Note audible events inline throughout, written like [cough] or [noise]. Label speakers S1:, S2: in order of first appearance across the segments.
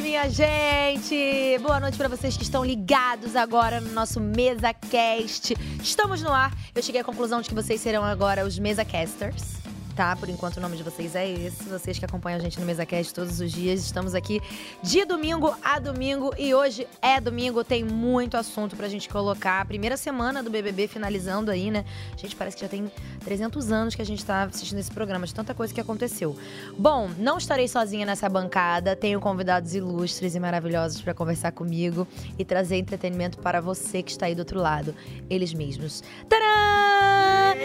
S1: minha gente! Boa noite para vocês que estão ligados agora no nosso Mesa Cast. Estamos no ar. Eu cheguei à conclusão de que vocês serão agora os Mesa Casters. Tá, por enquanto o nome de vocês é esse. Vocês que acompanham a gente no MesaCast todos os dias, estamos aqui de domingo a domingo e hoje é domingo, tem muito assunto pra gente colocar. Primeira semana do BBB finalizando aí, né? Gente, parece que já tem 300 anos que a gente tá assistindo esse programa, de tanta coisa que aconteceu. Bom, não estarei sozinha nessa bancada, tenho convidados ilustres e maravilhosos pra conversar comigo e trazer entretenimento para você que está aí do outro lado, eles mesmos. Tcharam!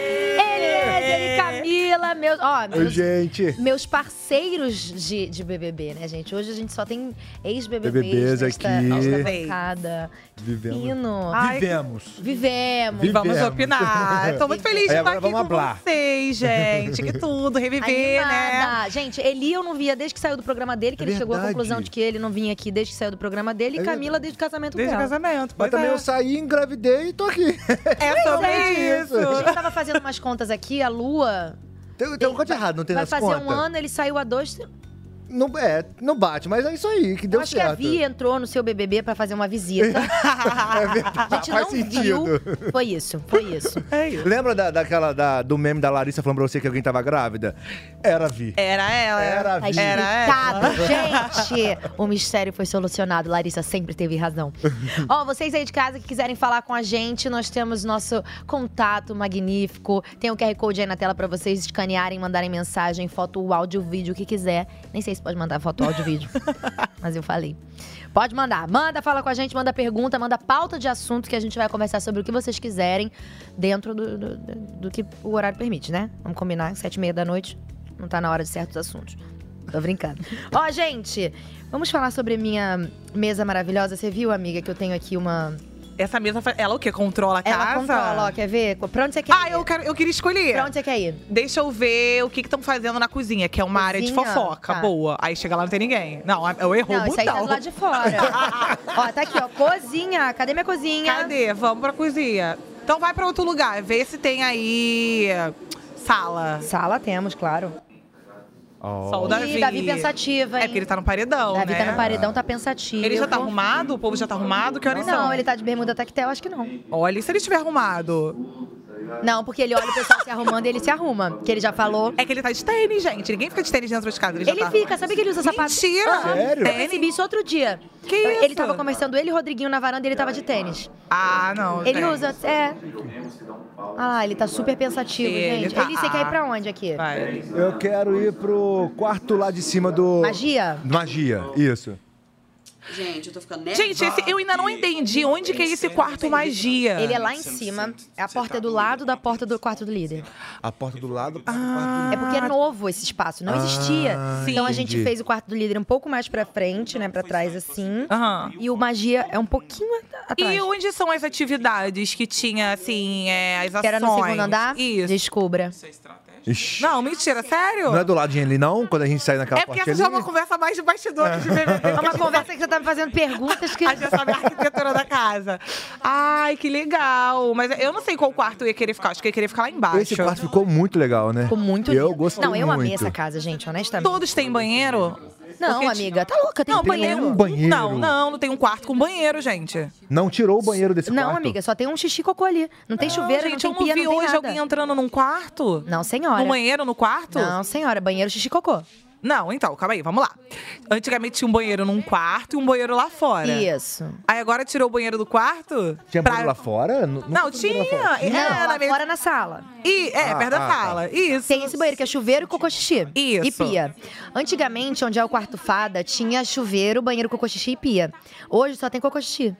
S1: Eliezer e Camila, meus, ó,
S2: Oi,
S1: meus,
S2: gente.
S1: meus parceiros de, de BBB, né, gente? Hoje a gente só tem ex-BBBs
S2: BBBs
S1: nesta,
S2: aqui.
S1: nesta bancada.
S2: Vivemos.
S1: Pino.
S2: Vivemos.
S1: Vivemos.
S2: Vi-
S3: Vamos
S2: Vivemos.
S3: opinar. Tô muito feliz de
S2: É,
S3: estar
S2: agora
S3: aqui com
S2: vamos hablar.
S3: vocês, gente. Que tudo, reviver, né?
S1: Animada. Gente, Eli eu não via desde que saiu do programa dele, que
S2: É
S1: ele chegou à
S2: verdade.
S1: conclusão de que ele não vinha aqui desde que saiu do programa dele,
S2: É
S1: e Camila
S2: verdade.
S1: desde o casamento
S3: Desde o
S1: dela.
S3: casamento. pois
S2: Mas também
S3: é.
S2: eu saí, engravidei e tô aqui.
S3: É sobre
S1: é
S3: isso.
S1: A
S2: [laughs]
S1: gente tava fazendo umas contas aqui, a Lua
S2: Tem, tem um conto errado, não tem
S1: vai
S2: nas
S1: fazer
S2: contas?
S1: um ano, ele saiu há dois.
S2: Não, é, não bate, mas é isso aí, que
S1: Eu
S2: deu
S1: acho que a
S2: certo.
S1: Vi entrou no seu BBB pra fazer uma
S2: [laughs]
S1: visita.
S2: É verdade,
S1: A gente
S2: faz
S1: não
S2: sentido.
S1: viu. Foi isso, foi isso.
S3: É isso.
S2: Lembra da, daquela, da- do meme da Larissa falando pra você que alguém tava grávida? Era a Vi.
S3: Era ela.
S2: Era a
S1: Tá
S2: Vi.
S3: Era
S1: explicado, gente! O mistério foi solucionado. Larissa sempre teve razão. Ó, vocês aí de casa que quiserem falar com a gente, nós temos nosso contato magnífico. Tem o QR Code aí na tela pra vocês escanearem, mandarem mensagem, foto, áudio, vídeo, o que quiser. Nem sei se pode mandar foto, áudio, vídeo. Mas eu falei. Pode mandar. Manda, fala com a gente, manda pergunta, manda pauta de assunto que a gente vai conversar sobre o que vocês quiserem dentro do, do, do- do que o horário permite, né? Vamos combinar, sete e meia da noite. Não tá na hora de certos assuntos. Tô brincando. Ó, gente, vamos falar sobre a minha mesa maravilhosa. Você viu, amiga, que eu tenho aqui uma.
S3: Essa mesa, fa- ela o quê? Controla a
S1: Ela
S3: casa?
S1: controla, ó, quer ver? Pra onde você quer
S3: Ah,
S1: ir?
S3: eu, quero, eu queria
S1: Pra
S3: escolher.
S1: onde você quer ir?
S3: Deixa eu ver o que estão fazendo na cozinha, que é uma área de
S1: Cozinha?
S3: fofoca.
S1: Tá.
S3: Boa. Aí chega lá, não tem ninguém. Não, eu errou
S1: Não,
S3: o
S1: isso aí tá
S3: botão.
S1: do lado de
S3: [laughs]
S1: fora. ó, tá aqui, ó. Cozinha. Cadê minha cozinha?
S3: Cadê? Vamos pra cozinha. Então vai pra outro lugar. Vê se tem aí sala.
S1: Sala temos, claro.
S2: Oh.
S3: Só o da- Davi.
S1: Ih, Davi pensativa, hein?
S3: É porque ele tá no paredão,
S1: Davi
S3: né?
S1: tá no paredão, tá pensativo.
S3: Ele já tá arrumado? O povo já tá arrumado? Que horas são?
S1: Não, ele tá de bermuda tactel, acho que não.
S3: Olha, e se ele estiver arrumado?
S1: Não, porque ele olha o pessoal se arrumando e ele se arruma. Que ele já falou.
S3: É que ele tá de tênis, gente. Ninguém fica de tênis dentro de casa. Ele, já
S1: Ele
S3: tá
S1: fica, sabe que ele usa sapato?
S3: Mentira!
S1: Aham,
S2: Sério?
S1: Eu percebi isso outro dia.
S3: Que
S1: Ele
S3: isso?
S1: tava conversando, ele e o Rodriguinho na varanda, ele tava de tênis.
S3: arrumado. Ah, não.
S1: Ele
S3: gente.
S1: usa, é. Ah, ele tá super pensativo,
S3: Ele
S1: gente.
S3: tá- Ah.
S1: Ele, você quer ir pra onde aqui?
S3: Vai.
S2: Eu quero ir pro quarto lá de cima do.
S1: Magia?
S2: Magia, isso.
S4: Gente, eu tô ficando nervosa.
S3: Gente, esse- eu ainda não entendi onde que é esse quarto magia.
S1: Ele é lá em cima, a
S3: tá
S1: porta é do lado da porta do quarto do líder.
S2: A porta do lado.
S1: É porque
S3: Ah.
S1: é novo esse espaço, não
S2: Ah,
S1: existia. então a
S2: entendi.
S1: gente fez o quarto do líder um pouco mais pra frente, né, Pra trás assim.
S3: Aham.
S1: E o magia é um pouquinho at- atrás.
S3: E onde são as atividades que tinha, assim, é, as ações?
S1: Que era no segundo andar?
S3: Isso.
S1: Descubra.
S2: Ixi.
S3: Não, mentira, sério?
S2: Não é do ladinho ali, não? Quando a gente sai naquela
S3: É porque
S2: porta
S3: essa já é
S2: ali.
S3: uma conversa mais de bastidores de
S2: [laughs]
S3: BBB.
S1: É uma conversa que você tá me fazendo perguntas que.
S3: [laughs] A gente sabe a arquitetura da casa. Ai, que legal. Mas eu não sei qual quarto eu ia querer ficar. Acho que eu ia querer ficar lá embaixo.
S2: Esse quarto ficou muito legal, né?
S1: Ficou muito
S2: Eu
S1: lindo.
S2: gostei
S1: Não, eu
S2: muito.
S1: amei essa casa, gente,
S2: é
S1: honestamente.
S3: Todos têm banheiro?
S1: Não, amiga, tá louca, tem
S3: Não,
S1: um banheiro.
S3: banheiro.
S2: um banheiro.
S3: Não, não, não tem um quarto com banheiro, gente.
S2: Não tirou o banheiro desse quarto.
S1: Não, amiga, só tem um xixi e cocô ali. Não tem chuveiro,
S3: gente,
S1: não
S3: eu
S1: tem pia,
S3: não vi
S1: não tem
S3: hoje
S1: nada.
S3: alguém entrando num quarto.
S1: Não, senhora.
S3: Num banheiro, no quarto?
S1: Não, senhora, banheiro, xixi e cocô.
S3: Não, então, calma aí, vamos lá. Antigamente tinha um banheiro num quarto e um banheiro lá fora.
S1: Isso.
S3: Aí agora tirou o banheiro do quarto?
S2: Tinha
S3: pra-
S2: banheiro lá fora? Não,
S3: Não, tinha. É,
S1: não,
S3: Era
S1: lá
S3: meio...
S1: fora na sala.
S3: E, é,
S2: Ah,
S3: perto da
S2: ah, tá.
S3: sala. Isso.
S1: Tem esse banheiro que é chuveiro, cocô, xixi. E
S3: Isso.
S1: pia. Antigamente, onde é o quarto fada, tinha chuveiro, banheiro, cocô, xixi e pia. Hoje só tem cocô, xixi.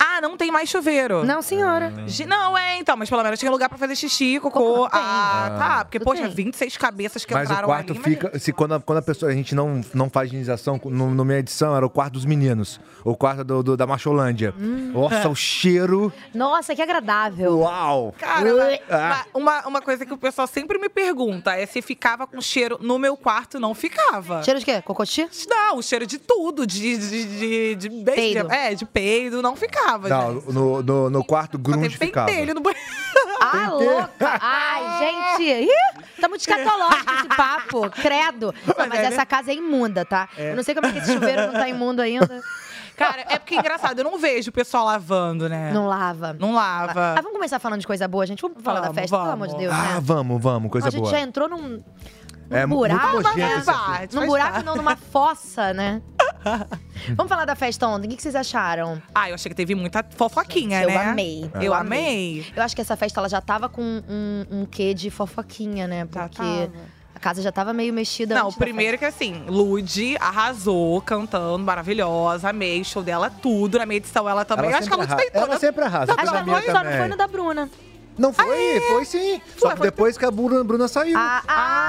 S3: Ah, não tem mais chuveiro.
S1: Não, senhora.
S3: Gi- Não, é, então, mas pelo menos tinha lugar pra fazer xixi, cocô.
S1: Cocô, tem.
S3: Ah, tá. Porque,
S1: Tudo
S3: poxa,
S1: tem.
S3: 26 cabeças que
S2: Mas o
S3: entraram
S2: quarto
S3: ali. mas-
S2: fica. Se quando, a, quando a pessoa. A gente não, não faz higienização. No, no minha edição era o quarto dos meninos. O quarto do, do- da Macholândia. Nossa, o cheiro.
S1: Nossa, que agradável.
S2: Uau!
S3: Cara,
S2: Ui.
S3: mas-
S2: [laughs] Ah,
S3: mas uma, uma coisa que o pessoal sempre me pergunta é se ficava com cheiro no meu quarto. Não ficava.
S1: Cheiro de quê? Cocô, xixi?
S3: Não, o cheiro de tudo, de, de, de, de beijo,
S1: Peido.
S3: de- É, de peido, não ficava.
S2: não,
S3: gente.
S2: no, no, no quarto
S3: Só
S2: grunge
S3: teve
S2: ficava.
S3: pentelho no banheiro. [laughs]
S1: Ah,
S2: que ter.
S1: louca! Ai, gente! Ih, tá muito escatológico esse papo, credo. Não, mas
S3: é, né?
S1: essa casa é imunda, tá? Eu não sei como é que esse chuveiro não tá imundo
S3: [laughs]
S1: ainda.
S3: Cara, é porque é engraçado, eu não vejo o pessoal lavando, né?
S1: Não lava.
S3: Não lava.
S1: Ah, vamos começar falando de coisa boa, gente? Vamos falar
S3: Vamos,
S1: da festa, pelo amor
S3: vamos.
S1: de Deus, né?
S2: Ah, vamos, vamos, coisa
S1: a gente
S2: boa.
S1: já entrou num, num
S2: É, mu- muito
S1: buraco,
S2: nojento
S1: né?
S2: esse
S3: assunto.
S1: Num
S3: Faz
S1: buraco,
S3: parte.
S1: não, numa fossa,
S3: [laughs]
S1: né? Vamos falar da festa ontem. O que que vocês acharam?
S3: Ah, eu achei que teve muita fofoquinha,
S1: Gente,
S3: né?
S1: eu amei.
S3: Eu,
S1: Eu
S3: amei.
S1: Eu acho que essa festa ela já tava com um, um quê de fofoquinha, né?
S3: Já
S1: Porque
S3: tava.
S1: a casa já tava meio mexida.
S3: Não, o
S1: antes da
S3: primeiro que assim, Lud arrasou cantando, maravilhosa, amei o show dela, tudo. Na minha edição ela também. eu acho que ela
S2: arrasa.
S3: tentou.
S2: Ela sempre
S1: festa.
S2: arrasa. foi na
S1: Acho que
S2: minha
S1: foi, só não
S2: também.
S1: foi no da Bruna.
S2: Não foi, foi sim. Só que
S3: foi-
S2: depois que a Bruna, Bruna saiu.
S1: Ah,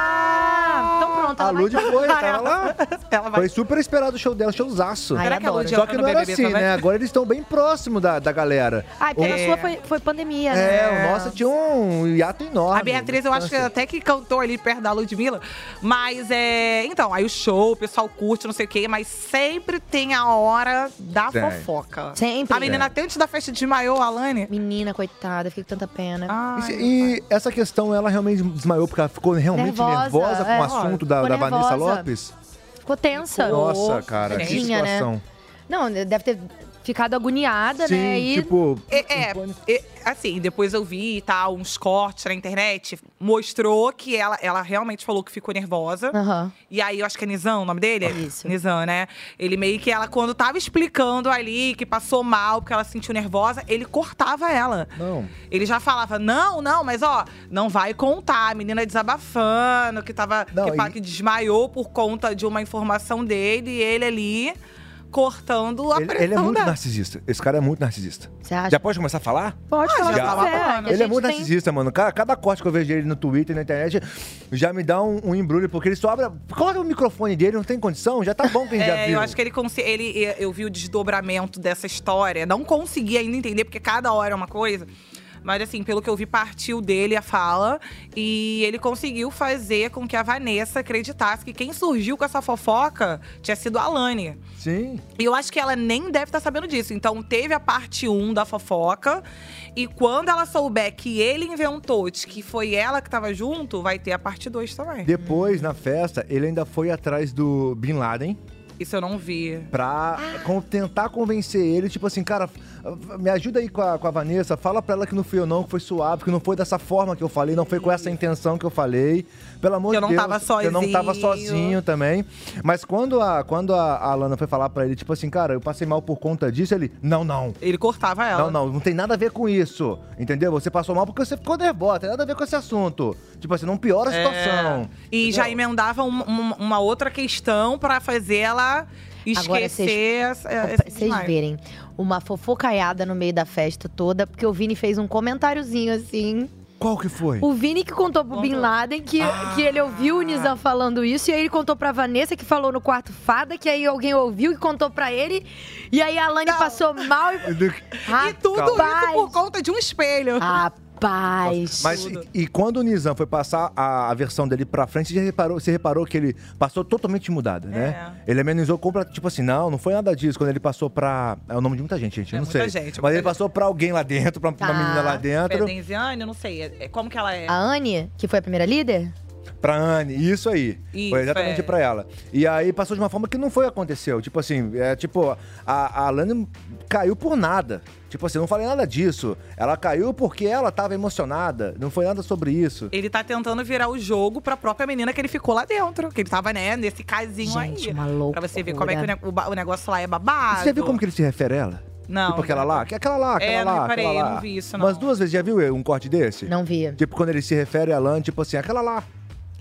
S1: ah, então pronto,
S2: a
S1: ela vai
S2: Lud foi, tava lá.
S3: Ela vai.
S2: Foi super esperado o show dela, showzaço.
S1: Ai,
S3: Será que a
S1: adoro.
S3: Lud
S2: Só
S3: entra
S2: que
S3: no
S2: não era
S3: BBB
S2: assim,
S3: também?
S2: né? Agora eles estão bem próximo da, da galera.
S1: Ai, porque a
S3: É.
S1: sua foi, foi pandemia,
S2: É,
S1: né?
S2: o nosso tinha um hiato enorme.
S3: A Beatriz, eu acho que até que cantou ali perto da Ludmilla. Mas é. Então, aí o show, o pessoal curte, não sei o quê, mas sempre tem a hora da
S2: Tem.
S3: fofoca.
S1: Sempre.
S3: A
S2: É.
S3: menina até antes da festa desmaiou, a Lani.
S1: Menina, coitada, eu fiquei com tanta pena.
S3: Ai,
S2: E se- E essa questão, ela realmente desmaiou, porque ela ficou realmente
S1: Nervosa,
S2: nervosa, com
S1: é.
S2: o assunto da,
S1: Ficou
S2: da Vanessa
S1: nervosa.
S2: Lopes?
S1: Ficou tensa.
S2: Nossa, cara, que
S1: Tadinha, né?
S2: situação.
S1: Não, deve ter ficado agoniada,
S2: Sim,
S1: né? E
S2: tipo,
S3: É, é, é, assim, depois eu vi e tal, uns cortes na internet. Mostrou que ela, ela realmente falou que ficou nervosa.
S1: Aham.
S3: E aí, eu acho que é Nizam o nome dele?
S1: Isso.
S3: Nizam, né? Ele meio que ela, quando tava explicando ali que passou mal, porque ela se sentiu nervosa, ele cortava ela.
S2: Não.
S3: Ele já falava, não, não, mas ó, não vai contar. A menina desabafando, que tava.
S2: Não,
S3: que, pá,
S2: e-
S3: que desmaiou por conta de uma informação dele e ele ali cortando a
S2: Ele,
S3: pressão
S2: ele é muito
S3: dela.
S2: narcisista. Esse cara é muito narcisista.
S1: Você acha?
S2: Já pode começar a falar?
S1: Pode
S3: Ah,
S1: falar
S2: já
S1: o que
S2: tava
S1: quiser,
S3: falando.
S1: que a
S2: Ele é
S1: gente
S2: muito
S1: tem-
S2: narcisista, mano. Cara, cada corte que eu vejo dele no Twitter, na internet, já me dá um, um embrulho, porque ele só abre. Corta o microfone dele, não tem condição, já tá bom quem já
S3: [laughs] É,
S2: viu.
S3: eu acho que ele, consi- ele eu- eu vi o desdobramento dessa história. Não consegui ainda entender, porque cada hora é uma coisa. Mas assim, pelo que eu vi, partiu dele a fala. E ele conseguiu fazer com que a Vanessa acreditasse que quem surgiu com essa fofoca tinha sido a Alane.
S2: Sim.
S3: E eu acho que ela nem deve estar sabendo disso. Então teve a parte 1 da fofoca. E quando ela souber que ele inventou, de que foi ela que tava junto, vai ter a parte 2 também.
S2: Depois, na festa, ele ainda foi atrás do Bin Laden
S3: Isso eu não vi.
S2: pra
S3: Ah.
S2: con- tentar convencer ele, tipo assim, cara, f- me ajuda aí com a, com a Vanessa, fala pra ela que não fui eu não, que foi suave, que não foi dessa forma que eu falei, não foi com essa intenção que eu falei. Pelo amor
S3: Que
S2: de
S3: eu não
S2: Deus.
S3: tava
S2: Eu não tava
S3: sozinho.
S2: sozinho também. Mas quando a, quando a, a Lana foi falar pra ele, tipo assim, cara, eu passei mal por conta disso, ele, não, não.
S3: Ele cortava ela.
S2: Não, não, não tem nada a ver com isso. Entendeu? Você passou mal porque você ficou nervosa, tem nada a ver com esse assunto. Tipo assim, não piora a
S3: É.
S2: situação.
S3: E
S2: entendeu?
S3: já emendava um- um- uma outra questão pra fazer ela
S1: Agora,
S3: esquecer essa- essa-
S1: Pra vocês
S3: demais.
S1: verem, uma fofocaiada no meio da festa toda, porque o Vini fez um comentáriozinho assim.
S2: Qual que foi?
S1: O Vini que contou pro Bin Laden que, que ele
S3: Ah.
S1: ouviu o Nizam falando isso, e aí ele contou pra Vanessa, que falou no quarto fada, que aí alguém ouviu e contou pra ele, e aí a Alane passou mal e.
S3: [laughs] E tudo isso
S1: Rapaz!
S3: por conta de um espelho.
S1: Rapaz!
S2: Mas e, e quando o Nizam foi passar a, a versão dele pra frente, já reparou, você reparou que ele passou totalmente mudado, né?
S3: É.
S2: Ele amenizou compra, tipo assim, não, não foi nada disso. Quando ele passou pra. É o nome de muita gente, gente, eu
S3: É
S2: não
S3: muita
S2: sei.
S3: gente, é
S2: Mas
S3: muita
S2: ele passou pra alguém lá dentro, pra
S1: Tá.
S2: uma menina lá dentro,
S3: Pedenziane, eu não sei. é- é- Como que ela é?
S1: A Anne, que foi a primeira líder?
S2: pra Anne, isso aí.
S3: Isso,
S2: foi exatamente
S3: é.
S2: pra ela. E aí passou de uma forma que não foi aconteceu. Tipo assim, é tipo, a, a Alane caiu por nada. Tipo assim, eu não falei nada disso. Ela caiu porque ela tava emocionada. Não foi nada sobre isso.
S3: Ele tá tentando virar o jogo pra própria menina que ele ficou lá dentro. Que ele tava, né, nesse casinho
S1: Gente,
S3: aí.
S1: uma loucura.
S3: Pra você ver como é que o ne- o, ba- o negócio lá é babado.
S2: Você viu como que ele se refere a ela?
S3: Não,
S2: Tipo aquela
S3: não.
S2: lá, que aquela lá, aquela
S3: É, não
S2: lá,
S3: reparei,
S2: aquela lá.
S3: eu não vi isso,
S2: Mas
S3: não.
S2: duas vezes, já viu um corte desse?
S1: Não vi.
S2: Tipo, quando ele se refere a Lan, tipo assim, aquela lá.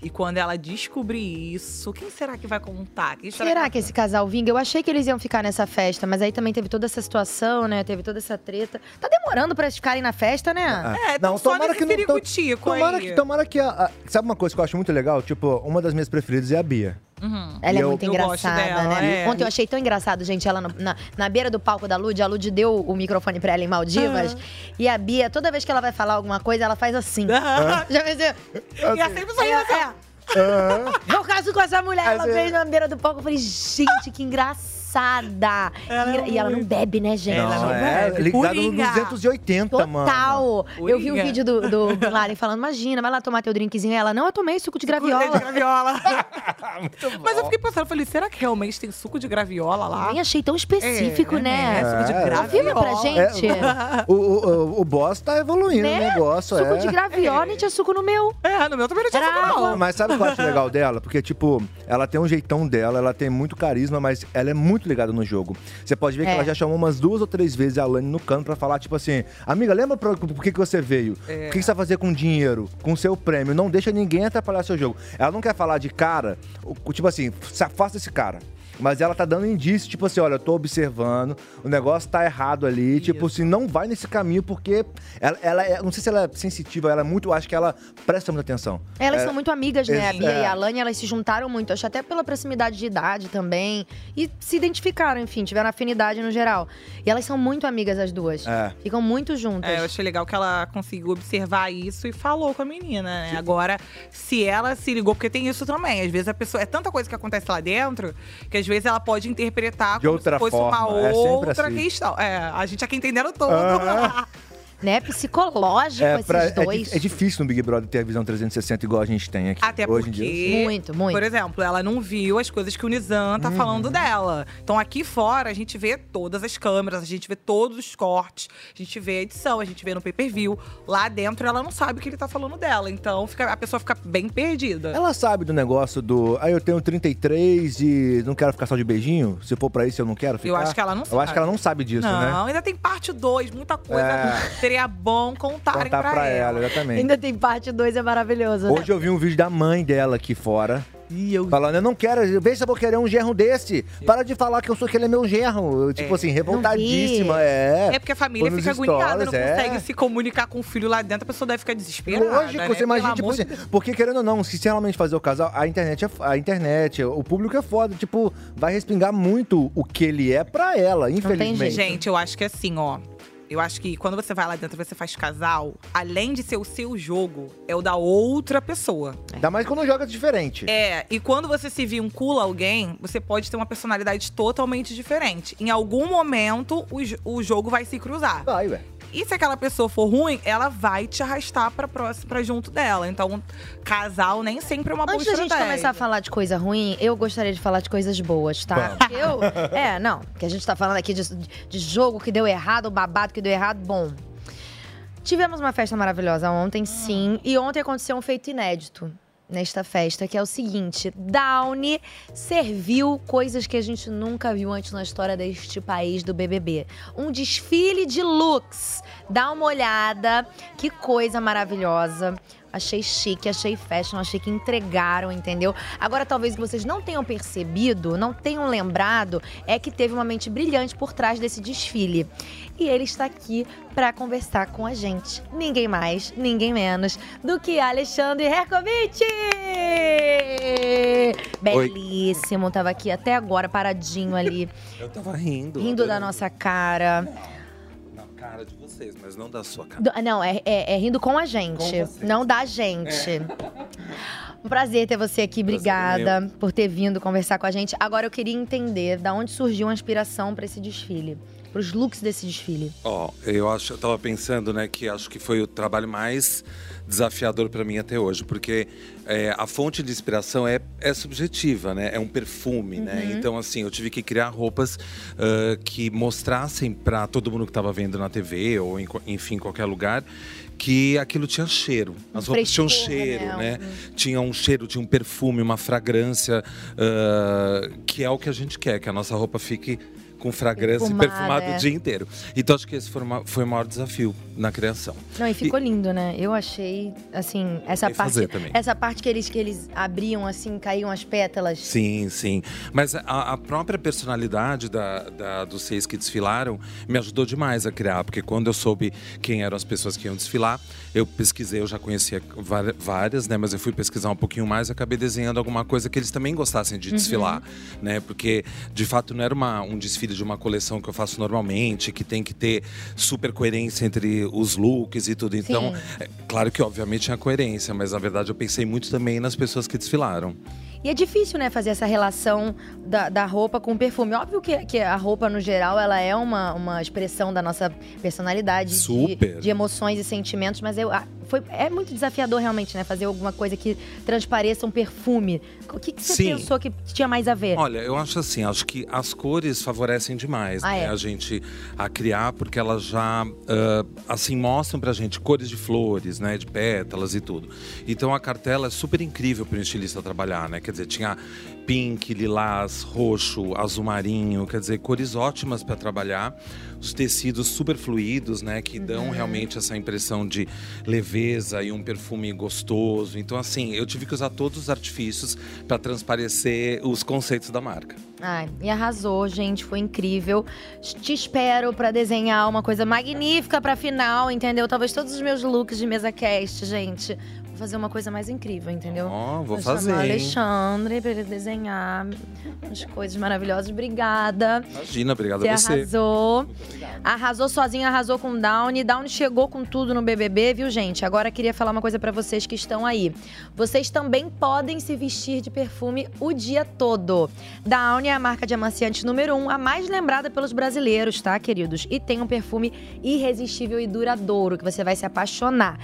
S3: E quando ela descobrir isso, quem será que vai contar? Quem
S1: Será que esse casal vinga? Eu achei que eles iam ficar nessa festa, mas aí também teve toda essa situação, né? Teve toda essa treta. Tá demorando pra eles ficarem na festa, né?
S2: Ah,
S3: É, tão só nesse piricutico
S2: tomara
S3: aí.
S2: que, tomara que a, a- Sabe uma coisa que eu acho muito legal? Tipo, uma das minhas preferidas é a Bia.
S3: Uhum.
S1: Ela é
S2: Eu-
S1: muito
S3: eu gosto
S1: engraçada,
S3: dela,
S1: né?
S3: é.
S1: Ontem eu achei tão engraçado, gente, ela no- na, na beira do palco da Lud, a Lud deu o microfone pra ela em Maldivas. E a Bia, toda vez que ela vai falar alguma coisa, ela faz assim.
S2: É,
S1: Já pensei,
S3: [laughs] E ela sempre saiu assim.
S1: eu caso com essa mulher, ela
S2: Assim.
S1: fez na beira do palco. Eu falei, gente, que engraçado. engraçada.
S3: Ela é
S1: Engra- E ela não
S3: muito-
S1: bebe, né, gente?
S3: Ela
S2: Não,
S3: não
S2: é
S3: bebe.
S2: ligado no
S3: Coringa.
S2: 280, mano.
S1: Total. Eu vi o
S3: Uriga.
S1: vídeo do, do Bin Laden falando, imagina, vai lá tomar teu drinkzinho. Ela, não, eu tomei suco de
S3: Suco de
S1: graviola.
S3: [laughs] graviola.
S2: Muito bom.
S3: Mas eu fiquei pensando, eu falei, será que realmente tem suco de graviola lá?
S1: Nem achei tão específico,
S3: É,
S1: né?
S3: é, suco de graviola.
S1: Confirma pra gente.
S2: o, o, o, o boss tá evoluindo o negócio,
S1: suco
S2: é.
S1: Né? de graviola, nem tinha suco no meu.
S3: É, no meu também não tinha
S1: Era
S3: suco, não.
S1: água.
S2: Mas sabe o que eu acho legal dela? Porque, tipo, ela tem um jeitão dela, ela tem muito carisma, mas ela é muito ligada no jogo. Você pode ver que
S1: É.
S2: ela já chamou umas duas ou três vezes a Alane no canto pra falar, tipo assim, amiga, lembra pro- por que, que você veio? O que, que você vai fazer com o dinheiro, com o seu prêmio? Não deixa ninguém atrapalhar seu jogo. Ela não quer falar de cara, o- tipo assim, se afasta esse cara. Mas ela tá dando indício, tipo assim, olha, eu tô observando, o negócio tá errado ali, tipo assim, não vai nesse caminho, porque ela, ela é, não sei se ela é sensitiva, ela é muito, eu acho que ela presta muita atenção.
S1: Elas
S2: É,
S1: são muito amigas, né? A
S2: Sim.
S1: Bia
S2: É.
S1: e a Alane, elas se juntaram muito. Acho até pela proximidade de idade também. E se identificaram, enfim, tiveram afinidade no geral. E elas são muito amigas, as duas.
S2: É.
S1: Ficam muito juntas.
S3: É, eu achei legal que ela conseguiu observar isso e falou com a menina, né? Agora, se ela se ligou, porque tem isso também. Às vezes a pessoa. É tanta coisa que acontece lá dentro que às vezes ela pode interpretar
S2: De
S3: como
S2: outra
S3: se fosse
S2: forma,
S3: uma
S2: é sempre
S3: outra
S2: assim.
S3: questão. É, a gente aqui entendendo todo.
S2: Ah.
S1: Né? Psicológico,
S2: É, pra- é
S1: esses dois.
S2: di- é difícil no Big Brother ter a visão 360 igual a gente tem aqui.
S3: [laughs] Até
S2: hoje em dia.
S3: porque.
S1: Muito, muito.
S3: Por exemplo, ela não viu as coisas que o Nizam
S2: Uhum.
S3: tá falando dela. Então aqui fora a gente vê todas as câmeras, a gente vê todos os cortes, a gente vê a edição, a gente vê no pay-per-view. Lá dentro ela não sabe o que ele tá falando dela. Então fica- a pessoa fica bem perdida.
S2: Ela sabe do negócio do. Ah, eu tenho 33 e não quero ficar só de beijinho. Se for pra isso, eu não quero ficar.
S3: acho que ela não
S2: Eu acho
S3: sabe.
S2: que ela não sabe disso, né?
S3: não, ainda tem parte 2, muita coisa.
S2: É.
S3: Seria bom contarem
S2: Contar Então tá pra, ela, exatamente.
S1: Ainda tem parte 2, é maravilhoso. né?
S2: Hoje eu vi um vídeo da mãe dela aqui fora. Falando, eu não quero, vê se eu vou querer um gerro desse. Para de falar que eu sou que ele é meu gerro. Eu, Tipo assim, revoltadíssima. É.
S3: É porque a família
S2: Foi nos
S3: fica agoniada, não
S2: stories, é.
S3: consegue se comunicar com o filho lá dentro, a pessoa deve ficar desesperada.
S2: Lógico,
S3: né?
S2: você imagina,
S3: Pelo
S2: tipo
S3: amor de
S2: assim, porque querendo ou não, se você realmente fazer o casal, a internet, é, f- a internet, o público é foda, tipo, vai respingar muito o que ele é pra ela, infelizmente.
S3: Gente, eu acho que assim, ó. Eu acho que quando você vai lá dentro, você faz casal, além de ser o seu jogo, é o da outra pessoa.
S2: Ainda mais quando joga diferente.
S3: né? É, e quando você se vincula a alguém, você pode ter uma personalidade totalmente diferente. Em algum momento, o, jo- o jogo vai se cruzar.
S2: Vai, ué.
S3: E se aquela pessoa for ruim, ela vai te arrastar pra, próxima, pra junto dela. Então, casal nem sempre é uma boa
S1: Antes da gente
S3: estratégia.
S1: começar a falar de coisa ruim, eu gostaria de falar de coisas boas, tá? Porque Eu, é, não, que a gente tá falando aqui de, de jogo que deu errado, babado que deu errado, bom. Tivemos uma festa maravilhosa ontem, sim, e ontem aconteceu um feito inédito nesta festa, que é o seguinte: Downey serviu coisas que a gente nunca viu antes na história deste país do BBB. Um desfile de looks. Dá uma olhada, que coisa maravilhosa. Achei chique, achei fashion, achei que entregaram, entendeu? Agora, talvez o que vocês não tenham percebido, não tenham lembrado, é que teve uma mente brilhante por trás desse desfile. E ele está aqui para conversar com a gente. Ninguém mais, ninguém menos do que Alexandre Herkovitch! Belíssimo, tava aqui até agora, paradinho ali,
S5: Eu tava rindo.
S1: rindo da nossa cara.
S5: Na cara de vocês, mas não da sua cara.
S1: Do- não, é, é- é rindo com a gente,
S5: Com É. vocês.
S1: não da gente. Um prazer ter você aqui, obrigada por ter vindo conversar com a gente. Agora eu queria entender da onde surgiu a inspiração para esse desfile, para os looks desse desfile.
S5: Ó, eu acho, eu tava pensando, né, que acho que foi o trabalho mais desafiador pra mim até hoje, porque é, a fonte de inspiração é, é subjetiva, né? É um perfume, né?
S1: Uhum.
S5: Então, assim, eu tive que criar roupas ah, que mostrassem pra todo mundo que tava vendo na TV ou em, qua- enfim, em qualquer lugar que aquilo tinha cheiro. As
S1: Um
S5: roupas tinham
S1: frescor,
S5: cheiro,
S1: né?
S5: né? tinha um cheiro, tinha um perfume, uma fragrância, ah, que é o que a gente quer, que a nossa roupa fique com fragrância
S1: Perfumada,
S5: e perfumada
S1: é.
S5: o dia inteiro. Então acho que esse foi, uma- foi o maior desafio na criação.
S1: Não, e ficou lindo, né? Eu achei, assim, essa
S5: E
S1: parte.
S5: fazer também.
S1: Essa parte que eles, que eles abriam, assim, caíam as pétalas.
S5: Sim, sim. Mas a, a própria personalidade da, da- dos seis que desfilaram me ajudou demais a criar, porque quando eu soube quem eram as pessoas que iam desfilar, eu pesquisei, eu já conhecia vari- várias, né? Mas eu fui pesquisar um pouquinho mais e acabei desenhando alguma coisa que eles também gostassem de desfilar, né? Porque de fato não era uma, um desfile de uma coleção que eu faço normalmente, que tem que ter super coerência entre os looks e tudo. Então,
S1: Sim.
S5: é, claro que obviamente tinha coerência, mas na verdade eu pensei muito também nas pessoas que desfilaram.
S1: E é difícil, né, fazer essa relação da, da roupa com o perfume. Óbvio que, que a roupa, no geral, ela é uma, uma expressão da nossa personalidade. de-
S5: Super.
S1: De, emoções e sentimentos, mas eu, ah, foi, é muito desafiador, realmente, né? Fazer alguma coisa que transpareça um perfume. O que, que você
S5: Sim.
S1: pensou que tinha mais a ver?
S5: Olha, eu acho assim, acho que as cores favorecem demais
S1: Ah,
S5: né,
S1: é?
S5: a gente a criar, porque elas já ah, assim mostram pra gente cores de flores, né, de pétalas e tudo. Então a cartela é super incrível para um estilista trabalhar, né? Quer dizer, tinha pink, lilás, roxo, azul marinho, quer dizer, cores ótimas para trabalhar. Os tecidos super fluidos, né, que
S1: Uhum.
S5: dão realmente essa impressão de leveza e um perfume gostoso. Então assim, eu tive que usar todos os artifícios para transparecer os conceitos da marca.
S1: Ai, e arrasou, gente, foi incrível. Te espero pra desenhar uma coisa magnífica pra final, entendeu? Talvez todos os meus looks de mesa cast, gente. Vou fazer uma coisa mais incrível, entendeu?
S5: Ó, vou
S1: chamar
S5: fazer.
S1: o
S5: hein?
S1: Alexandre pra ele desenhar umas coisas maravilhosas. Obrigada.
S5: Imagina, obrigado
S1: Você é
S5: a você.
S1: arrasou. Arrasou sozinho, arrasou com o Downey. Downey chegou com tudo no BBB, viu, gente? Agora queria falar uma coisa pra vocês que estão aí. Vocês também podem se vestir de perfume o dia todo. Downy é a marca de amaciante número um, a mais lembrada pelos brasileiros, tá, queridos? E tem um perfume irresistível e duradouro que você vai se apaixonar.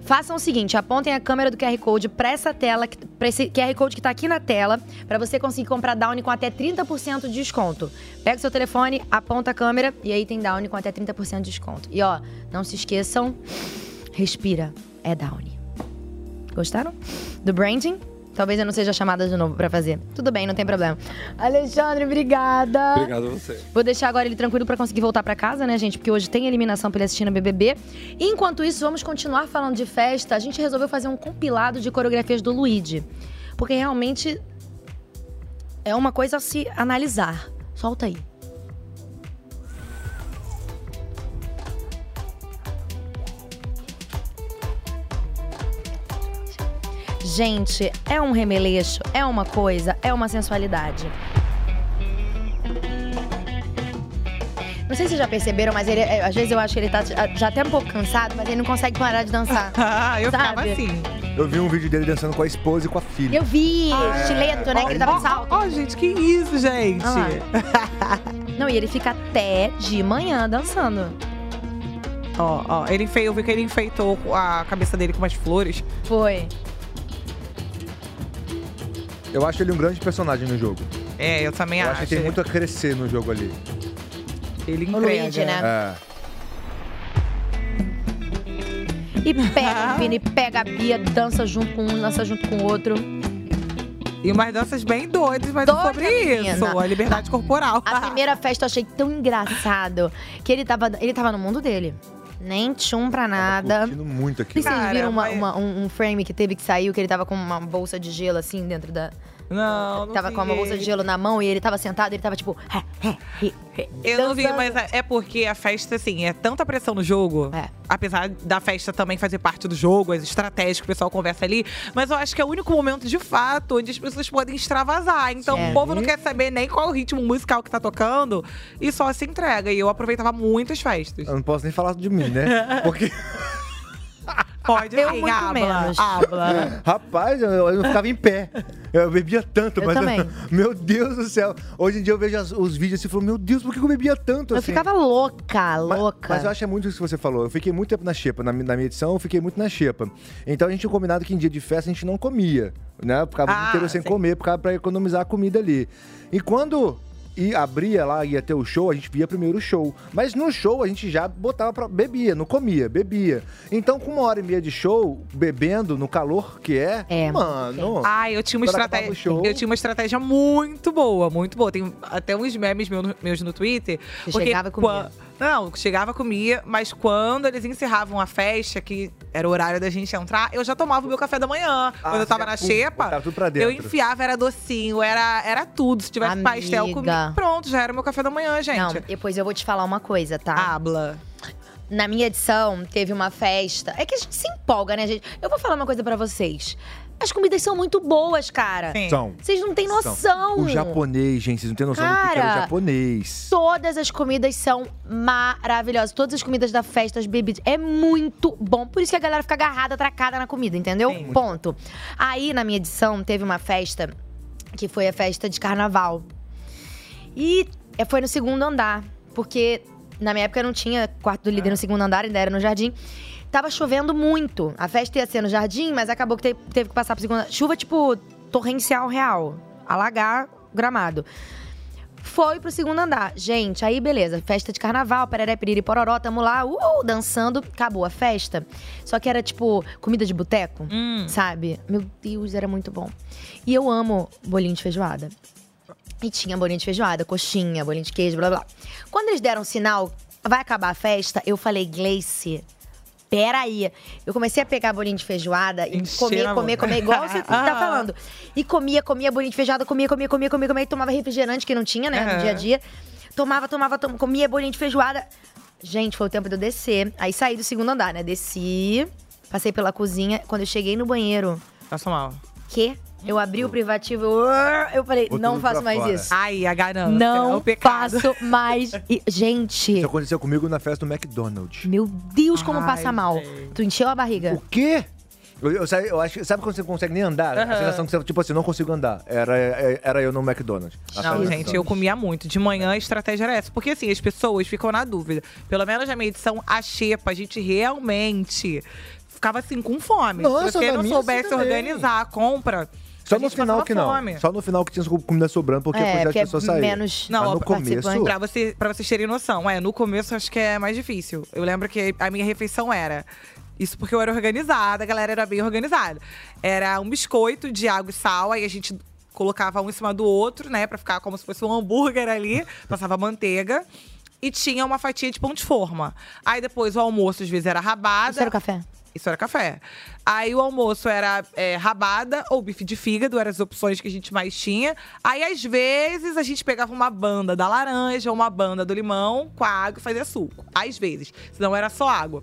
S1: Façam o seguinte, apontem a câmera do QR Code para essa tela, para esse QR Code que tá aqui na tela, para você conseguir comprar Downy com até 30% de desconto. Pega o seu telefone, aponta a câmera e aí tem Downy com até 30% de desconto. E ó, não se esqueçam, respira, é Downy. Gostaram do branding? Talvez eu não seja chamada de novo para fazer. Tudo bem, não tem problema. Alexandre, obrigada.
S5: Obrigado a você.
S1: Vou deixar agora ele tranquilo pra conseguir voltar pra casa, né, gente? Porque hoje tem eliminação pra ele assistir no BBB. Enquanto isso, vamos continuar falando de festa. A gente resolveu fazer um compilado de coreografias do Luigi. Porque realmente é uma coisa a se analisar. Solta aí. Gente, é um remeleixo, é uma coisa, é uma sensualidade. Não sei se vocês já perceberam, mas ele, é, às vezes eu acho que ele tá já- já até um pouco cansado, mas ele não consegue parar de dançar.
S3: [laughs] Ah, eu ficava
S1: Sabe?
S3: assim.
S2: Eu vi um vídeo dele dançando com a esposa e com a
S1: E
S2: filha.
S1: Eu vi estileto, né? Que ele tava
S3: Ó,
S1: de salto.
S3: ó, ó, gente, que isso, gente?
S1: Olha Não, e ele fica até de manhã dançando.
S3: Ó, ó, ele enfei, eu vi que ele enfeitou a cabeça dele com umas flores.
S1: Foi.
S2: Eu acho ele um grande personagem no jogo.
S3: É, eu também
S2: Eu
S3: acho.
S2: acho que tem muito a crescer no jogo ali.
S3: Ele
S1: O
S3: entrega.
S1: Luigi, né?
S2: É.
S1: E
S3: [laughs]
S1: pega o Vini, pega a Bia, dança junto com um, dança junto com o outro.
S3: E umas danças bem doidas, mas
S1: Doida,
S3: é sobre
S1: menina.
S3: isso. A liberdade corporal.
S1: A primeira festa eu achei tão engraçado que ele tava, ele tava no mundo dele. Nem tchum pra
S2: É, Tava
S1: nada.
S2: Curtindo muito aqui.
S1: E vocês
S3: Cara,
S1: viram uma-
S3: mas-
S1: uma- um, um frame que teve que saiu, que ele tava com uma bolsa de gelo assim dentro da.
S3: [laughs] Não, não
S1: tava com uma
S3: vi.
S1: bolsa de gelo na mão e ele tava sentado, ele tava tipo.
S3: Eu não vi, mas é porque a festa, assim, é tanta pressão no jogo.
S1: É.
S3: Apesar da festa também fazer parte do jogo, as estratégias que o pessoal conversa ali. Mas eu acho que é o único momento, de fato, onde as pessoas podem extravasar. Então
S1: Sim.
S3: o povo não quer saber nem qual o ritmo musical que tá tocando e só se entrega. E eu aproveitava muitas festas.
S2: Eu não posso nem falar de
S3: [laughs]
S2: mim, né? Porque,
S3: Pode
S1: Eu
S3: sim,
S1: muito
S3: habla,
S1: menos.
S3: habla.
S2: rapaz, eu, eu não ficava em pé. Eu bebia tanto,
S1: Eu
S2: mas.
S1: também.
S2: [laughs] meu Deus do céu. Hoje em dia eu vejo as- os vídeos assim e falo, meu Deus, por que eu bebia tanto?
S1: Eu
S2: assim?
S1: ficava louca,
S2: Mas-
S1: louca.
S2: Mas, eu acho que é muito isso que você falou. Eu fiquei muito tempo na xepa. Na, mi- na minha edição, eu fiquei muito na xepa. Então a gente tinha combinado que em dia de festa a gente não comia, né? Ficava o dia
S3: Ah,
S2: inteiro sem
S3: sim.
S2: comer, ficava pra economizar a comida ali. E quando. E abria lá, ia ter o show, a gente via primeiro o show. Mas no show a gente já botava pra. bebia, não comia, bebia. Então, com uma hora e meia de show, bebendo no calor que é,
S1: É,
S2: mano.
S3: Ai, eu tinha uma
S2: Quando acabava
S3: estratégia.
S2: o show-
S3: Eu tinha uma estratégia muito boa, muito boa. Tem até uns memes meu- meus no Twitter.
S1: Você chegava e comia.
S3: quan- Não, chegava, comia, mas quando eles encerravam a festa, que era o horário da gente entrar, eu já tomava o meu café da manhã.
S2: Ah,
S3: quando eu tava
S2: já,
S3: na
S2: pum,
S3: xepa,
S2: botava tudo pra dentro.
S3: eu enfiava, era docinho, era, era tudo. Se tivesse pastel, eu comia.
S1: Amiga.
S3: Pronto, já era o meu café da manhã, gente.
S1: Não, depois eu vou te falar uma coisa,
S3: Ah.
S1: tá?
S3: Habla.
S1: Na minha edição, teve uma festa. É que a gente se empolga, né, gente? Eu vou falar uma coisa pra vocês. As comidas são muito boas, cara.
S3: Sim.
S2: São.
S1: Vocês não têm
S2: são.
S1: noção.
S2: O japonês, gente, vocês não têm noção do que que era
S1: Cara,
S2: o japonês.
S1: Todas as comidas são maravilhosas. Todas as comidas da festa, as bebidas. É muito bom. Por isso que a galera fica agarrada, atracada na comida, entendeu?
S3: Sim.
S1: Ponto. Aí, na minha edição, teve uma festa que foi a festa de carnaval. E é, foi no segundo andar, porque na minha época não tinha quarto do líder no segundo andar, ainda era no jardim. Tava chovendo muito. A festa ia ser no jardim, mas acabou que te- teve que passar pro segundo andar. Chuva, tipo, torrencial real. Alagar o gramado. Foi pro segundo andar. Gente, aí beleza, festa de carnaval, pereré, piriri, pororó, tamo lá, uh, dançando, acabou a festa. Só que era tipo comida de boteco,
S3: Hum.
S1: sabe? Meu Deus, era muito bom. E eu amo bolinho de feijoada. E tinha bolinho de feijoada, coxinha, bolinho de queijo, blá blá. Quando eles deram sinal, vai acabar a festa, eu falei, Gleice, peraí. Eu comecei a pegar bolinho de feijoada e
S3: Encher
S1: comer,
S3: a
S1: comer,
S3: boca.
S1: comer, igual
S3: [laughs]
S1: você
S3: Ah.
S1: tá falando. E comia, comia bolinho de feijoada, comia, comia, comia, comia, comia, e tomava refrigerante que não tinha, né,
S3: Aham.
S1: no dia a dia. Tomava, tomava, tom- comia bolinho de feijoada. Gente, foi o tempo de eu descer. Aí saí do segundo andar, né? Desci, passei pela cozinha. Quando eu cheguei no banheiro,
S3: Passa mal.
S1: que eu abri o privativo, eu, eu falei,
S2: Botou
S1: não
S2: tudo
S1: faço
S2: pra
S1: mais
S2: fora.
S1: isso.
S3: Ai, a ganância. é
S1: Não
S3: Ah, o pecado.
S1: faço mais. i- Gente,
S2: Isso aconteceu comigo na festa do McDonald's.
S1: meu Deus, como
S3: Ai,
S1: passa mal.
S3: gente.
S1: Tu encheu a
S2: O
S1: barriga.
S2: quê? Eu, eu, saí- eu acho que- sabe quando você não consegue nem andar? A
S3: Aham.
S2: sensação que você, tipo assim, não consigo andar. Era, é- era eu no McDonald's. na festa
S3: Não,
S2: do
S3: gente, eu
S2: McDonald's.
S3: comia muito. De manhã a estratégia era essa. Porque assim, as pessoas ficam na dúvida. Pelo menos na minha edição, a xepa, a gente realmente ficava assim com fome.
S2: Nossa,
S3: Se você
S2: na
S3: não
S2: minha
S3: soubesse
S2: assim também.
S3: organizar a compra.
S2: Só
S3: a
S2: no
S3: gente
S2: final
S3: passava
S2: que não.
S3: fome.
S2: Só no final que tinha comida sobrando, porque a
S1: é,
S2: quantidade
S1: porque
S2: de pessoas
S1: é
S2: saiu.
S1: menos.
S2: Mas
S3: Não,
S2: no começo.
S1: participantes.
S3: Pra, você, pra vocês terem noção, é, no começo acho que é mais difícil. Eu lembro que a minha refeição era. Isso porque eu era organizada, a galera era bem organizada. Era um biscoito de água e sal, aí a gente colocava um em cima do outro, né, Pra ficar como se fosse um
S1: [laughs]
S3: hambúrguer ali, passava manteiga. E tinha uma fatia de pão de forma. Aí depois o almoço, às vezes, era rabada.
S1: Isso era o café?
S3: Isso era café. Aí o almoço era é, rabada ou bife de fígado, eram as opções que a gente mais tinha. Aí, às vezes, a gente pegava uma banda da laranja, uma banda do limão, com a água e fazia suco. Às vezes. Senão era só água.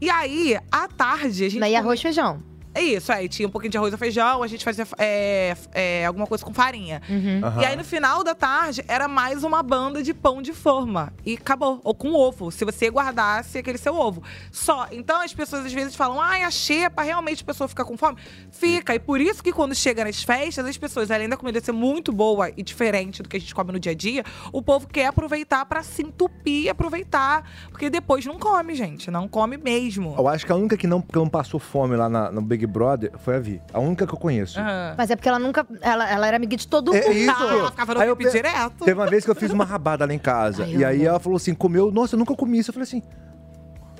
S3: E aí, à tarde, a gente.
S1: Daí
S3: comia-
S1: arroz e feijão.
S3: é isso, aí tinha um pouquinho de arroz e feijão, a gente fazia é, f- é, alguma coisa com farinha.
S2: Aham.
S3: E aí no final da tarde era mais uma banda de pão de forma. E acabou. Ou com ovo, se você guardasse aquele seu ovo. Só. Então as pessoas às vezes falam, ai, a xepa, realmente a pessoa fica com fome? Fica. E por isso que quando chega nas festas, as pessoas, além da comida ser muito boa e diferente do que a gente come no dia a dia, o povo quer aproveitar pra se entupir e aproveitar. Porque depois não come, gente. Não come mesmo.
S2: Eu acho que a única que não, que não passou fome lá na- no Big Brother foi a Vi. A única que eu conheço.
S3: Aham.
S1: Mas é porque ela nunca. Ela, ela era amiga de todo mundo.
S2: É isso.
S3: Ah, ela ficava no
S2: Aí eu
S3: VIP
S2: pe-
S3: direto.
S2: Teve uma vez que eu fiz uma rabada lá em casa.
S1: Ai,
S2: e
S1: eu
S2: aí
S1: amo.
S2: ela falou assim: comeu. Nossa, eu nunca comi isso. Eu falei assim.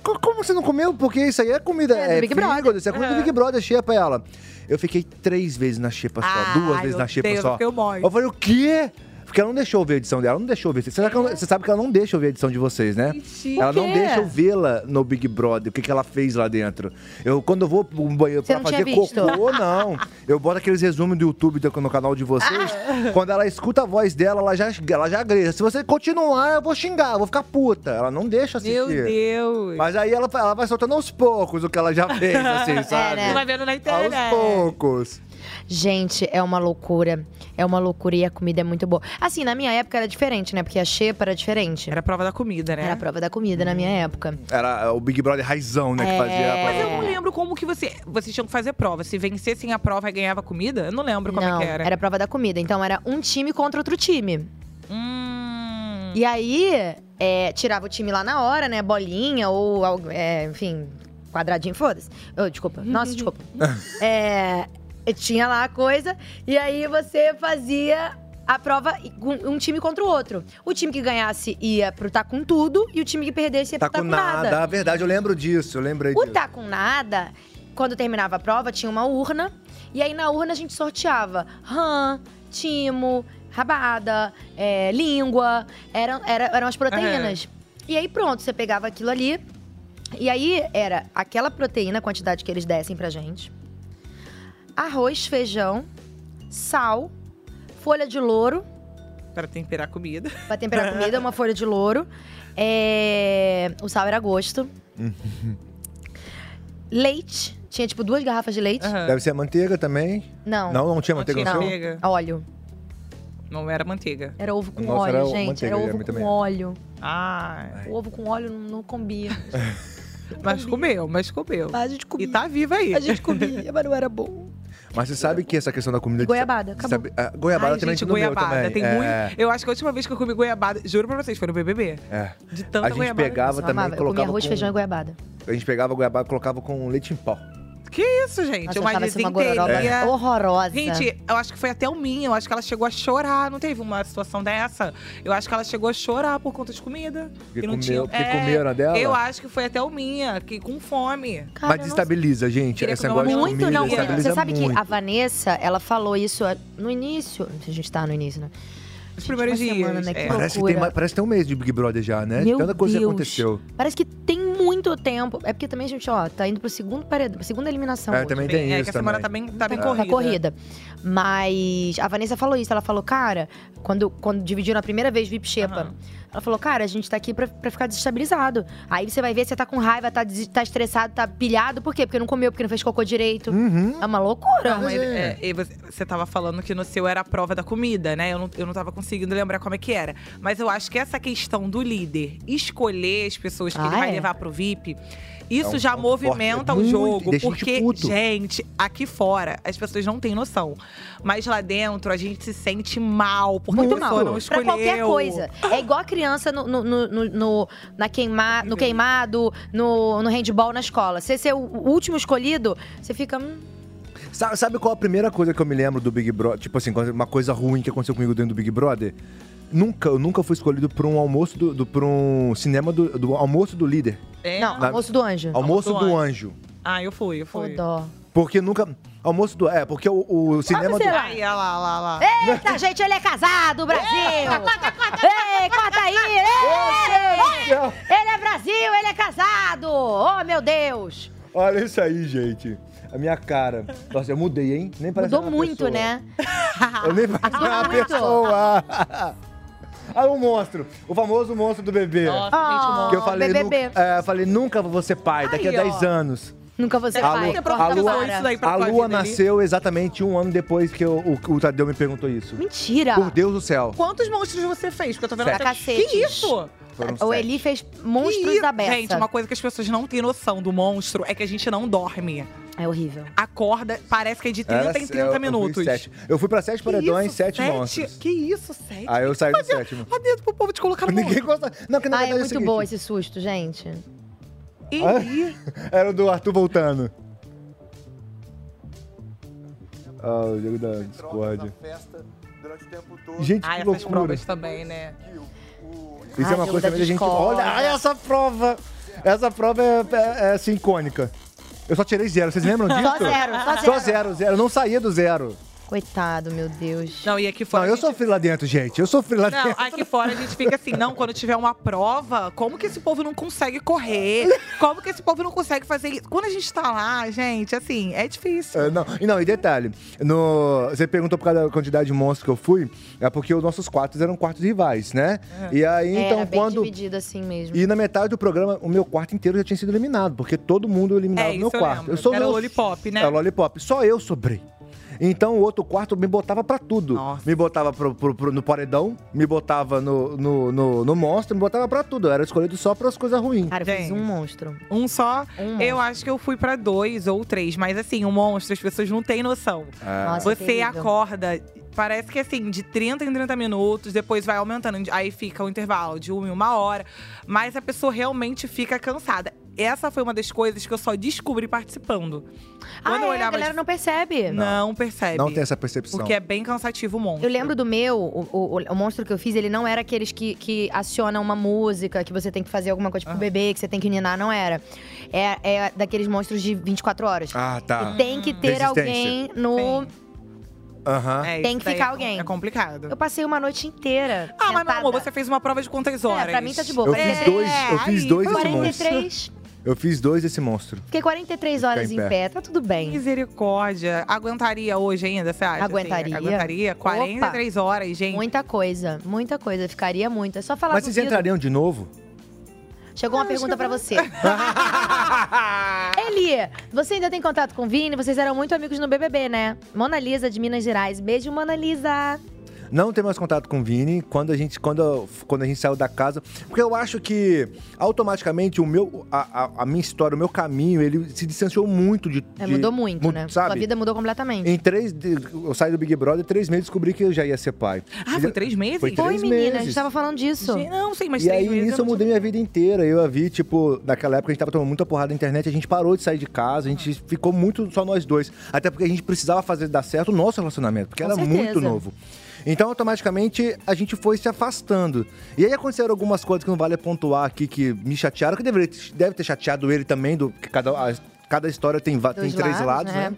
S2: "Co- Como você não comeu? Porque isso aí é comida.
S1: É do
S2: É,
S1: Big
S2: fígado,
S1: Brother."
S2: Isso é comida do Big Brother, xepa ela. Eu fiquei três vezes na xepa só,
S3: Ah,
S2: duas vezes
S3: meu
S2: na xepa
S3: Deus, eu
S2: só.
S3: fiquei mole.
S2: Eu falei, o quê? Porque ela não deixou eu ver a edição dela, ela não deixou eu ver. Você sabe que ela, você sabe que ela não deixa eu ver a edição de vocês, né?
S3: Mentira.
S2: Ela
S1: Por
S2: não
S1: quê?
S2: deixa eu vê-la no Big Brother, o que, que ela fez lá dentro. Eu, quando eu vou pro um banheiro
S1: Você
S2: pra
S1: não tinha
S2: fazer
S1: visto?
S2: cocô,
S1: [laughs]
S2: ou não. Eu boto aqueles resumos do YouTube do- no canal de vocês.
S3: Ah.
S2: Quando ela escuta a voz dela, ela já, ela já grita. Se você continuar, eu vou xingar, eu vou ficar puta. Ela não deixa assistir.
S3: Meu Deus.
S2: Mas aí ela, ela vai soltando aos poucos o que ela já fez,
S1: [laughs]
S2: assim, sabe?
S1: né?
S3: Vai vendo na internet.
S2: Aos poucos.
S1: Gente, é uma loucura. É uma loucura e a comida é muito boa. Assim, na minha época era diferente, né? Porque a xepa era diferente.
S3: Era a prova da comida, né?
S1: Era a prova da comida na minha época.
S2: Era o Big Brother raizão, né? Que
S1: É.
S2: fazia a
S3: Mas eu
S2: parada.
S3: não lembro como que você. Vocês tinham que fazer prova. Se vencessem a prova e ganhava comida, eu não lembro como
S1: não,
S3: é que era.
S1: a prova da comida. Então era um time contra outro time.
S3: Hum.
S1: E aí, é, tirava o time lá na hora, né? Bolinha ou, algo- é, enfim, quadradinho, foda-se. Ô, desculpa. Nossa, desculpa. é, tinha lá a coisa, e aí você fazia a prova com um time contra o outro. O time que ganhasse ia pro tá com tudo, e o time que perdesse ia
S2: Tá
S1: pro
S2: com nada. A verdade, eu lembro disso, eu lembrei
S1: O
S2: disso.
S1: tá com nada, quando terminava a prova, tinha uma urna. E aí na urna a gente sorteava rã, timo, rabada, é, língua. Eram, era, eram as proteínas. E aí pronto, você pegava aquilo ali. E aí era aquela proteína, a quantidade que eles dessem pra gente. Arroz, feijão, sal, folha de louro.
S3: Pra temperar a
S2: [laughs]
S3: comida.
S1: Pra temperar a comida, uma folha de louro. É, O sal era a gosto. leite. Tinha, tipo, duas garrafas de leite.
S2: Deve ser a manteiga também.
S1: Não.
S2: Não, não tinha manteiga
S3: tinha
S2: no seu?
S3: manteiga.
S1: Óleo.
S3: Não era manteiga.
S1: Era ovo com
S2: Nossa,
S1: óleo,
S2: era o-
S1: gente.
S2: manteiga,
S1: Era
S2: eu
S1: ovo
S2: também
S1: com
S2: também. É.
S1: óleo.
S3: Ah.
S1: O ovo com óleo não, não combina.
S3: [laughs] Mas comeu, mas comeu.
S1: Mas a gente comia.
S3: E tá viva aí.
S1: A gente comia, mas não era bom.
S2: Mas você sabe que essa questão da comida.
S1: Goiabada, acabou.
S2: Sabe, ah, goiabada
S3: Ai,
S2: também
S3: gente,
S2: comeu
S3: goiabada.
S2: também.
S3: Tem
S2: é,
S3: muito. Eu acho que a última vez que eu comi goiabada, juro pra vocês, foi no BBB.
S2: é.
S3: De
S2: A
S3: tanta
S2: gente
S3: goiabada.
S2: pegava
S1: Eu
S2: também,
S1: amava. Eu comia
S2: colocava.
S1: arroz,
S2: com-
S1: feijão e goiabada.
S2: A gente pegava goiabada e colocava com leite em pó.
S3: Que isso, gente?
S1: Nossa, eu
S3: uma
S1: achava isso uma gororoba
S3: desenteria.
S2: É.
S1: horrorosa.
S3: É. Gente, eu acho que foi até o minha. Eu acho que ela chegou a chorar. Não teve uma situação dessa? Eu acho que ela chegou a chorar por conta de comida.
S2: Porque
S3: que não
S2: comeu-
S3: tinha. é,
S2: porque comeram a dela?
S3: Eu acho que foi até o minha, que com fome.
S1: Cara, eu
S2: Mas tá
S1: não
S2: destabiliza, gente.
S3: Queria
S2: Esse
S3: comer
S2: negócio de
S3: uma
S1: Muito
S2: comida
S1: não.
S2: destabiliza
S1: Você sabe
S2: muito.
S1: que a Vanessa, ela falou isso ah, no início. A gente tá no início, né?
S3: Os primeiros
S1: uma semana,
S3: dias.
S1: né, que
S3: é.
S1: loucura.
S2: Parece que, tem, mais- parece que tem um mês de Big Brother já, né? De
S1: Meu
S2: Tanta coisa que
S1: Deus.
S2: aconteceu.
S1: Parece que tem muito tempo. É porque também a gente, ó, tá indo pro segundo paredão, pra segunda eliminação.
S2: É,
S1: hoje.
S2: também
S3: Bem,
S2: tem
S3: é que
S2: isso
S3: a semana
S2: também.
S3: tá bem, tá bem
S1: Tá
S3: corrida.
S1: corrida. Mas a Vanessa falou isso. Ela falou, cara, quando, quando dividiram a primeira vez VIP Xepa,
S3: Aham.
S1: ela falou, cara, a gente tá aqui pra, pra ficar desestabilizado. Aí você vai ver, você tá com raiva, tá, des- tá estressado, tá pilhado. Por quê? Porque não comeu, porque não fez cocô direito.
S2: Uhum.
S1: É uma loucura.
S3: Não, mas, é, e você, você tava falando que no seu era a prova da comida, né? Eu não, eu não tava conseguindo lembrar como é que era. Mas eu acho que essa questão do líder escolher as pessoas que
S1: Ah,
S3: ele vai
S1: é?
S3: levar pro VIP,
S2: É
S3: isso
S2: um
S3: já
S2: ponto forte.
S3: movimenta o
S2: Muito,
S3: jogo.
S2: deixa a gente
S3: porque,
S2: puto.
S3: gente, aqui fora, as pessoas não têm noção. Mas lá dentro, a gente se sente mal, porque
S1: Muito
S3: a pessoa
S1: mal.
S3: não
S1: Pra
S3: escolheu.
S1: qualquer coisa. É igual a criança no, no, no- no- no- na queima, no queimado, no, no handball na escola. Você ser o último escolhido, você fica. hum,
S2: Sa- Sabe qual a primeira coisa que eu me lembro do Big Brother? Tipo assim, quando- uma coisa ruim que aconteceu comigo dentro do Big Brother. Nunca, eu nunca fui escolhido pra um almoço do, do pra um cinema do, do almoço do líder.
S3: É.
S1: Não,
S2: Na-
S1: almoço do anjo.
S2: Almoço,
S3: Almoço do
S2: do anjo.
S3: Ah, eu fui, eu
S1: Ô,
S3: fui.
S1: dó.
S2: Porque nunca. Almoço do. É, porque o, o cinema do.
S1: sei lá.
S3: Aí, olha lá, olha lá, olha lá.
S1: Eita, gente, ele é casado, Brasil! Ei, corta aí! Ei,
S2: Meu Deus do céu.
S1: ele é Brasil, ele é casado! Oh, meu Deus!
S2: Olha isso aí, gente. A minha cara. Nossa, eu mudei, hein? Nem parece
S1: Mudou
S2: uma
S1: muito,
S2: pessoa.
S1: né?
S2: Eu nem parece
S1: Mudou
S2: uma
S1: muito.
S2: pessoa. [laughs] Ah, o monstro. O famoso monstro do bebê.
S3: Nossa, gente,
S1: Ah.
S3: mano.
S2: que eu falei,
S1: BBB.
S2: nunca, é, eu falei, nunca vou ser pai, daqui
S3: Aí,
S2: a
S3: ó.
S2: 10 anos.
S1: Nunca você
S2: A
S1: vai.
S2: lua-
S1: corta
S2: a lua-
S1: agora.
S3: isso daí pra
S2: A
S3: tua
S2: Lua
S3: vida ali.
S2: nasceu exatamente um ano depois que eu- o, o Tadeu me perguntou isso.
S1: Mentira!
S2: Por Deus do céu.
S3: Quantos monstros você fez? Porque eu tô vendo
S1: Sete.
S3: até-
S1: Cacetes.
S3: Que isso?
S2: Foram
S1: O
S2: sete.
S1: Eli fez
S3: Que-
S1: monstros da beça.
S3: Gente, uma coisa que as pessoas não têm noção do monstro é que a gente não dorme.
S1: É horrível.
S3: Acorda, parece que é de 30
S2: Era-
S3: em
S2: eu-
S3: 30
S2: eu fui
S3: minutos.
S2: sete. Eu fui pra sete
S3: Que
S2: paredões,
S3: isso,
S2: sete,
S3: sete?
S2: monstros.
S3: Que isso, sete?
S2: Aí eu saí do
S3: Mas eu-
S2: sétimo.
S3: Lá dentro pro povo te colocar no
S2: Ninguém
S3: monstro.
S2: gosta. Não, que na
S1: tá Ah, é
S2: verdade o
S1: muito
S2: seguinte,
S1: bom esse susto, gente.
S2: Ah,
S3: Ih,
S2: Era o do Arthur voltando. Ah, o jogo da Discord.
S6: festa durante o tempo todo.
S2: Gente,
S3: Ah,
S2: que
S3: essas
S2: loucura.
S3: provas também, né?
S6: E o- o-
S2: Isso
S1: Ai,
S2: é uma
S1: jogo
S2: coisa
S1: da
S2: que a gente.
S1: Discord.
S2: Olha, ai, essa prova! Essa prova é, é, é assim, icônica. Eu só tirei zero, vocês lembram disso?
S1: Só zero, só
S2: Só
S1: zero.
S2: zero, zero. Eu não saía do zero.
S1: Coitado, meu Deus.
S3: Não, e aqui fora.
S2: Não,
S3: a
S2: eu
S3: gente-
S2: sofri lá dentro, gente. Eu sofri lá
S3: [laughs] Não,
S2: dentro. [laughs]
S3: aqui fora a gente fica assim, não, quando tiver uma prova, como que esse povo não consegue correr? Como que esse povo não consegue fazer isso? Quando a gente tá lá, gente, assim, é difícil.
S2: É, não. E não, e detalhe, no, você perguntou por causa da quantidade de monstros que eu fui, é porque os nossos quartos eram quartos rivais, né? E aí, então,
S1: É, Era bem
S2: quando.
S1: dividido assim mesmo.
S2: E na metade do programa, o meu quarto inteiro já tinha sido eliminado, porque todo mundo eliminava
S3: É,
S2: o meu
S3: isso eu
S2: quarto.
S3: lembro.
S2: o
S3: Era lollipop, né?
S2: Era É lollipop. Só eu sobrei. Então o outro quarto me botava pra tudo.
S3: Nossa.
S2: Me botava pro- pro- pro- no paredão, me botava no, no, no- no monstro, me botava pra tudo. Eu era escolhido só pras coisas ruins.
S1: Cara, eu fiz
S3: Gente.
S1: um monstro.
S3: Um só.
S1: Um
S3: eu acho que eu fui pra dois ou três, mas assim, o monstro, as pessoas não têm noção.
S2: Ah.
S1: Nossa, é
S3: Você
S1: terrível.
S3: acorda, parece que assim, de 30 em 30 minutos, depois vai aumentando, aí fica o intervalo de uma em uma hora, mas a pessoa realmente fica cansada. Essa foi uma das coisas que eu só descobri participando.
S1: Ah,
S3: Quando eu
S1: é, a
S3: olhava.
S1: galera
S3: de-
S1: não percebe.
S3: não, percebe.
S2: Não tem essa percepção.
S3: Porque é bem cansativo o monstro. É
S1: Eu lembro do meu, o, o- o monstro que eu fiz, ele não era aqueles que, que acionam uma música, que você tem que fazer alguma coisa
S3: Ah.
S1: pro bebê, que você tem que ninar, não era. É, é daqueles monstros de 24 horas.
S2: Ah, tá.
S1: Que tem que ter
S2: Resistência.
S1: alguém no.
S2: Aham.
S3: É,
S1: Tem
S3: isso
S1: que ficar
S3: daí é com-
S1: alguém.
S3: É complicado.
S1: Eu passei uma noite inteira.
S3: Ah, mas meu
S1: sentada.
S3: amor, você fez uma prova de quantas
S1: É,
S3: horas?
S1: pra mim tá de
S2: Eu
S1: boa.
S2: fiz
S1: É,
S2: dois, eu fiz
S3: aí,
S2: dois desse monstro.
S1: 43.
S2: Eu fiz dois desse monstro.
S1: Fiquei 43 horas em
S2: em
S1: pé.
S2: pé.
S1: tá tudo bem.
S3: Misericórdia. Aguentaria hoje ainda, você acha?
S1: Aguentaria.
S3: Assim, aguentaria. 43 horas, gente. [laughs]
S1: Muita coisa, muita coisa. Ficaria muito. É só falar
S2: Mas
S1: do
S2: vocês
S1: Guido.
S2: entrariam de novo?
S1: Chegou uma
S3: Ah,
S1: pergunta
S3: acho que
S1: pra
S3: eu vou-
S1: você.
S3: Ah,
S1: Eli, você ainda tem contato com o Vini? Vocês eram muito amigos no BBB, né? Mona Lisa de Minas Gerais. Beijo, Mona Lisa.
S2: Não tem mais contato com o Vini. Quando a gente, quando, quando a gente saiu da casa. Porque eu acho que automaticamente o meu, a, a- a minha história, o meu caminho, ele se distanciou muito de.
S1: É,
S2: de-
S1: mudou muito,
S2: mu-
S1: né? Sua
S2: Sabe?
S1: vida mudou completamente.
S2: Em três. de- Eu saí do Big Brother, três meses descobri que eu já ia ser pai.
S3: Ah, foi três meses?
S2: Foi
S1: Foi,
S2: três
S1: menina, a gente
S2: meses.
S1: tava falando disso.
S3: Gente, Não, sei, mas
S2: e
S3: três
S2: aí,
S3: meses.
S2: nisso, eu
S3: não
S2: mudei minha vida inteira. Eu a vi, tipo, naquela época a gente tava tomando muita porrada na internet, a gente parou de sair de casa, a gente ficou muito só nós dois. Até porque a gente precisava fazer dar certo o nosso relacionamento, porque
S1: Com
S2: era
S1: certeza.
S2: muito novo. Então, automaticamente, a gente foi se afastando. E aí aconteceram algumas coisas que não vale pontuar aqui que me chatearam, que deveria, deve ter chateado ele também, do, que cada, a- cada história tem, va- tem
S1: Dois
S2: três
S1: lados,
S2: lados,
S1: né?
S2: né?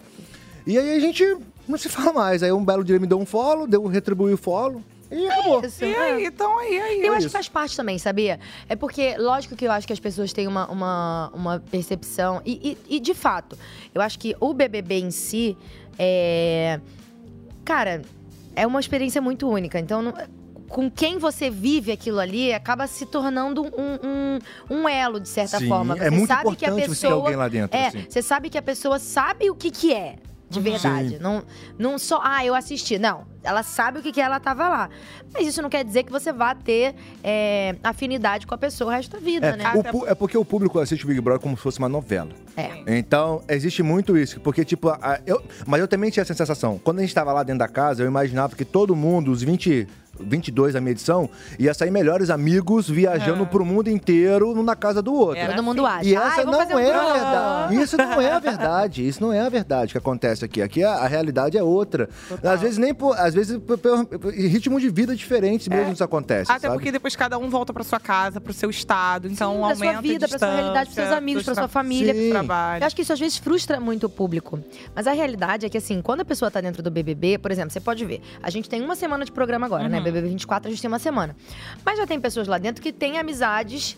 S2: E aí a gente não se fala mais. Aí um belo dia ele me deu um follow, deu retribuiu o follow e acabou.
S1: Isso,
S3: sei. E
S1: é.
S3: aí, então aí, aí.
S1: Eu
S2: é
S3: aí.
S1: acho que faz parte também, sabia? É porque, lógico que eu acho que as pessoas têm uma, uma, uma percepção. E, e- e, de fato, eu acho que o BBB em si é. Cara, é uma experiência muito única. Então, não- com quem você vive aquilo ali acaba se tornando um, um, um elo, de certa
S2: Sim,
S1: forma. Você
S2: é muito
S1: sabe que a
S2: importante
S1: pessoa.
S2: você ter alguém lá dentro,
S1: é,
S2: assim. Uhum.
S1: você sabe que a pessoa sabe o que, que é. De verdade.
S2: Sim.
S1: Não, não só, ah, eu assisti. Não. Ela sabe o que, que é, ela tava lá. Mas isso não quer dizer que você vá ter é, afinidade com a pessoa o resto da vida,
S2: É,
S1: né?
S2: o pu- é porque o público assiste o Big Brother como se fosse uma novela.
S1: É.
S2: Então, existe muito isso. Porque, tipo, a- a- eu, mas eu também tinha essa sensação. Quando a gente estava lá dentro da casa, eu imaginava que todo mundo, os 20. 22 da minha edição, ia sair melhores amigos viajando pro mundo inteiro, um na casa do outro.
S3: Era
S1: Todo mundo acha.
S2: E
S1: ah,
S2: essa
S1: eu vou
S2: não
S1: fazer um
S2: é a
S1: programa.
S2: verdade. Isso não
S1: [laughs]
S2: é a verdade. Isso não é a verdade que acontece aqui. Aqui a, a realidade é outra. Às vezes nem por. Às vezes por, por- por- ritmo de vida diferente
S1: É.
S2: mesmo isso acontece.
S3: Até
S2: sabe?
S3: porque depois cada um volta pra sua casa, pro seu estado. Então
S1: Sim, pra
S3: aumenta
S1: sua vida,
S3: a
S1: pra sua realidade, pros seus
S3: distância,
S1: amigos,
S3: pro
S1: pra sua
S3: tra-
S1: família.
S3: Sim. Trabalho.
S1: Eu acho que isso às vezes frustra muito o público. Mas a realidade é que, assim, quando a pessoa tá dentro do BBB, por exemplo, você pode ver, a gente tem uma semana de programa agora,
S2: Uhum.
S1: né? BBB 24, a gente tem uma semana. Mas já tem pessoas lá dentro que têm amizades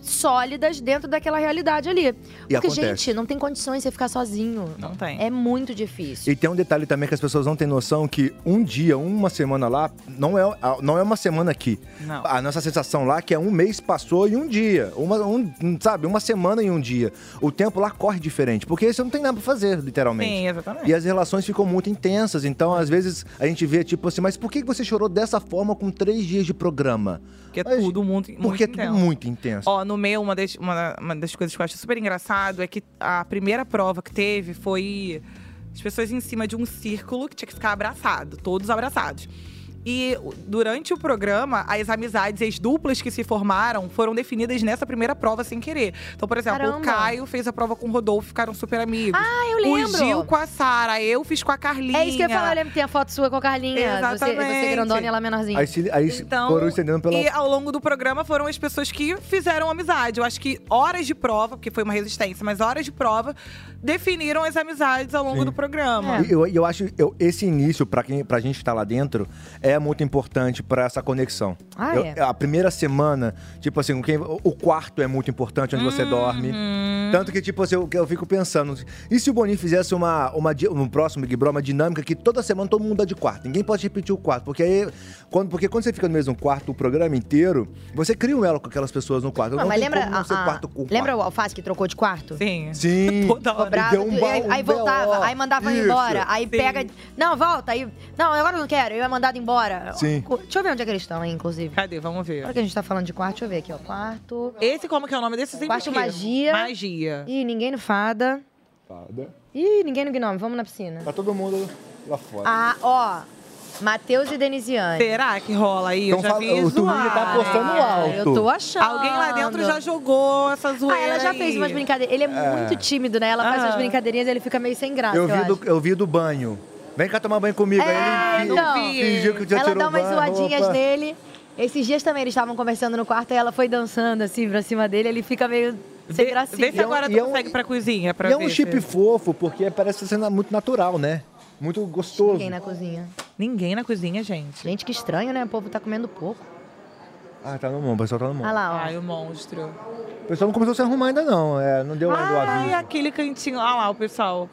S1: sólidas dentro daquela realidade ali. Porque,
S2: acontece.
S1: gente, não tem condições de você ficar sozinho.
S3: Não tem.
S1: É muito difícil.
S2: E tem um detalhe também que as pessoas não têm noção que um dia, uma semana lá, não é, a- não é uma semana aqui.
S3: Não.
S2: A nossa sensação lá é que é um mês passou e um dia. Uma, um, sabe, uma semana e um dia. O tempo lá corre diferente, porque você não tem nada pra fazer, literalmente.
S3: Sim, exatamente.
S2: É. E as relações ficam muito intensas. Então, às vezes, a gente vê, tipo assim, mas por que você chorou dessa forma com três dias de programa?
S3: Porque é
S2: Mas-
S3: tudo muito, muito
S2: Porque é tudo
S3: intenso.
S2: muito intenso.
S3: Ó, no meu, uma das, uma, uma das coisas que eu acho super engraçado é que a primeira prova que teve foi as pessoas em cima de um círculo que tinha que ficar abraçado, todos abraçados. E o- durante o programa, as amizades e as duplas que se formaram foram definidas nessa primeira prova sem querer. Então, por exemplo,
S1: Caramba.
S3: o Caio fez a prova com o Rodolfo, ficaram super amigos.
S1: Ah, eu lembro!
S3: O Gil com a Sara, eu fiz com a Carlinha.
S1: É isso que eu ia falar, eu lembro que tem a foto sua com a Carlinha. Você, você
S3: Exatamente.
S1: grandona e ela menorzinha.
S2: Aí, se, aí se
S3: Então,
S2: foram estendendo pela.
S3: E ao longo do programa foram as pessoas que fizeram amizade. Eu acho que horas de prova, porque foi uma resistência, mas horas de prova definiram as amizades ao longo do programa.
S1: É.
S2: E Eu, e eu acho eu, esse início, pra, quem, pra gente que tá lá dentro, é muito importante pra essa conexão.
S1: Ah,
S2: Eu-
S1: é?
S2: A primeira semana, tipo assim, com quem, o o quarto é muito importante, onde você dorme.
S1: Uhum.
S2: Tanto que, tipo assim, eu, que eu fico pensando, e se o Boninho fizesse uma, uma, di- no próximo Big Brother, uma dinâmica que toda semana todo mundo dá de quarto. Ninguém pode repetir o quarto, porque aí, quando, porque quando você fica no mesmo quarto o programa inteiro, você cria um elo com aquelas pessoas no quarto.
S1: Não, Ah, mas
S2: tem
S1: lembra,
S2: como não ser
S1: a-
S2: quarto com
S1: lembra
S2: quarto.
S1: o Alface que trocou de quarto?
S3: Sim.
S2: Sim.
S3: Toda hora.
S2: E
S1: Cobrado,
S2: deu um
S1: e aí,
S2: ba- um
S1: aí voltava,
S2: BO.
S1: aí mandava
S2: Isso.
S1: embora, aí
S3: Sim.
S1: pega. Não, volta, aí. Não, agora eu não quero, eu é mandado embora.
S2: Sim.
S1: Deixa eu ver onde é que eles estão aí, inclusive.
S3: Cadê? Vamos ver.
S1: Agora que a gente tá falando de quarto, deixa eu ver aqui, ó. Quarto.
S3: Esse, como que é o nome desse? Sempre
S1: Quarto
S3: aqui.
S1: Magia.
S3: Magia.
S1: Ih, ninguém no fada. Ih, ninguém no gnome, vamos na piscina.
S2: Tá todo mundo lá fora.
S1: Ah, ó. Matheus e Denisiane.
S3: Será que rola aí?
S2: Então
S3: eu já
S2: fala-
S3: vi
S2: o
S3: zoar.
S2: Twitter tá apostando
S1: Ah,
S2: alto.
S1: Eu tô achando.
S3: Alguém lá dentro já jogou essa zoeira
S1: Ah, ela já fez
S3: aí.
S1: umas brincadeiras. Ele é, muito tímido, né? Ela faz
S3: Ah.
S1: umas brincadeirinhas e ele fica meio sem graça.
S2: Eu
S1: Eu,
S2: vi,
S1: acho.
S2: do, eu vi do banho. Vem cá tomar banho comigo.
S1: É,
S2: Aí ele fi-
S1: então.
S2: Tipo, fingiu que já
S1: Ela
S2: tirou
S1: dá umas
S2: banho,
S1: zoadinhas
S2: opa.
S1: nele. Esses dias também eles estavam conversando no quarto e ela foi dançando assim pra cima dele. Ele fica meio sem
S3: Vê,
S1: gracinha.
S3: vê se agora
S2: E é
S3: tu
S2: um-
S3: consegue pra cozinha. Pra
S2: E é um
S3: ver se-
S2: chip fofo, porque parece ser na- muito natural, né? Muito gostoso.
S1: Ninguém na cozinha.
S3: Ninguém na cozinha, gente.
S1: Gente, que estranho, né? O povo tá comendo pouco.
S2: Ah, tá no mão, o pessoal tá no mão.
S1: Olha lá,
S3: Ai, o monstro.
S2: O pessoal não começou a se arrumar ainda, não. É, não deu ainda o
S3: Ai,
S1: é
S2: aviso.
S3: aquele cantinho. Olha lá, o pessoal.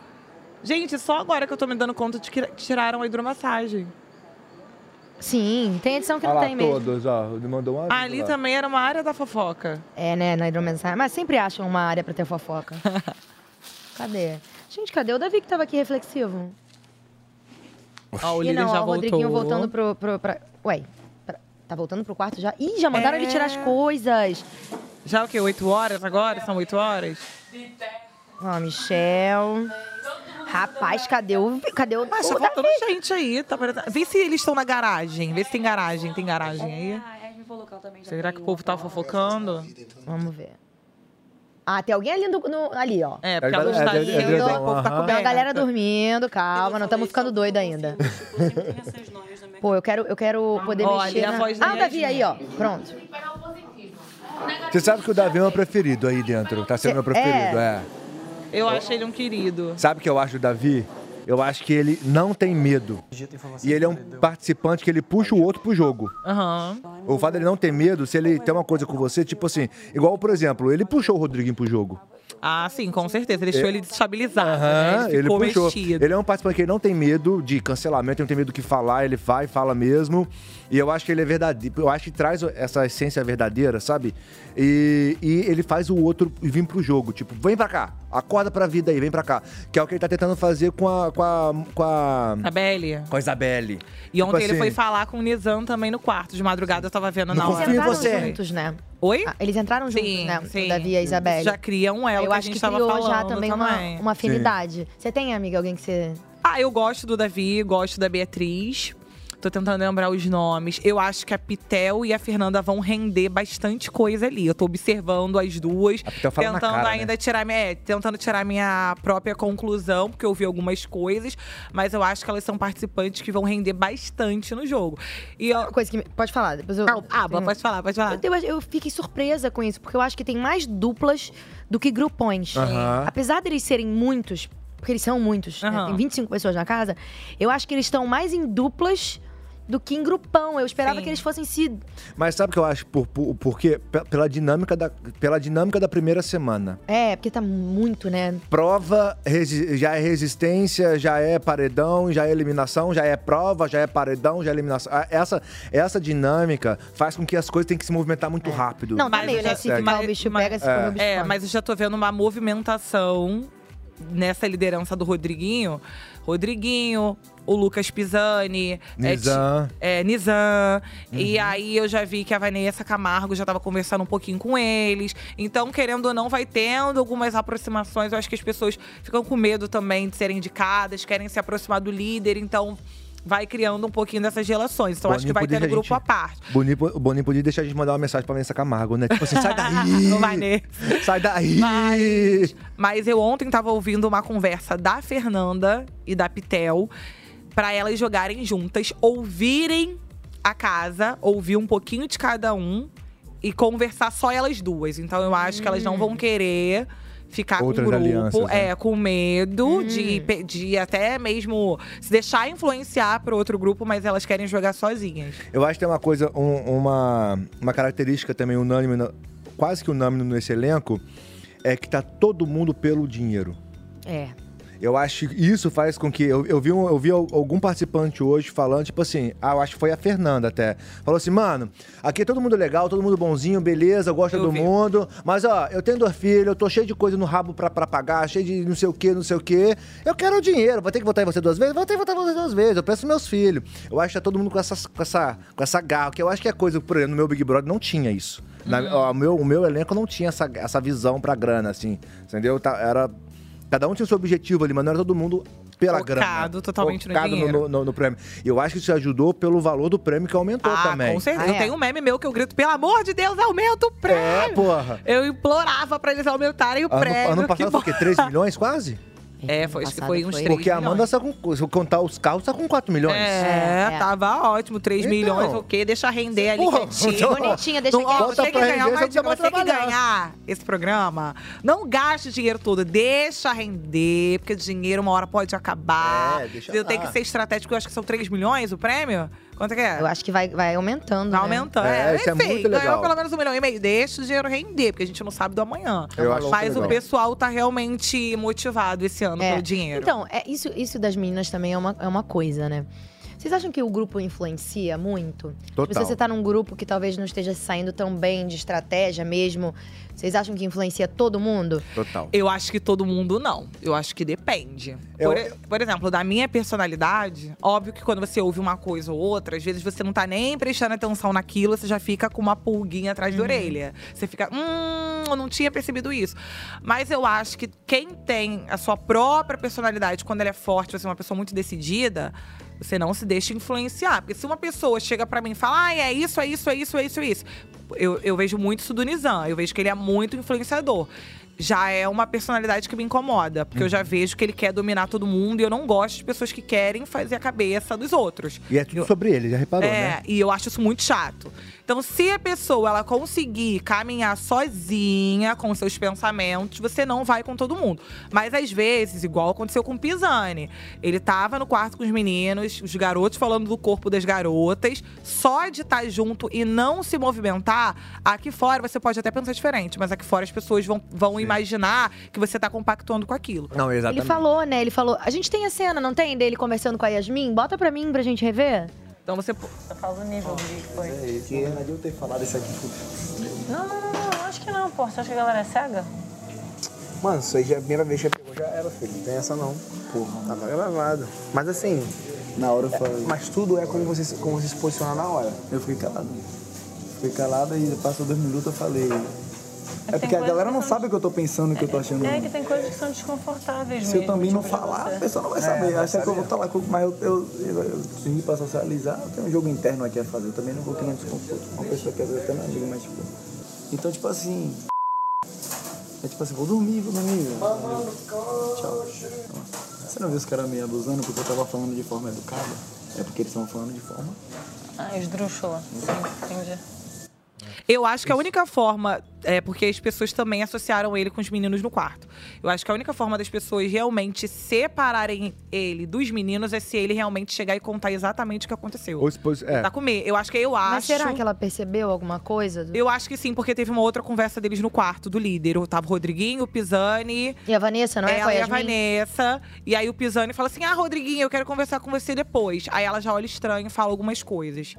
S3: Gente, só agora que eu tô me dando conta de que tiraram a hidromassagem.
S1: ó. Sim, tem edição que
S2: Olha
S1: não
S2: lá,
S1: tem mesmo.
S2: todos, ó. Ele mandou um aviso.
S3: Ali
S2: lá.
S3: também era uma área da fofoca.
S1: É, né? Na hidromensagem. Mas sempre acham uma área pra ter
S3: [laughs]
S1: fofoca. cadê? Gente, cadê o Davi que tava aqui reflexivo?
S3: Ó, o
S1: e
S3: Lilian
S1: não,
S3: já
S1: ó, o
S3: voltou.
S1: Rodriguinho voltando pro. pro pra... Ué, pra- tá voltando pro quarto já? Ih, já mandaram
S3: É.
S1: ele tirar as coisas.
S3: Já o quê? Oito horas agora? São oito horas?
S1: Ó, Michel. Rapaz, cadê o. Cadê o.
S3: Mas tá
S1: o da-
S3: faltando gente aí. Tá parecendo- Vê se eles estão na garagem. Vê se tem garagem. Tem garagem aí?
S4: Ah, é, me vou local também. Já
S3: Será
S4: tem
S3: que o povo tá fofocando?
S1: Vamos ver. Ah, tem alguém ali, no- no- ali ó.
S3: É, porque a
S2: É,
S3: luz tá
S2: é,
S3: ali,
S2: é, é,
S3: então
S1: é,
S3: o povo tá
S2: aham.
S1: Tem
S3: coberto.
S1: uma galera dormindo, calma, não estamos ficando doido ainda. Pô, eu quero, eu quero poder
S3: Olha,
S1: mexer.
S3: a
S1: na-
S3: voz da
S1: Ah, o Davi aí,
S3: Yasmin.
S1: ó. Pronto.
S2: Você sabe que o Davi é o meu preferido aí dentro. Tá sendo meu preferido, é.
S3: Eu acho ele um querido.
S2: Sabe o que eu acho do Davi? Eu acho que ele não tem medo. E ele é um participante que ele puxa o outro pro jogo.
S3: Aham.
S2: O fato dele não ter medo, se ele tem uma coisa com você, tipo assim, igual, por exemplo, ele puxou o Rodriguinho pro jogo.
S3: Ah, sim, com certeza. Ele deixou ele desestabilizado, né?
S2: Aham,
S3: Ele
S2: ele
S3: ficou
S2: puxou.
S3: mexido.
S2: Ele é um participante que ele não tem medo de cancelamento, ele não tem medo do que falar, ele vai, fala mesmo. E eu acho que ele é verdadeiro, eu acho que traz essa essência verdadeira, sabe? E, e ele faz o outro vir pro jogo, tipo, vem pra cá, acorda pra vida aí, vem pra cá. Que é o que ele tá tentando fazer com a. com a. com a,
S3: A Belly.
S2: com a Isabelle.
S3: Tá, E ontem ele
S2: assim,
S3: foi falar com o Nizam também no quarto. De madrugada eu tava vendo
S2: Não
S3: na
S2: confio
S3: hora.
S2: em
S1: Eles entraram
S2: você.
S1: juntos, né?
S3: Oi?
S1: Ah, Eles entraram juntos,
S3: sim,
S1: né?
S3: sim.
S1: O Davi e a Isabelle.
S3: Já cria um elo
S1: Eu
S3: que a
S1: acho
S3: gente
S1: que
S3: tava
S1: criou
S3: falando tá
S1: já também uma, uma afinidade. Você tem, amiga, alguém que você.
S3: Ah, eu gosto do Davi, gosto da Beatriz. Tô tentando lembrar os nomes. Eu acho que a Pitel e a Fernanda vão render bastante coisa ali. Eu tô observando as duas,
S2: A Pitel fala na
S3: tentando
S2: cara, né?
S3: ainda tirar minha, é, tentando tirar minha própria conclusão, porque eu vi algumas coisas, mas eu acho que elas são participantes que vão render bastante no jogo. E eu,
S1: Uma coisa que. me- Pode falar, depois eu.
S3: ah, ah, pode falar, pode falar.
S1: Eu, eu fiquei surpresa com isso, porque eu acho que tem mais duplas do que grupões.
S2: Aham.
S1: Apesar deles serem muitos, porque eles são muitos, né?
S3: Aham.
S1: tem 25 pessoas na casa, eu acho que eles estão mais em duplas do que em grupão. Eu esperava
S3: Sim.
S1: que eles fossem se.
S2: Mas sabe o que eu acho? Por, por, por quê? Pe- Pela dinâmica, da, pela dinâmica da primeira semana.
S1: É, porque tá muito, né?
S2: prova, resi- já é resistência, já é paredão, já é eliminação, já é prova, já é paredão, já é eliminação. Ah, Essa, essa dinâmica faz com que as coisas tenham que se movimentar muito rápido.
S1: Não, tá
S3: É. Mas
S1: meio,
S3: eu já-
S1: né? Se ficar
S3: mas-
S1: o bicho
S3: mas-
S1: pega, se comer o bicho
S3: É,
S1: come.
S3: mas eu já tô vendo uma movimentação nessa liderança do Rodriguinho. Rodriguinho, o Lucas Pisani, é,
S2: Nizam. Uhum.
S3: ti- é, Nizam. E aí eu já vi que a Vanessa Camargo já tava conversando um pouquinho com eles. Então, querendo ou não, vai tendo algumas aproximações. Eu acho que as pessoas ficam com medo também de serem indicadas, querem se aproximar do líder, então. Vai criando um pouquinho dessas relações. Então, acho que
S2: Boninho
S3: vai
S2: podia
S3: tendo
S2: a
S3: grupo
S2: gente-
S3: à parte.
S2: Boni- O Boninho podia deixar a gente mandar uma mensagem pra Vanessa Camargo, né? Tipo assim, sai
S3: [laughs] Não vai
S2: daí!
S3: nesse.
S2: sai daí!
S3: Mas, mas eu ontem tava ouvindo uma conversa da Fernanda e da Pitel pra elas jogarem juntas, ouvirem a casa, ouvir um pouquinho de cada um e conversar só elas duas. Então eu acho que elas não
S1: Hum.
S3: vão querer ficar
S2: Outras
S3: com o
S2: alianças,
S3: grupo,
S2: né?
S3: é, com medo
S1: Hum.
S3: de, pe- de até mesmo se deixar influenciar pro outro grupo, mas elas querem jogar sozinhas.
S2: Eu acho que tem uma coisa, um- uma, uma característica também unânime, na- quase que unânime nesse elenco, é que tá todo mundo pelo dinheiro.
S1: É.
S2: Eu acho que isso faz com que. Eu, eu vi, um- eu vi al- algum participante hoje falando, tipo assim, ah, eu acho que foi a Fernanda até. Falou assim, mano, aqui é todo mundo legal, todo mundo bonzinho, beleza, eu gosto de
S3: Eu
S2: todo
S3: vi.
S2: mundo. Mas ó, eu tenho dois filhos, eu tô cheio de coisa no rabo pra, pra pagar, cheio de não sei o que, não sei o que. Eu quero o dinheiro, vou ter que votar em você duas vezes? Vou ter que votar em você duas vezes, eu peço meus filhos. Eu acho que tá todo mundo com, essas, com, essa, com essa garra, que eu acho que é coisa, por exemplo, no meu Big Brother não tinha isso. Na-
S3: Uhum.
S2: ó, o meu, o meu elenco não tinha essa, essa visão pra grana, assim, entendeu? Tá- era. Cada um tinha o seu objetivo ali, mas não era todo mundo pela
S3: Focado
S2: grana.
S3: totalmente no
S2: Focado
S3: dinheiro.
S2: no, no, no prêmio. E eu acho que isso ajudou pelo valor do prêmio que aumentou
S3: ah,
S2: também.
S3: com certeza.
S1: Ah, é?
S3: Eu tenho um meme meu que eu grito, pelo amor de Deus, aumenta o prêmio!
S2: É, porra.
S3: Eu implorava pra eles aumentarem o
S2: Ano,
S3: prêmio.
S2: ano
S3: que
S2: passado foi o quê?
S3: bom.
S2: 3 milhões quase?
S3: É, foi, acho que
S1: Passado
S3: foi uns
S1: foi-
S3: 3
S2: Porque a Amanda, só com, se eu contar os carros, tá com 4 milhões.
S3: É,
S1: É.
S3: tava ótimo. 3
S2: Então.
S3: milhões, o quê? Deixa render ali
S2: Porra,
S3: quietinho. né?
S2: então-
S1: Bonitinha, deixa
S3: Não, ó,
S1: quietinha.
S3: você que
S2: Bota pra
S3: ganhar
S2: render,
S3: uma
S2: só
S3: dica,
S2: pra
S3: você que
S2: trabalhar.
S3: ganhar esse programa, não gaste o dinheiro todo. Deixa render, porque dinheiro uma hora pode acabar.
S2: É, deixa
S3: Eu tenho
S2: lá.
S3: que ser estratégico. Eu acho que são 3 milhões o prêmio? Quanto é que é?
S1: Eu acho que vai, vai aumentando.
S3: Tá
S1: né?
S3: aumentando,
S2: É,
S3: é.
S2: isso é
S3: Enfim,
S2: muito legal.
S3: ganhou pelo menos um milhão e meio. Deixa o dinheiro render, porque a gente não sabe do amanhã.
S2: Eu acho
S3: Mas
S2: isso
S3: o
S2: legal.
S3: pessoal tá realmente motivado esse ano
S1: É.
S3: pelo dinheiro.
S1: Então, é, isso, isso das meninas também é uma, é uma coisa, né? Vocês acham que o grupo influencia muito?
S2: Total.
S1: Tipo, se você tá num grupo que talvez não esteja saindo tão bem de estratégia mesmo, vocês acham que influencia todo mundo?
S2: Total.
S3: Eu acho que todo mundo não. Eu acho que depende.
S2: Eu-
S3: Por, e- por exemplo, da minha personalidade, óbvio que quando você ouve uma coisa ou outra, às vezes você não tá nem prestando atenção naquilo, você já fica com uma pulguinha atrás da orelha. Você fica, hum, eu não tinha percebido isso. Mas eu acho que quem tem a sua própria personalidade, quando ela é forte, você é uma pessoa muito decidida, você não se deixa influenciar. Porque se uma pessoa chega pra mim e fala, ah, é isso, é isso, é isso, é isso, é isso. Eu, eu vejo muito isso do Nizam, eu vejo que ele é muito influenciador já é uma personalidade que me incomoda. Porque eu
S2: Uhum.
S3: já vejo que ele quer dominar todo mundo e eu não gosto de pessoas que querem fazer a cabeça dos outros.
S2: E é tudo sobre ele, já reparou,
S3: é,
S2: né?
S3: e eu acho isso muito chato. Então, se a pessoa ela conseguir caminhar sozinha com seus pensamentos, você não vai com todo mundo. Mas às vezes, igual aconteceu com o Pisani, ele tava no quarto com os meninos, os garotos falando do corpo das garotas, só de estar junto e não se movimentar, aqui fora você pode até pensar diferente, mas aqui fora as pessoas vão, vão imaginar que você tá compactuando com aquilo.
S2: Não, exatamente.
S1: Ele falou, né? Ele falou. A gente tem a cena, não tem? Dele conversando com a Yasmin? Bota pra mim pra gente rever.
S3: Então você. pô,
S7: Fala o nível do vídeo que foi.
S8: Que é né? não adianta eu ter falado isso aqui.
S7: Não, não, não, não, acho que não, pô. Você acha que a galera é cega?
S8: Mano, isso aí já é a primeira vez que já pegou, já era, filho. Não tem essa não. Porra.
S3: Tá
S8: Tava gravado. Mas assim. Na hora eu falei. Mas tudo é como você, se- como você se posiciona na hora. Eu fiquei calado. Fiquei calado e passou dois minutos eu falei. É
S7: É que tem porque a coisa galera que não são- sabe
S8: o que eu tô pensando, o que eu tô achando.
S7: É que tem coisas que são desconfortáveis
S8: Se
S7: mesmo.
S8: eu também não
S7: tipo, pra
S8: falar, a
S7: você.
S8: pessoa É, não vai saber. Acha que eu vou estar lá com. Mas eu, eu, eu, eu vim pra socializar, eu tenho um jogo interno aqui a fazer. Eu também não vou criando desconforto. Uma pessoa que às vezes até não amigo, mas tipo. Então, tipo assim. É tipo assim, vou dormir, vou dormir. Tchau. Você não viu os caras me abusando porque eu tava falando de forma educada? É porque eles estão falando de forma.
S7: Ah, esdrúxula. Sim, entendi.
S3: Eu acho que a única forma. É porque as pessoas também associaram ele com os meninos no quarto. Eu acho que a única forma das pessoas realmente separarem ele dos meninos é se ele realmente chegar e contar exatamente o que aconteceu.
S2: Ou se posi- é.
S3: Tá com medo. Eu acho que eu acho.
S1: Mas será que ela percebeu alguma coisa?
S3: Eu acho que sim, porque teve uma outra conversa deles no quarto do líder. Eu tava o Rodriguinho, o Pisani,
S1: E a Vanessa, não é? com
S3: ela
S1: a
S3: e a
S1: Yasmin?
S3: Vanessa. E aí o Pisani fala assim: Ah, Rodriguinho, eu quero conversar com você depois. Aí ela já olha estranho e fala algumas coisas.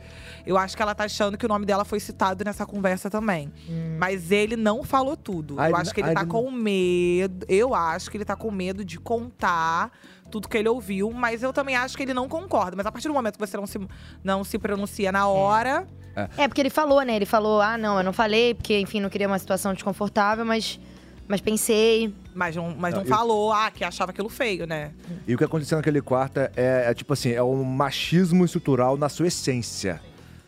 S3: Eu acho que ela tá achando que o nome dela foi citado nessa conversa também.
S1: Hum.
S3: Mas ele não falou tudo.
S2: Ah,
S3: eu
S2: ele
S3: acho que
S2: não-
S3: ele
S2: ah,
S3: tá
S2: ele não-
S3: com medo. Eu acho que ele tá com medo de contar tudo que ele ouviu, mas eu também acho que ele não concorda. Mas a partir do momento que você não se, não se pronuncia
S1: Hum.
S3: na hora.
S1: É, porque ele falou, né? Ele falou, ah, não, eu não falei, porque, enfim, não queria uma situação desconfortável, mas, mas pensei.
S3: Mas não, mas não,
S2: Não, eu-
S3: falou, ah, que achava aquilo feio, né?
S2: E o que aconteceu naquele quarto é, é tipo assim, é um machismo estrutural na sua essência.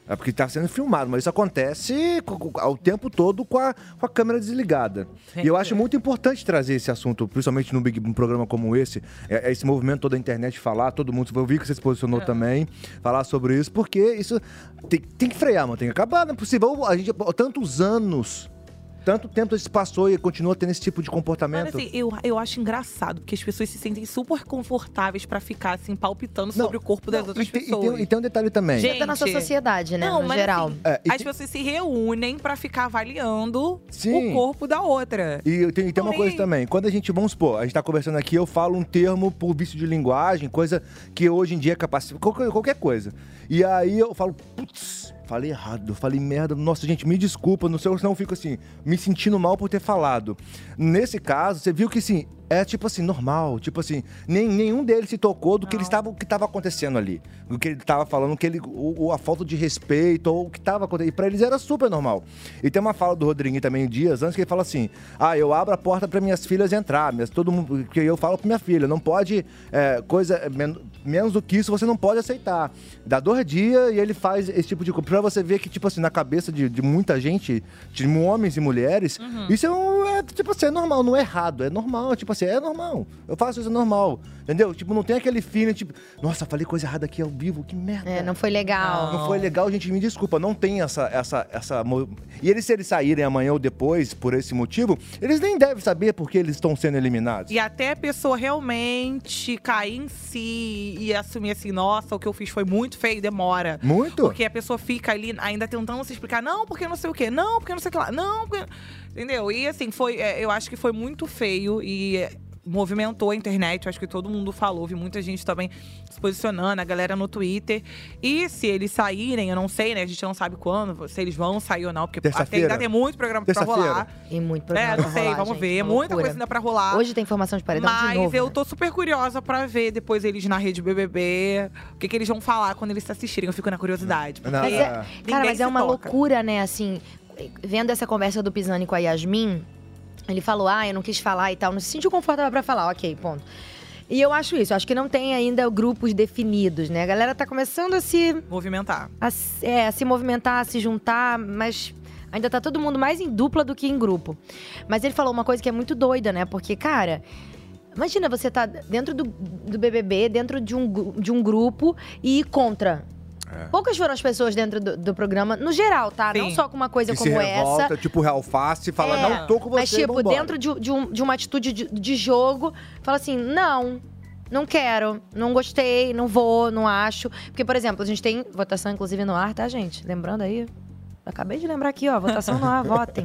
S2: É porque tá sendo filmado, mas isso acontece co- co- ao tempo todo com a, com a câmera desligada. E eu acho muito importante trazer esse assunto, principalmente num, big- num programa como esse, é- é esse movimento todo da internet falar, todo mundo. Eu vi que você se posicionou
S3: É.
S2: também, falar sobre isso, porque isso tem, tem que frear, mano, tem que acabar, não é possível. A gente, tantos anos, tanto tempo se passou e continua tendo esse tipo de
S3: Mas
S2: comportamento.
S3: assim, eu, eu acho engraçado, porque as pessoas se sentem super confortáveis pra ficar assim, palpitando sobre o corpo das
S2: Não,
S3: outras
S2: e tem, e tem-
S3: pessoas.
S2: E tem um detalhe também.
S3: Gente,
S1: Até na sua sociedade, né?
S3: Não,
S1: no
S3: mas
S1: geral.
S3: assim,
S2: É, e
S3: as
S2: tem-
S3: pessoas se reúnem pra ficar avaliando
S2: Sim.
S3: o corpo da outra.
S2: E tem, tem uma
S3: Porém-
S2: coisa também, quando a gente, vamos supor, a gente tá conversando aqui, eu falo um termo por vício de linguagem, coisa que hoje em dia é capaz, qualquer, qualquer coisa. E aí eu falo, putz, falei errado, falei merda, nossa gente, me desculpa, não sei, senão eu fico assim, me sentindo mal por ter falado. Nesse caso, você viu que sim, é tipo assim, normal, tipo assim, nem, nenhum deles se tocou do que eles estavam, o que estava acontecendo ali. O que ele estava falando, o que ele, o, o- a falta de respeito, ou o que estava acontecendo. E pra eles era super normal. E tem uma fala do Rodriguinho também, dias antes, que ele fala assim: ah, eu abro a porta para minhas filhas entrar, minhas, todo mundo, que eu falo pra minha filha, não pode, é, coisa, men- menos do que isso você não pode aceitar. Dá dois dias e ele faz esse tipo de coisa. Pra você ver que, tipo assim, na cabeça de, de muita gente, de homens e mulheres, isso é, um, é, tipo assim, é normal, não é errado, é normal, tipo assim, é normal. Eu faço isso, é normal, entendeu? Tipo, não tem aquele feeling, tipo, nossa, falei coisa errada aqui ao vivo, que merda.
S1: É, não foi legal.
S2: Não foi legal, gente, me desculpa, não tem essa, essa, essa... mo- E eles, se eles saírem amanhã ou depois, por esse motivo, eles nem devem saber porque eles estão sendo eliminados.
S3: E até a pessoa realmente cair em si e assumir assim, nossa, o que eu fiz foi muito feio, demora.
S2: Muito?
S3: Porque a pessoa fica ali ainda tentando se explicar, não, porque não sei o quê, não, porque não sei o que lá, não, porque. Entendeu? E assim, foi, é, eu acho que foi muito feio e. é, movimentou a internet. Eu acho que todo mundo falou, vi muita gente também se posicionando, a galera no Twitter. E se eles saírem, eu não sei, né? A gente não sabe quando, se eles vão sair ou não, porque até
S2: Terça-feira.
S3: ainda tem muito programa pra
S2: Terça-feira.
S3: rolar.
S1: E muito problema.
S3: É, não sei, vamos ver. Muita coisa ainda pra rolar.
S1: Hoje tem informação de paredão
S3: Mas
S1: de novo.
S3: eu
S1: né?
S3: tô super curiosa pra ver depois eles na rede BBB. O que, que eles vão falar quando eles se assistirem. Eu fico na curiosidade.
S2: Não,
S1: Mas
S3: porque
S1: é-
S2: é.
S3: ninguém
S1: cara, mas é
S3: se
S1: uma
S3: toca.
S1: loucura, né? Assim, vendo essa conversa do Pisani com a Yasmin, ele falou, ah, eu não quis falar e tal, não se sentiu confortável pra falar, ok, ponto. E eu acho isso, eu acho que não tem ainda grupos definidos, né? A galera tá começando a se,
S3: Movimentar.
S1: a, se- é, a se movimentar, a se juntar, mas ainda tá todo mundo mais em dupla do que em grupo. Mas ele falou uma coisa que é muito doida, né? Porque, cara, imagina você tá dentro do, do BBB, dentro de um, gru- de um grupo e ir contra.
S2: É.
S1: Poucas foram as pessoas dentro do, do programa, no geral, tá? Não
S3: Sim.
S1: só com uma coisa
S2: que se
S1: como essa.
S2: revolta, tipo real face, fala,
S1: É,
S2: não tô com você,
S1: Mas, tipo,
S2: vambora.
S1: dentro de, de um- de uma atitude de, de jogo, fala assim: não, não quero, não gostei, não vou, não acho. Porque, por exemplo, a gente tem votação, inclusive, no ar, tá, gente? Lembrando aí. Acabei de lembrar aqui, ó, votação no ar,
S2: [laughs]
S1: votem.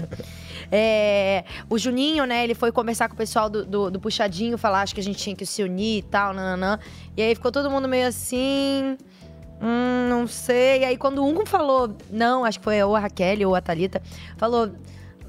S1: É, o Juninho, né, ele foi conversar com o pessoal do, do, do Puxadinho, falar, acho que a gente tinha que se unir e tal, nananã. E aí ficou todo mundo meio assim. Hum, não sei. E aí quando um falou, não, acho que foi ou a Raquel ou a Thalita, falou,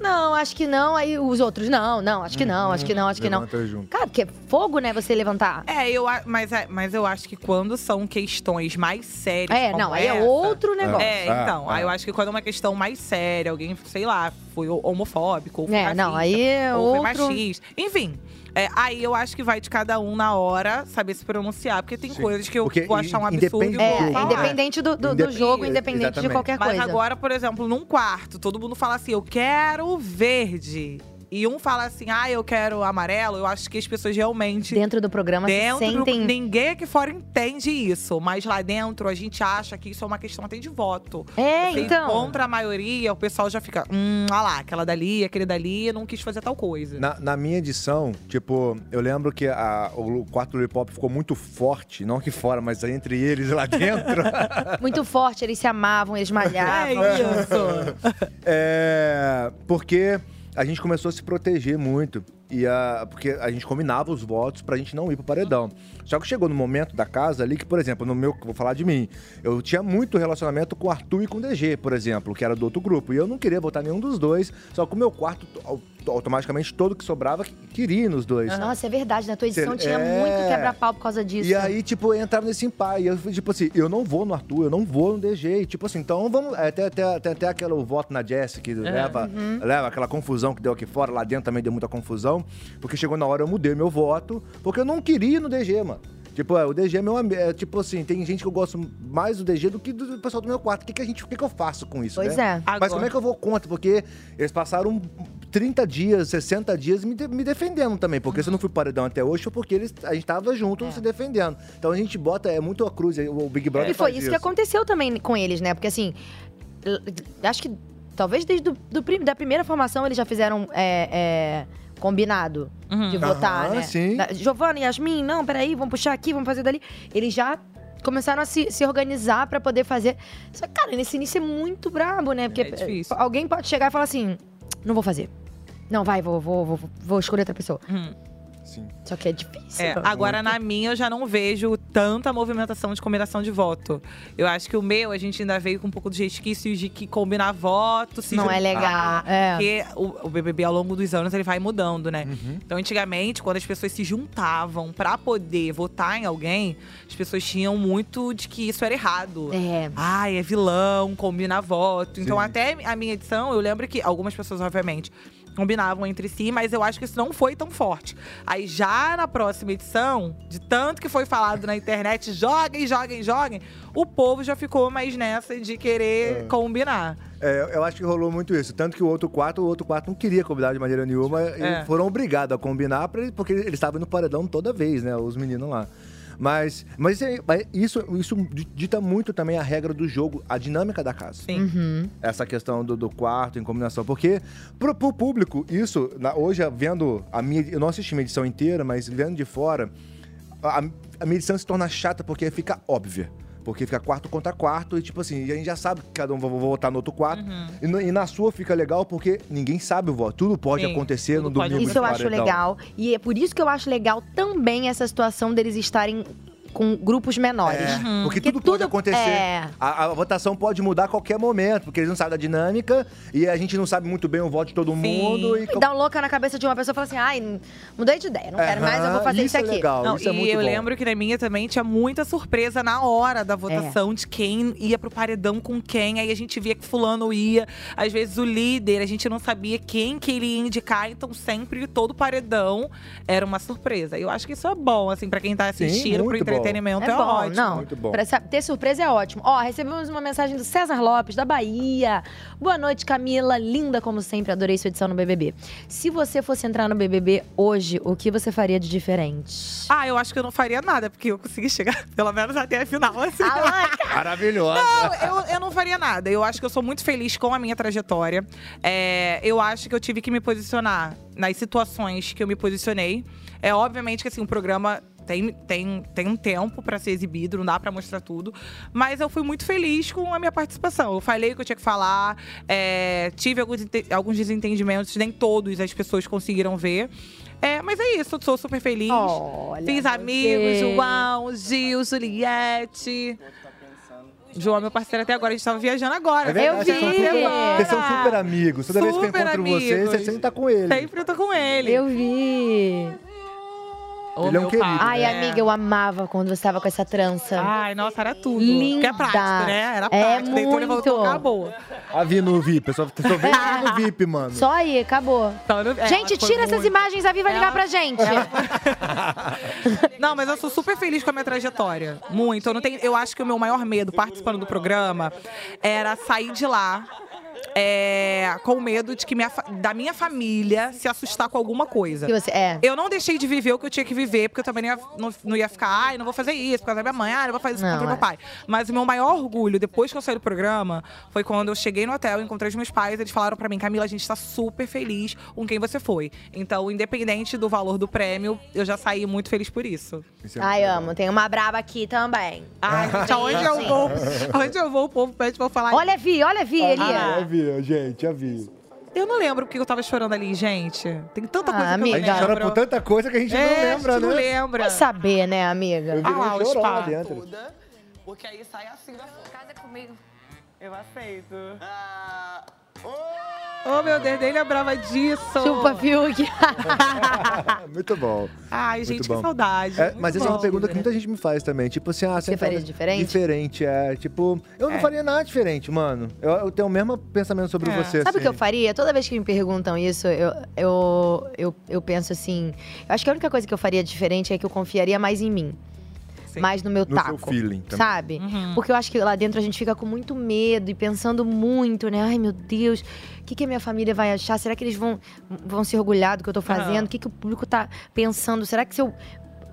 S1: não, acho que não. Aí os outros, não, não, acho que não, acho que não, acho que não.
S2: Levanta junto.
S1: Cara, porque é fogo, né, você levantar.
S3: É, eu, a- mas, é- mas eu acho que quando são questões mais sérias.
S1: É,
S3: como
S1: não, aí é
S3: essa-
S1: outro negócio.
S3: É,
S2: Ah,
S3: então.
S2: ah.
S3: Aí eu acho que quando é uma questão mais séria, alguém, sei lá, foi homofóbico ou foi
S1: É, não,
S3: racista,
S1: aí é
S3: ou foi
S1: outro.
S3: machista. Enfim, é, aí eu acho que vai de cada um na hora saber se pronunciar, porque tem
S2: Sim.
S3: coisas que eu
S2: Porque
S3: vou achar um
S2: independe
S3: absurdo e
S2: do
S3: vou
S1: É,
S2: grupo,
S3: falar.
S1: independente do, do- do
S2: Independente,
S1: jogo, independente de
S2: exatamente.
S1: qualquer
S3: Mas
S1: coisa.
S3: agora, por exemplo, num quarto, todo mundo fala assim: eu quero verde. E um fala assim, ah, eu quero amarelo. Eu acho que as pessoas realmente
S1: Dentro do programa,
S3: dentro
S1: se sentem.
S3: do- ninguém aqui fora entende isso, mas lá dentro a gente acha que isso é uma questão até de voto.
S1: É,
S3: Você
S1: então.
S3: encontra a maioria, o pessoal já fica, hum, olha lá, aquela dali, aquele dali, não quis fazer tal coisa.
S2: Na, na minha edição, tipo, eu lembro que a- o quarto Lollipop ficou muito forte, não aqui fora, mas entre eles
S1: [laughs]
S2: lá dentro.
S1: Muito forte, eles se amavam, eles malhavam.
S3: É isso.
S2: É, porque a gente começou a se proteger muito. E a, porque a gente combinava os votos pra gente não ir pro paredão. Só que chegou no momento da casa ali que, por exemplo, no meu, vou falar de mim, eu tinha muito relacionamento com o Arthur e com o DG, por exemplo, que era do outro grupo. E eu não queria votar nenhum dos dois, só que o meu quarto, au- automaticamente, todo que sobrava, que- queria ir nos dois.
S1: Nossa, é verdade, na tua edição
S2: Cê-
S1: tinha
S2: é.
S1: muito quebra-pau por causa disso.
S2: E aí, tipo, entraram nesse empate. E eu fui, tipo assim, eu não vou no Arthur, eu não vou no DG. E, tipo assim, então vamos. é, Até, até, até, até aquele voto na Jess
S1: É.
S2: que leva,
S1: Uhum.
S2: leva aquela confusão que deu aqui fora, lá dentro também deu muita confusão. Porque chegou na hora eu mudei meu voto, porque eu não queria ir no DG, mano. Tipo, é, o DG é meu amigo. É, tipo assim, tem gente que eu gosto mais do DG do que do pessoal do meu quarto. O que, que a gente. O que, que eu faço com isso?
S1: Pois
S2: né?
S1: é.
S3: Agora-
S2: Mas como é que eu vou contra? Porque eles passaram 30 dias, 60 dias me, de- me defendendo também. Porque se eu não fui pro paredão até hoje, foi porque eles, a gente tava junto
S1: É.
S2: se defendendo. Então a gente bota, é muito a cruz, o Big Brother
S1: E foi
S2: faz
S1: isso que aconteceu também com eles, né? Porque assim, l- acho que talvez desde do, do prim- da primeira formação eles já fizeram é, é, combinado
S3: Uhum.
S1: de votar,
S2: Aham,
S1: né?
S2: sim.
S1: Da- Giovana e Yasmin, não, peraí, vamos puxar aqui, vamos fazer dali. Eles já começaram a se, se organizar pra poder fazer. Só que, cara, nesse início é muito brabo, né? Porque
S3: É difícil.
S1: eh, alguém pode chegar e falar assim, não vou fazer. Não, vai, vou, vou, vou, vou escolher outra pessoa.
S3: Hum.
S2: Sim.
S1: Só que é difícil.
S3: É, agora, na minha, eu já não vejo tanta movimentação de combinação de voto. Eu acho que o meu, a gente ainda veio com um pouco dos resquícios de que combinar voto, se
S1: Não é legal.
S3: juntar.
S1: É.
S3: Porque o, o BBB, ao longo dos anos, ele vai mudando, né? Então, antigamente, quando as pessoas se juntavam pra poder votar em alguém, as pessoas tinham muito de que isso era errado.
S1: É.
S3: Ai, é vilão, combina voto. Então,
S2: Sim.
S3: até a minha edição, eu lembro que algumas pessoas, obviamente, combinavam entre si, mas eu acho que isso não foi tão forte. Aí, já na próxima edição, de tanto que foi falado na internet, [laughs] joguem, joguem, joguem, o povo já ficou mais nessa de querer combinar.
S2: É, eu acho que rolou muito isso. Tanto que o outro quarto, o outro quarto não queria combinar de maneira nenhuma
S3: É.
S2: e foram obrigados a combinar, pra ele- porque eles estavam no paredão toda vez, né? Os meninos lá. Mas, mas é- mas isso, isso dita muito também a regra do jogo, a dinâmica da casa.
S3: Sim.
S2: essa questão do, do quarto em combinação. Porque pro, pro público, isso, na- hoje, vendo a minha. Eu não assisti minha edição inteira, mas vendo de fora, a, a minha edição se torna chata porque fica óbvia. Porque fica quarto contra quarto e, tipo assim, a gente já sabe que cada um vai votar no outro quarto.
S3: Uhum.
S2: E, na- e na sua fica legal porque ninguém sabe o voto. Tudo pode
S3: Sim,
S2: acontecer no
S3: tudo pode
S2: domingo. então.
S3: acontecer.
S2: no
S1: Isso eu acho
S2: paredão.
S1: legal. E é por isso que eu acho legal também essa situação deles estarem com grupos menores.
S2: É,
S3: Uhum.
S2: Porque tudo,
S1: tudo-
S2: pode acontecer.
S1: é.
S2: A, a votação pode mudar a qualquer momento, porque eles não sabem da dinâmica e a gente não sabe muito bem o voto de todo mundo. E
S1: E dá um louca na cabeça de uma pessoa e fala assim: ai, mudei de ideia, não quero mais, eu vou
S2: Aham,
S1: fazer isso,
S2: isso é
S1: aqui.
S2: legal.
S3: Não,
S2: isso é
S3: e
S2: muito
S3: eu
S2: bom. É.
S3: lembro que na minha também tinha muita surpresa na hora da votação de quem ia pro paredão com quem. Aí a gente via que fulano ia. Às vezes o líder, a gente não sabia quem que ele ia indicar. Então sempre todo paredão era uma surpresa. Eu acho que isso é bom, assim, pra quem tá
S2: Sim,
S3: assistindo, pro
S2: muito bom.
S3: entretenimento. É,
S1: é bom,
S3: ótimo.
S1: não.
S2: Então tá muito bom.
S1: Pra sa- ter surpresa é ótimo. Ó, recebemos uma mensagem do César Lopes, da Bahia. Boa noite, Camila. Linda como sempre, adorei sua edição no BBB. Se você fosse entrar no BBB hoje, o que você faria de diferente?
S3: Ah, eu acho que eu não faria nada, porque eu consegui chegar [laughs] pelo menos até a final, assim.
S1: Alan,
S2: Maravilhosa.
S3: Não, eu, eu não faria nada. Eu acho que eu sou muito feliz com a minha trajetória. É, eu acho que eu tive que me posicionar nas situações que eu me posicionei. É obviamente que assim, o programa. Tem, tem, tem um tempo pra ser exibido, não dá pra mostrar tudo. Mas eu fui muito feliz com a minha participação. Eu falei o que eu tinha que falar, é, tive alguns, inte- alguns desentendimentos, nem todos as pessoas conseguiram ver. É, mas é isso, eu sou super feliz.
S1: Olha
S3: Fiz
S1: você.
S3: amigos, João, Gil, Juliette. João, é meu parceiro até agora, a gente tava viajando agora. um
S2: É verdade,
S1: Eu
S2: vocês são
S1: vi.
S2: super-
S1: Semana.
S2: Vocês são super amigos. Toda vez que eu
S3: Super
S2: encontro vocês,
S3: amigos.
S2: você sempre tá com ele.
S3: Sempre eu tô com ele.
S1: eu vi.
S3: Ô,
S2: Ele é um
S3: meu
S2: querido,
S3: pai.
S1: Ai, amiga, eu amava quando você tava com essa trança.
S3: Ai, nossa, era tudo.
S1: Linda.
S3: Que é prático, né? Era prático. Então ele voltou,
S1: É muito.
S3: acabou.
S2: A Vi no VIP. Eu só, só vejo
S1: [laughs]
S2: ela no VIP, mano.
S1: Só aí, acabou.
S3: Então, eu- é,
S1: gente,
S3: foi
S1: tira essas
S3: muito.
S1: imagens, a Vi vai ligar
S3: Ela-
S1: pra gente.
S3: Não, mas eu sou super feliz com a minha trajetória. Muito. Eu, não tenho, eu acho que o meu maior medo participando do programa era sair de lá. é, com medo de que minha, fa- da minha família se assustar com alguma coisa.
S1: Que você- é.
S3: Eu não deixei de viver o que eu tinha que viver, porque eu também não ia, não, não ia ficar, ai, não vou fazer isso por causa da minha mãe, ai, não vou fazer isso
S1: Não,
S3: contra o
S1: é.
S3: meu pai. Mas o meu maior orgulho, depois que eu saí do programa, foi quando eu cheguei no hotel, encontrei os meus pais, eles falaram pra mim, Camila, a gente tá super feliz com quem você foi. Então, independente do valor do prêmio, eu já saí muito feliz por isso.
S2: Isso é
S1: Ai,
S2: muito
S1: amo. Tem uma Ah. braba aqui também.
S3: Ai,
S1: [laughs]
S3: gente, aonde Então, eu
S1: Sim.
S3: vou? Aonde eu vou, o povo pede pra eu falar.
S1: Olha a Vi, olha a Vi ali.
S2: bom. Ah,
S1: ó.
S2: Já viu, gente, já viu.
S3: Eu não lembro porque eu tava chorando ali, gente. Tem tanta
S1: Ah,
S3: coisa
S2: A
S1: amiga.
S3: que
S2: gente
S3: eu não
S2: chora
S3: lembro.
S2: por tanta coisa que a gente
S3: é,
S2: não lembra,
S3: a gente
S2: né?
S3: não lembra.
S1: Vai saber, né, amiga?
S2: Eu virei
S3: Ah lá, o
S2: chorão lá
S3: spa.
S2: dentro.
S3: [laughs]
S2: [laughs]
S9: Porque aí sai assim da foto.
S7: Casa comigo.
S9: Eu aceito.
S3: Oh, meu Deus, nem lembrava disso.
S1: Chupa, Fiuk.
S2: Muito bom.
S3: Ai,
S2: Muito
S3: gente,
S2: bom.
S3: que saudade.
S2: É,
S3: Muito
S2: mas essa é uma
S3: bom.
S2: pergunta que muita gente me faz também. Tipo assim, ah, você
S1: faria
S2: fala-
S1: diferente?
S2: Diferente, é. Tipo, eu não faria nada diferente, mano. Eu, eu tenho o mesmo pensamento sobre
S3: É.
S1: [laughs]
S2: você.
S1: Sabe o que eu
S2: assim.
S1: faria? Toda vez que me perguntam isso, eu, eu, eu, eu penso assim… Eu acho que a única coisa que eu faria diferente é que eu confiaria mais em mim.
S3: Sim.
S1: Mais no meu
S2: No
S1: taco.
S2: seu feeling também.
S1: Sabe?
S3: Uhum. Hum.
S1: Porque eu acho que lá dentro a gente fica com muito medo e pensando muito, né? Ai, meu Deus, o que, que a minha família vai achar? Será que eles vão, vão se orgulhar do que eu tô fazendo? O que, que o público tá pensando? Será que se eu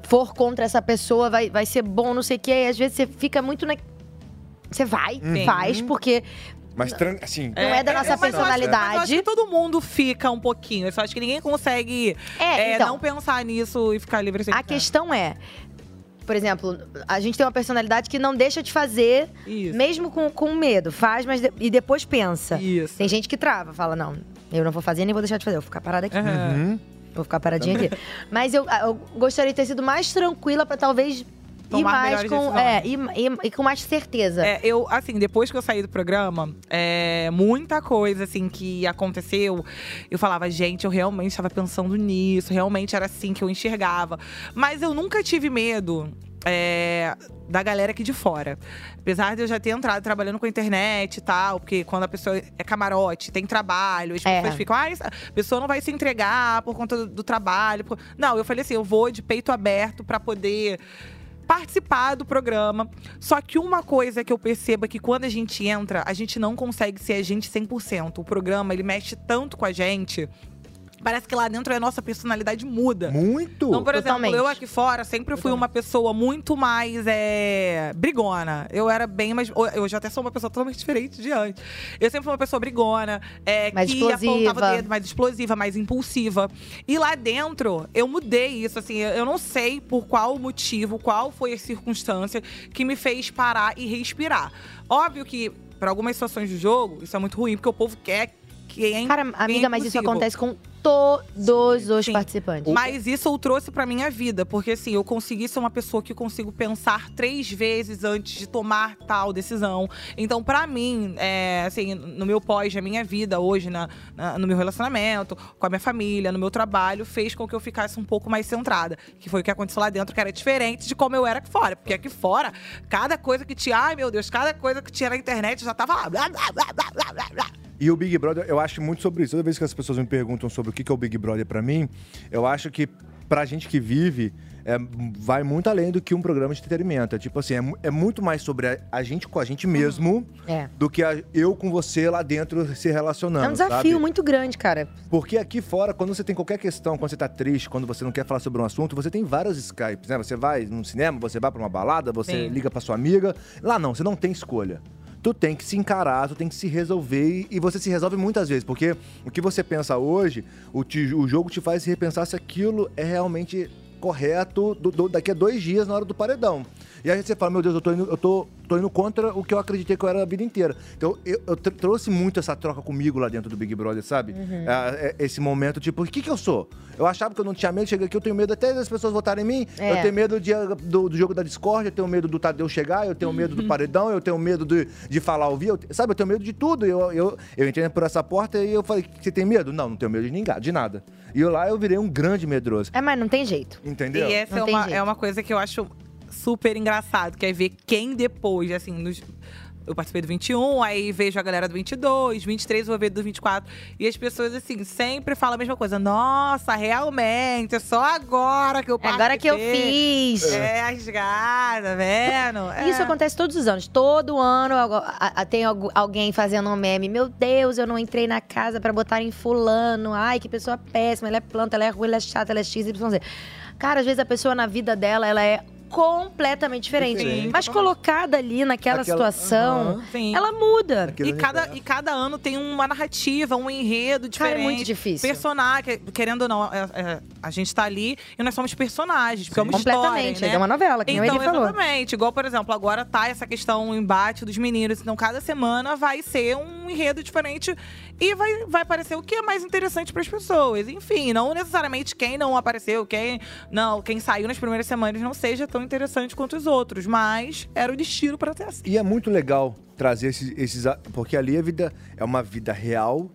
S1: for contra essa pessoa vai, vai ser bom, não sei o quê? E às vezes você fica muito na. Você vai,
S3: Uhum.
S1: faz, porque
S2: Mas, tran- assim,
S1: não é da nossa
S3: mas eu acho- mas eu acho
S1: personalidade.
S3: que todo mundo fica um pouquinho. Eu só acho que ninguém consegue
S1: É,
S3: é,
S1: então.
S3: não pensar nisso e ficar livre. sem
S1: A
S3: pensar.
S1: questão é, por exemplo, a gente tem uma personalidade que não deixa de fazer,
S3: Isso.
S1: mesmo com, com medo. Faz, mas de- e depois pensa.
S3: Isso.
S1: Tem gente que trava, fala, não, eu não vou fazer nem vou deixar de fazer, eu vou ficar parada aqui.
S3: Aham.
S2: hum?
S1: Vou ficar paradinha aqui. Mas eu, ah, eu gostaria de ter sido mais tranquila pra talvez ir
S3: Tomar
S1: mais
S3: melhores
S1: com. É, ir, ir- ir com mais certeza.
S3: É, eu, assim, depois que eu saí do programa, é, muita coisa, assim, que aconteceu, eu falava, gente, eu realmente estava pensando nisso, realmente era assim que eu enxergava. Mas eu nunca tive medo. é, da galera aqui de fora. Apesar de eu já ter entrado trabalhando com a internet e tal, porque quando a pessoa é camarote, tem trabalho, as
S1: É.
S3: pessoas ficam, ah, essa pessoa não vai se entregar por conta do, do trabalho. por-". Não, eu falei assim, eu vou de peito aberto pra poder participar do programa. Só que uma coisa que eu percebo é que quando a gente entra, a gente não consegue ser a gente 100%. O programa, ele mexe tanto com a gente Parece que lá dentro a nossa personalidade muda.
S2: Muito?
S3: Então, por
S1: Totalmente.
S3: exemplo, eu aqui fora sempre fui uma pessoa muito mais é, brigona. Eu era bem mais. Eu já até sou uma pessoa totalmente diferente de antes. Eu sempre fui uma pessoa brigona, é,
S1: Mais
S3: que apontava
S1: explosiva.
S3: o dedo, mais explosiva, mais impulsiva. E lá dentro, eu mudei isso, assim. Eu não sei por qual motivo, qual foi a circunstância que me fez parar e respirar. Óbvio que, para algumas situações do jogo, isso é muito ruim, porque o povo quer. Quem, é
S1: Cara, amiga, mas isso acontece com todos os
S3: Sim.
S1: participantes.
S3: mas isso eu trouxe pra minha vida, porque assim, eu consegui ser uma pessoa que consigo pensar três vezes antes de tomar tal decisão. Então, pra mim, é, assim, no meu pós, na minha vida hoje, na- na- no meu relacionamento, com a minha família, no meu trabalho, fez com que eu ficasse um pouco mais centrada. Que foi o que aconteceu lá dentro, que era diferente de como eu era aqui fora. Porque aqui fora, cada coisa que tinha, ai meu Deus, cada coisa que tinha na internet eu já tava lá. Blá, blá, blá, blá, blá, blá, blá.
S2: E o Big Brother, eu acho muito sobre isso. Toda vez que as pessoas me perguntam sobre o que que é o Big Brother pra mim, eu acho que pra gente que vive, é, vai muito além do que um programa de entretenimento. É tipo assim, é, mu- é muito mais sobre a, a gente com a gente mesmo
S1: É.
S2: do que a- eu com você lá dentro se relacionando.
S1: é um desafio
S2: sabe?
S1: muito grande, cara.
S2: Porque aqui fora, quando você tem qualquer questão, quando você tá triste, quando você não quer falar sobre um assunto, você tem vários Skypes, né? Você vai num cinema, você vai pra uma balada, você
S3: Sim.
S2: liga pra sua amiga. Lá não, você não tem escolha. Tu tem que se encarar, tu tem que se resolver e- e você se resolve muitas vezes, porque o que você pensa hoje, o, ti- o jogo te faz repensar se aquilo é realmente correto do- do- daqui a dois dias na hora do paredão. E aí você fala, meu Deus, eu tô indo, eu tô, tô indo contra o que eu acreditei que eu era a vida inteira. Então eu, eu tr- trouxe muito essa troca comigo lá dentro do Big Brother, sabe? Ah, é- esse momento, tipo, o que, que eu sou? Eu achava que eu não tinha medo, cheguei aqui, eu tenho medo até das pessoas votarem em mim,
S1: É.
S2: eu tenho medo de- ah, do, do jogo da Discord, eu tenho medo do Tadeu chegar, eu tenho medo do paredão, eu tenho medo de, de falar ouvir, eu te- sabe? Eu tenho medo de tudo. Eu, eu, eu entrei por essa porta e eu falei, você tem medo? Não, não tenho medo de, ninguém, de nada. E eu lá eu virei um grande medroso.
S1: É, mas não tem jeito.
S2: Entendeu?
S3: E essa
S1: Não
S3: é
S1: tem
S3: uma,
S1: jeito.
S3: é uma coisa que eu acho super engraçado, que é ver quem depois, assim, nos- eu participei do 21, aí vejo a galera do 22, 23, vou ver do 24. E as pessoas, assim, sempre falam a mesma coisa. Nossa, realmente, é só agora que eu
S1: É
S3: participei.
S1: agora que eu fiz.
S3: É, as gatas, vendo? É.
S1: Isso acontece todos os anos. Todo ano algo- a- a- tem algu- alguém fazendo um meme. Meu Deus, eu não entrei na casa pra botar em fulano. Ai, que pessoa péssima. Ela é planta, ela é ruim, ela é chata, ela é x, y, z. Cara, às vezes a pessoa na vida dela, ela é completamente diferente.
S2: Diferente,
S1: Mas colocada ali naquela
S2: Aquela-
S1: situação,
S2: Aham.
S3: Uhum. Sim.
S1: ela muda.
S2: Aquilo
S3: E
S2: ali-
S3: cada, e cada ano tem uma narrativa, um enredo diferente.
S1: Cara, é muito difícil.
S3: Personagem, querendo ou não, é- é, a gente tá ali e nós somos personagens, porque é uma
S1: Completamente.
S3: história, né?
S1: É uma novela, que nem o
S3: Então,
S1: Eli falou.
S3: exatamente. Igual, por exemplo, agora tá essa questão, o embate dos meninos. Então, cada semana vai ser um enredo diferente e vai, vai aparecer o que é mais interessante para as pessoas. Enfim, não necessariamente quem não apareceu, quem não, quem saiu nas primeiras semanas não seja tão interessante quanto os outros, mas era o destino para ter assim.
S2: E é muito legal trazer esses, esses a- porque ali a vida é uma vida real,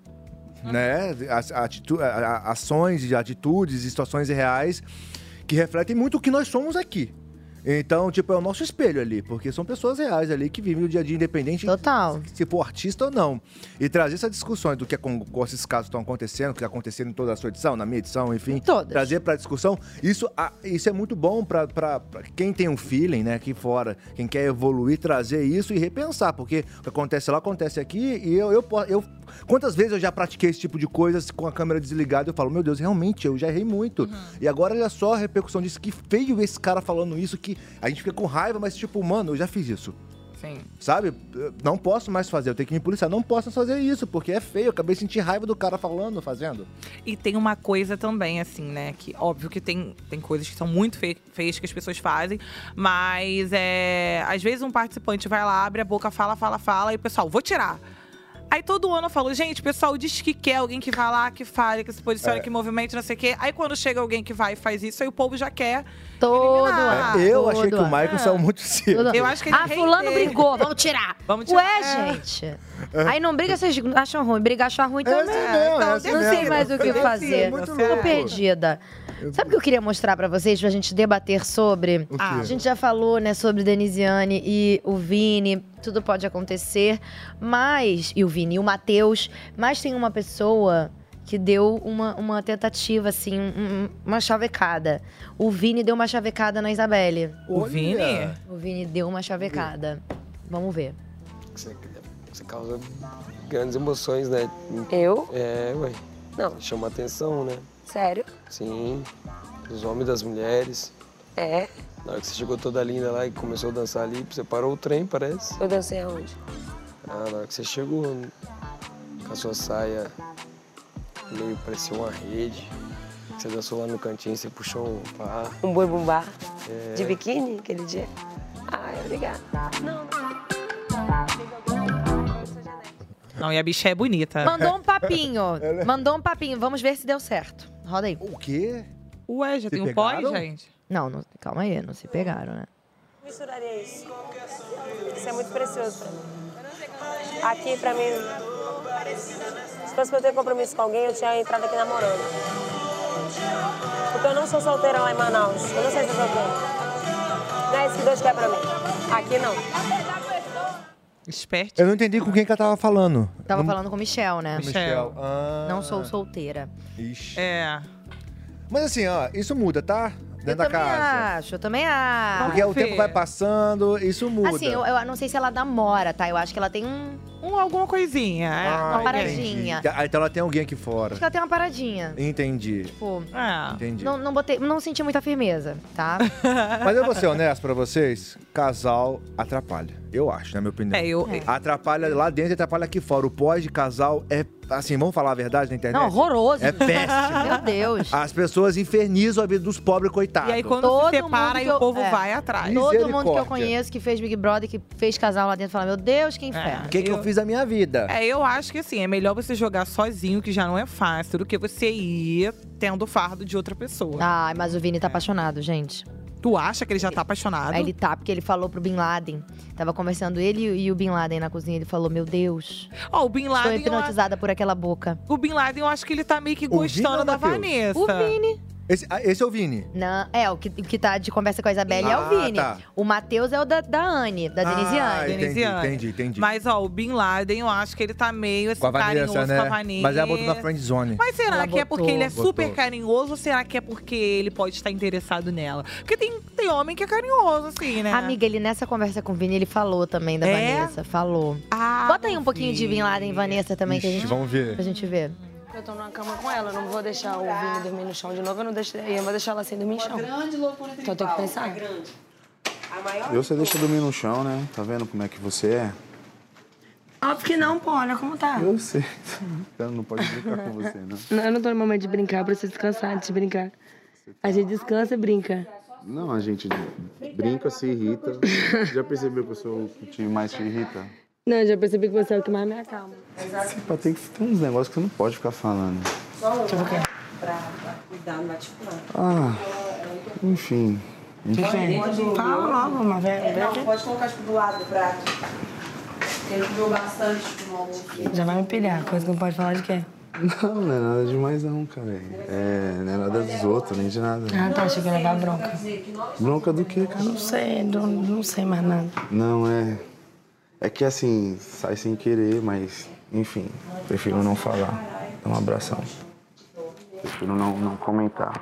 S2: né? As- atitu- a- a- ações, e atitudes, e situações reais que refletem muito o que nós somos aqui. Então, tipo, é o nosso espelho ali, porque são pessoas reais ali que vivem o dia a dia independente
S1: Total.
S2: se- se for tipo, artista ou não. E trazer essas discussões do que acon- esses casos estão acontecendo, que aconteceram em toda a sua edição, na minha edição, enfim.
S1: Todas.
S2: Trazer pra discussão. Isso, a- isso é muito bom pra pra- pra quem tem um feeling, né, aqui fora, quem quer evoluir, trazer isso e repensar, porque o que acontece lá acontece aqui e eu, eu, po- eu Quantas vezes eu já pratiquei esse tipo de coisa com a câmera desligada? Eu falo, meu Deus, realmente, eu já errei muito. E agora, olha só a repercussão disso. Que feio esse cara falando isso, que a gente fica com raiva, mas tipo, mano, eu já fiz isso
S3: Sim.
S2: sabe? Eu Não posso mais fazer, eu tenho que me policiar. Não posso mais fazer isso, porque é feio. Eu acabei de sentir raiva do cara falando, fazendo.
S3: E tem uma coisa também, assim, né? Que óbvio que tem, tem coisas que são muito fe- feias que as pessoas fazem, mas é, às vezes um participante vai lá, abre a boca, fala, fala, fala, e o pessoal, vou tirar. Aí todo ano eu falo, gente, pessoal diz que quer alguém que vá lá, que fale, que se posicione,
S1: É.
S3: que movimente, não sei o quê. Aí quando chega alguém que vai e faz isso, aí o povo já quer.
S1: Todo
S3: eliminar.
S1: ano.
S2: eu
S1: todo
S2: achei que o
S1: ano.
S2: Michael saiu muito cedo.
S1: Todo ano.
S3: Eu acho que ele
S1: ah, fulano
S3: rendeu.
S1: brigou, vamos tirar.
S3: Vamos tirar.
S1: Ué,
S3: É.
S1: gente. Aí não briga, vocês acham ruim. Brigar, acham ruim
S2: É,
S1: também.
S2: assim mesmo,
S3: então,
S2: é assim
S1: não
S2: mesmo.
S1: sei mais o que
S2: É assim,
S1: fazer. Tô
S2: muito louco.
S1: perdida. Sabe o que eu queria mostrar pra vocês, pra gente debater sobre?
S2: O quê?
S1: A gente já falou, né, sobre Denisiane e o Vini, tudo pode acontecer, mas. E o Vini e o Matheus, mas tem uma pessoa que deu uma, uma tentativa, assim, um- um- uma chavecada. O Vini deu uma chavecada na Isabelle.
S3: O
S2: Olha.
S3: Vini?
S1: O Vini deu uma chavecada. Vamos
S2: [laughs]
S1: ver.
S10: Você, você causa grandes emoções, né?
S7: Eu?
S10: É, ué.
S1: Não.
S10: Chama atenção, né?
S1: Sério?
S10: Sim. Dos homens e das mulheres.
S1: É.
S10: Na hora que você chegou toda linda lá e começou a dançar ali, você parou o trem, parece.
S1: Eu dancei aonde?
S10: Ah, na hora que você chegou, com a sua saia meio parecia uma rede. Você dançou lá no cantinho, você puxou um pá.
S1: Um boi bumbá.
S10: É.
S1: De biquíni aquele dia? Ai, obrigada. Não,
S3: Não, e a bicha é bonita.
S1: Mandou um papinho.
S2: [laughs] é-
S1: Mandou um papinho. Vamos ver se deu certo. Roda aí.
S2: O quê?
S3: Ué, já
S1: Se
S3: tem um pós,
S1: pegaram?
S3: gente?
S1: Não, não- calma aí, não se pegaram, né?
S7: Misturaria isso. Isso é muito precioso pra mim. Aqui, pra mim, se fosse pra eu ter compromisso com alguém, eu tinha entrado aqui namorando. Porque eu não sou solteira lá em Manaus. Eu não sei se sou solteira. Não é isso que Deus quer pra mim. Aqui, não.
S3: Esperto.
S2: Eu não entendi com quem que ela tava falando.
S1: Tava
S2: Não-
S1: falando com o Michel, né?
S2: Michel. Ah.
S1: Não sou solteira.
S2: Ixi.
S3: É.
S2: Mas assim, ó, isso muda, tá? Dentro da
S1: Eu também
S2: casa.
S1: acho, eu também acho.
S2: Porque o tempo vai passando, isso muda.
S1: Assim, eu, eu não sei se ela namora, tá? Eu acho que ela tem um,
S3: um alguma coisinha.
S1: uma paradinha.
S2: Entendi. Ah, então ela tem alguém aqui fora.
S1: Acho que ela tem uma paradinha.
S2: Entendi.
S1: Tipo,
S3: Ah.
S2: Entendi.
S1: Não, não botei, não senti muita firmeza, tá?
S2: Mas eu vou ser honesto pra vocês, casal atrapalha. Eu acho, na minha opinião.
S1: É, eu-
S2: Atrapalha lá dentro e atrapalha aqui fora. O pós de casal é, assim, vamos falar a verdade na internet?
S1: Não, horroroso.
S2: É péssimo.
S1: Meu Deus.
S2: As pessoas infernizam a vida dos pobres, coitados.
S1: E aí, quando se Todo separa, mundo aí que o eu- povo é. vai
S2: Ah,
S3: atrás.
S1: Todo mundo que eu conheço que fez Big Brother, que fez casal lá dentro, fala: Meu Deus, que inferno.
S2: O que, que eu fiz da minha vida?
S3: É, eu acho que assim, é melhor você jogar sozinho, que já não é fácil, do que você ir tendo o fardo de outra pessoa.
S1: Ai, mas o Vini
S2: É.
S1: tá apaixonado, gente.
S3: Tu acha que ele já tá apaixonado?
S1: Aí ele tá, porque ele falou pro Bin Laden. Tava conversando ele e o Bin Laden na cozinha. Ele falou: Meu Deus.
S3: Ó, o Bin Laden, eu
S1: Estou hipnotizada por aquela boca.
S3: O Bin Laden, eu acho que ele tá meio que
S1: O Vini
S3: gostando
S1: ou o
S3: da
S1: Matheus?
S3: Vanessa.
S1: O Vini.
S2: Esse, ah, esse é o Vini.
S1: Não, é, o que, o que tá de conversa com a Isabelle é
S2: Ah,
S1: o Vini.
S2: tá.
S1: O Matheus é o da, da Anne, da Denise
S2: Ah,
S1: Anne.
S2: entendi, entendi, entendi.
S3: Mas, ó, o Bin Laden, eu acho que ele tá meio assim,
S2: Com a
S3: carinhoso
S2: Vanessa,
S3: com a
S2: né?
S3: Vanessa.
S2: Mas ela botou na friend zone.
S3: Mas será
S1: Ela
S3: que é porque
S1: botou.
S3: ele é super
S2: Botou.
S3: carinhoso ou será que é porque ele pode estar interessado nela? Porque tem, tem homem que é carinhoso, assim, né?
S1: Amiga, ele nessa conversa com o Vini, ele falou também da
S3: É?
S1: Vanessa. Falou.
S3: Ah,
S1: Bota aí um pouquinho de Bin Laden e Vanessa também, que a
S2: Ah, Ixi,
S1: gente.
S2: vamos ver.
S1: Pra gente ver.
S7: Eu tô numa cama com ela, eu não vou deixar o Vini dormir no chão de novo, eu não deixo, eu vou deixar ela sem dormir no chão.
S4: grande loucura é
S7: Então eu tenho que pensar.
S11: Eu você deixa dormir no chão, né? Tá vendo como é que você é?
S7: Óbvio que não, pô, olha como tá.
S11: Eu sei. [laughs] Ela não pode brincar com você, né?
S7: Não, eu não tô no momento de brincar, eu preciso descansar antes de brincar. A gente descansa e brinca.
S11: Não, a gente brinca, se irrita. Já percebeu que eu sou o que te mais te irrita?
S7: Não, eu já percebi que você é o que mais me acalma.
S11: Pô, tem, que- tem uns negócios que você não pode ficar falando.
S7: Tipo o quê?
S4: Cuidado, não vai te furar.
S11: Ah, enfim. enfim.
S7: Fala logo, uma velha.
S4: É, não, pode colocar tipo, do lado do prato. Ele comeu bastante tipo, no almoço.
S7: Já vai me pilhar, coisa que não pode falar de quê?
S11: Não, não é nada demais não, cara. É, não é nada dos outros, nem de nada.
S7: Ah, tá, achei que ia levar bronca.
S11: Bronca do quê, cara?
S7: Não sei, não, não sei mais nada.
S11: Não, é. É que assim, sai sem querer, mas enfim, prefiro não falar. Um abração. Prefiro não, não comentar.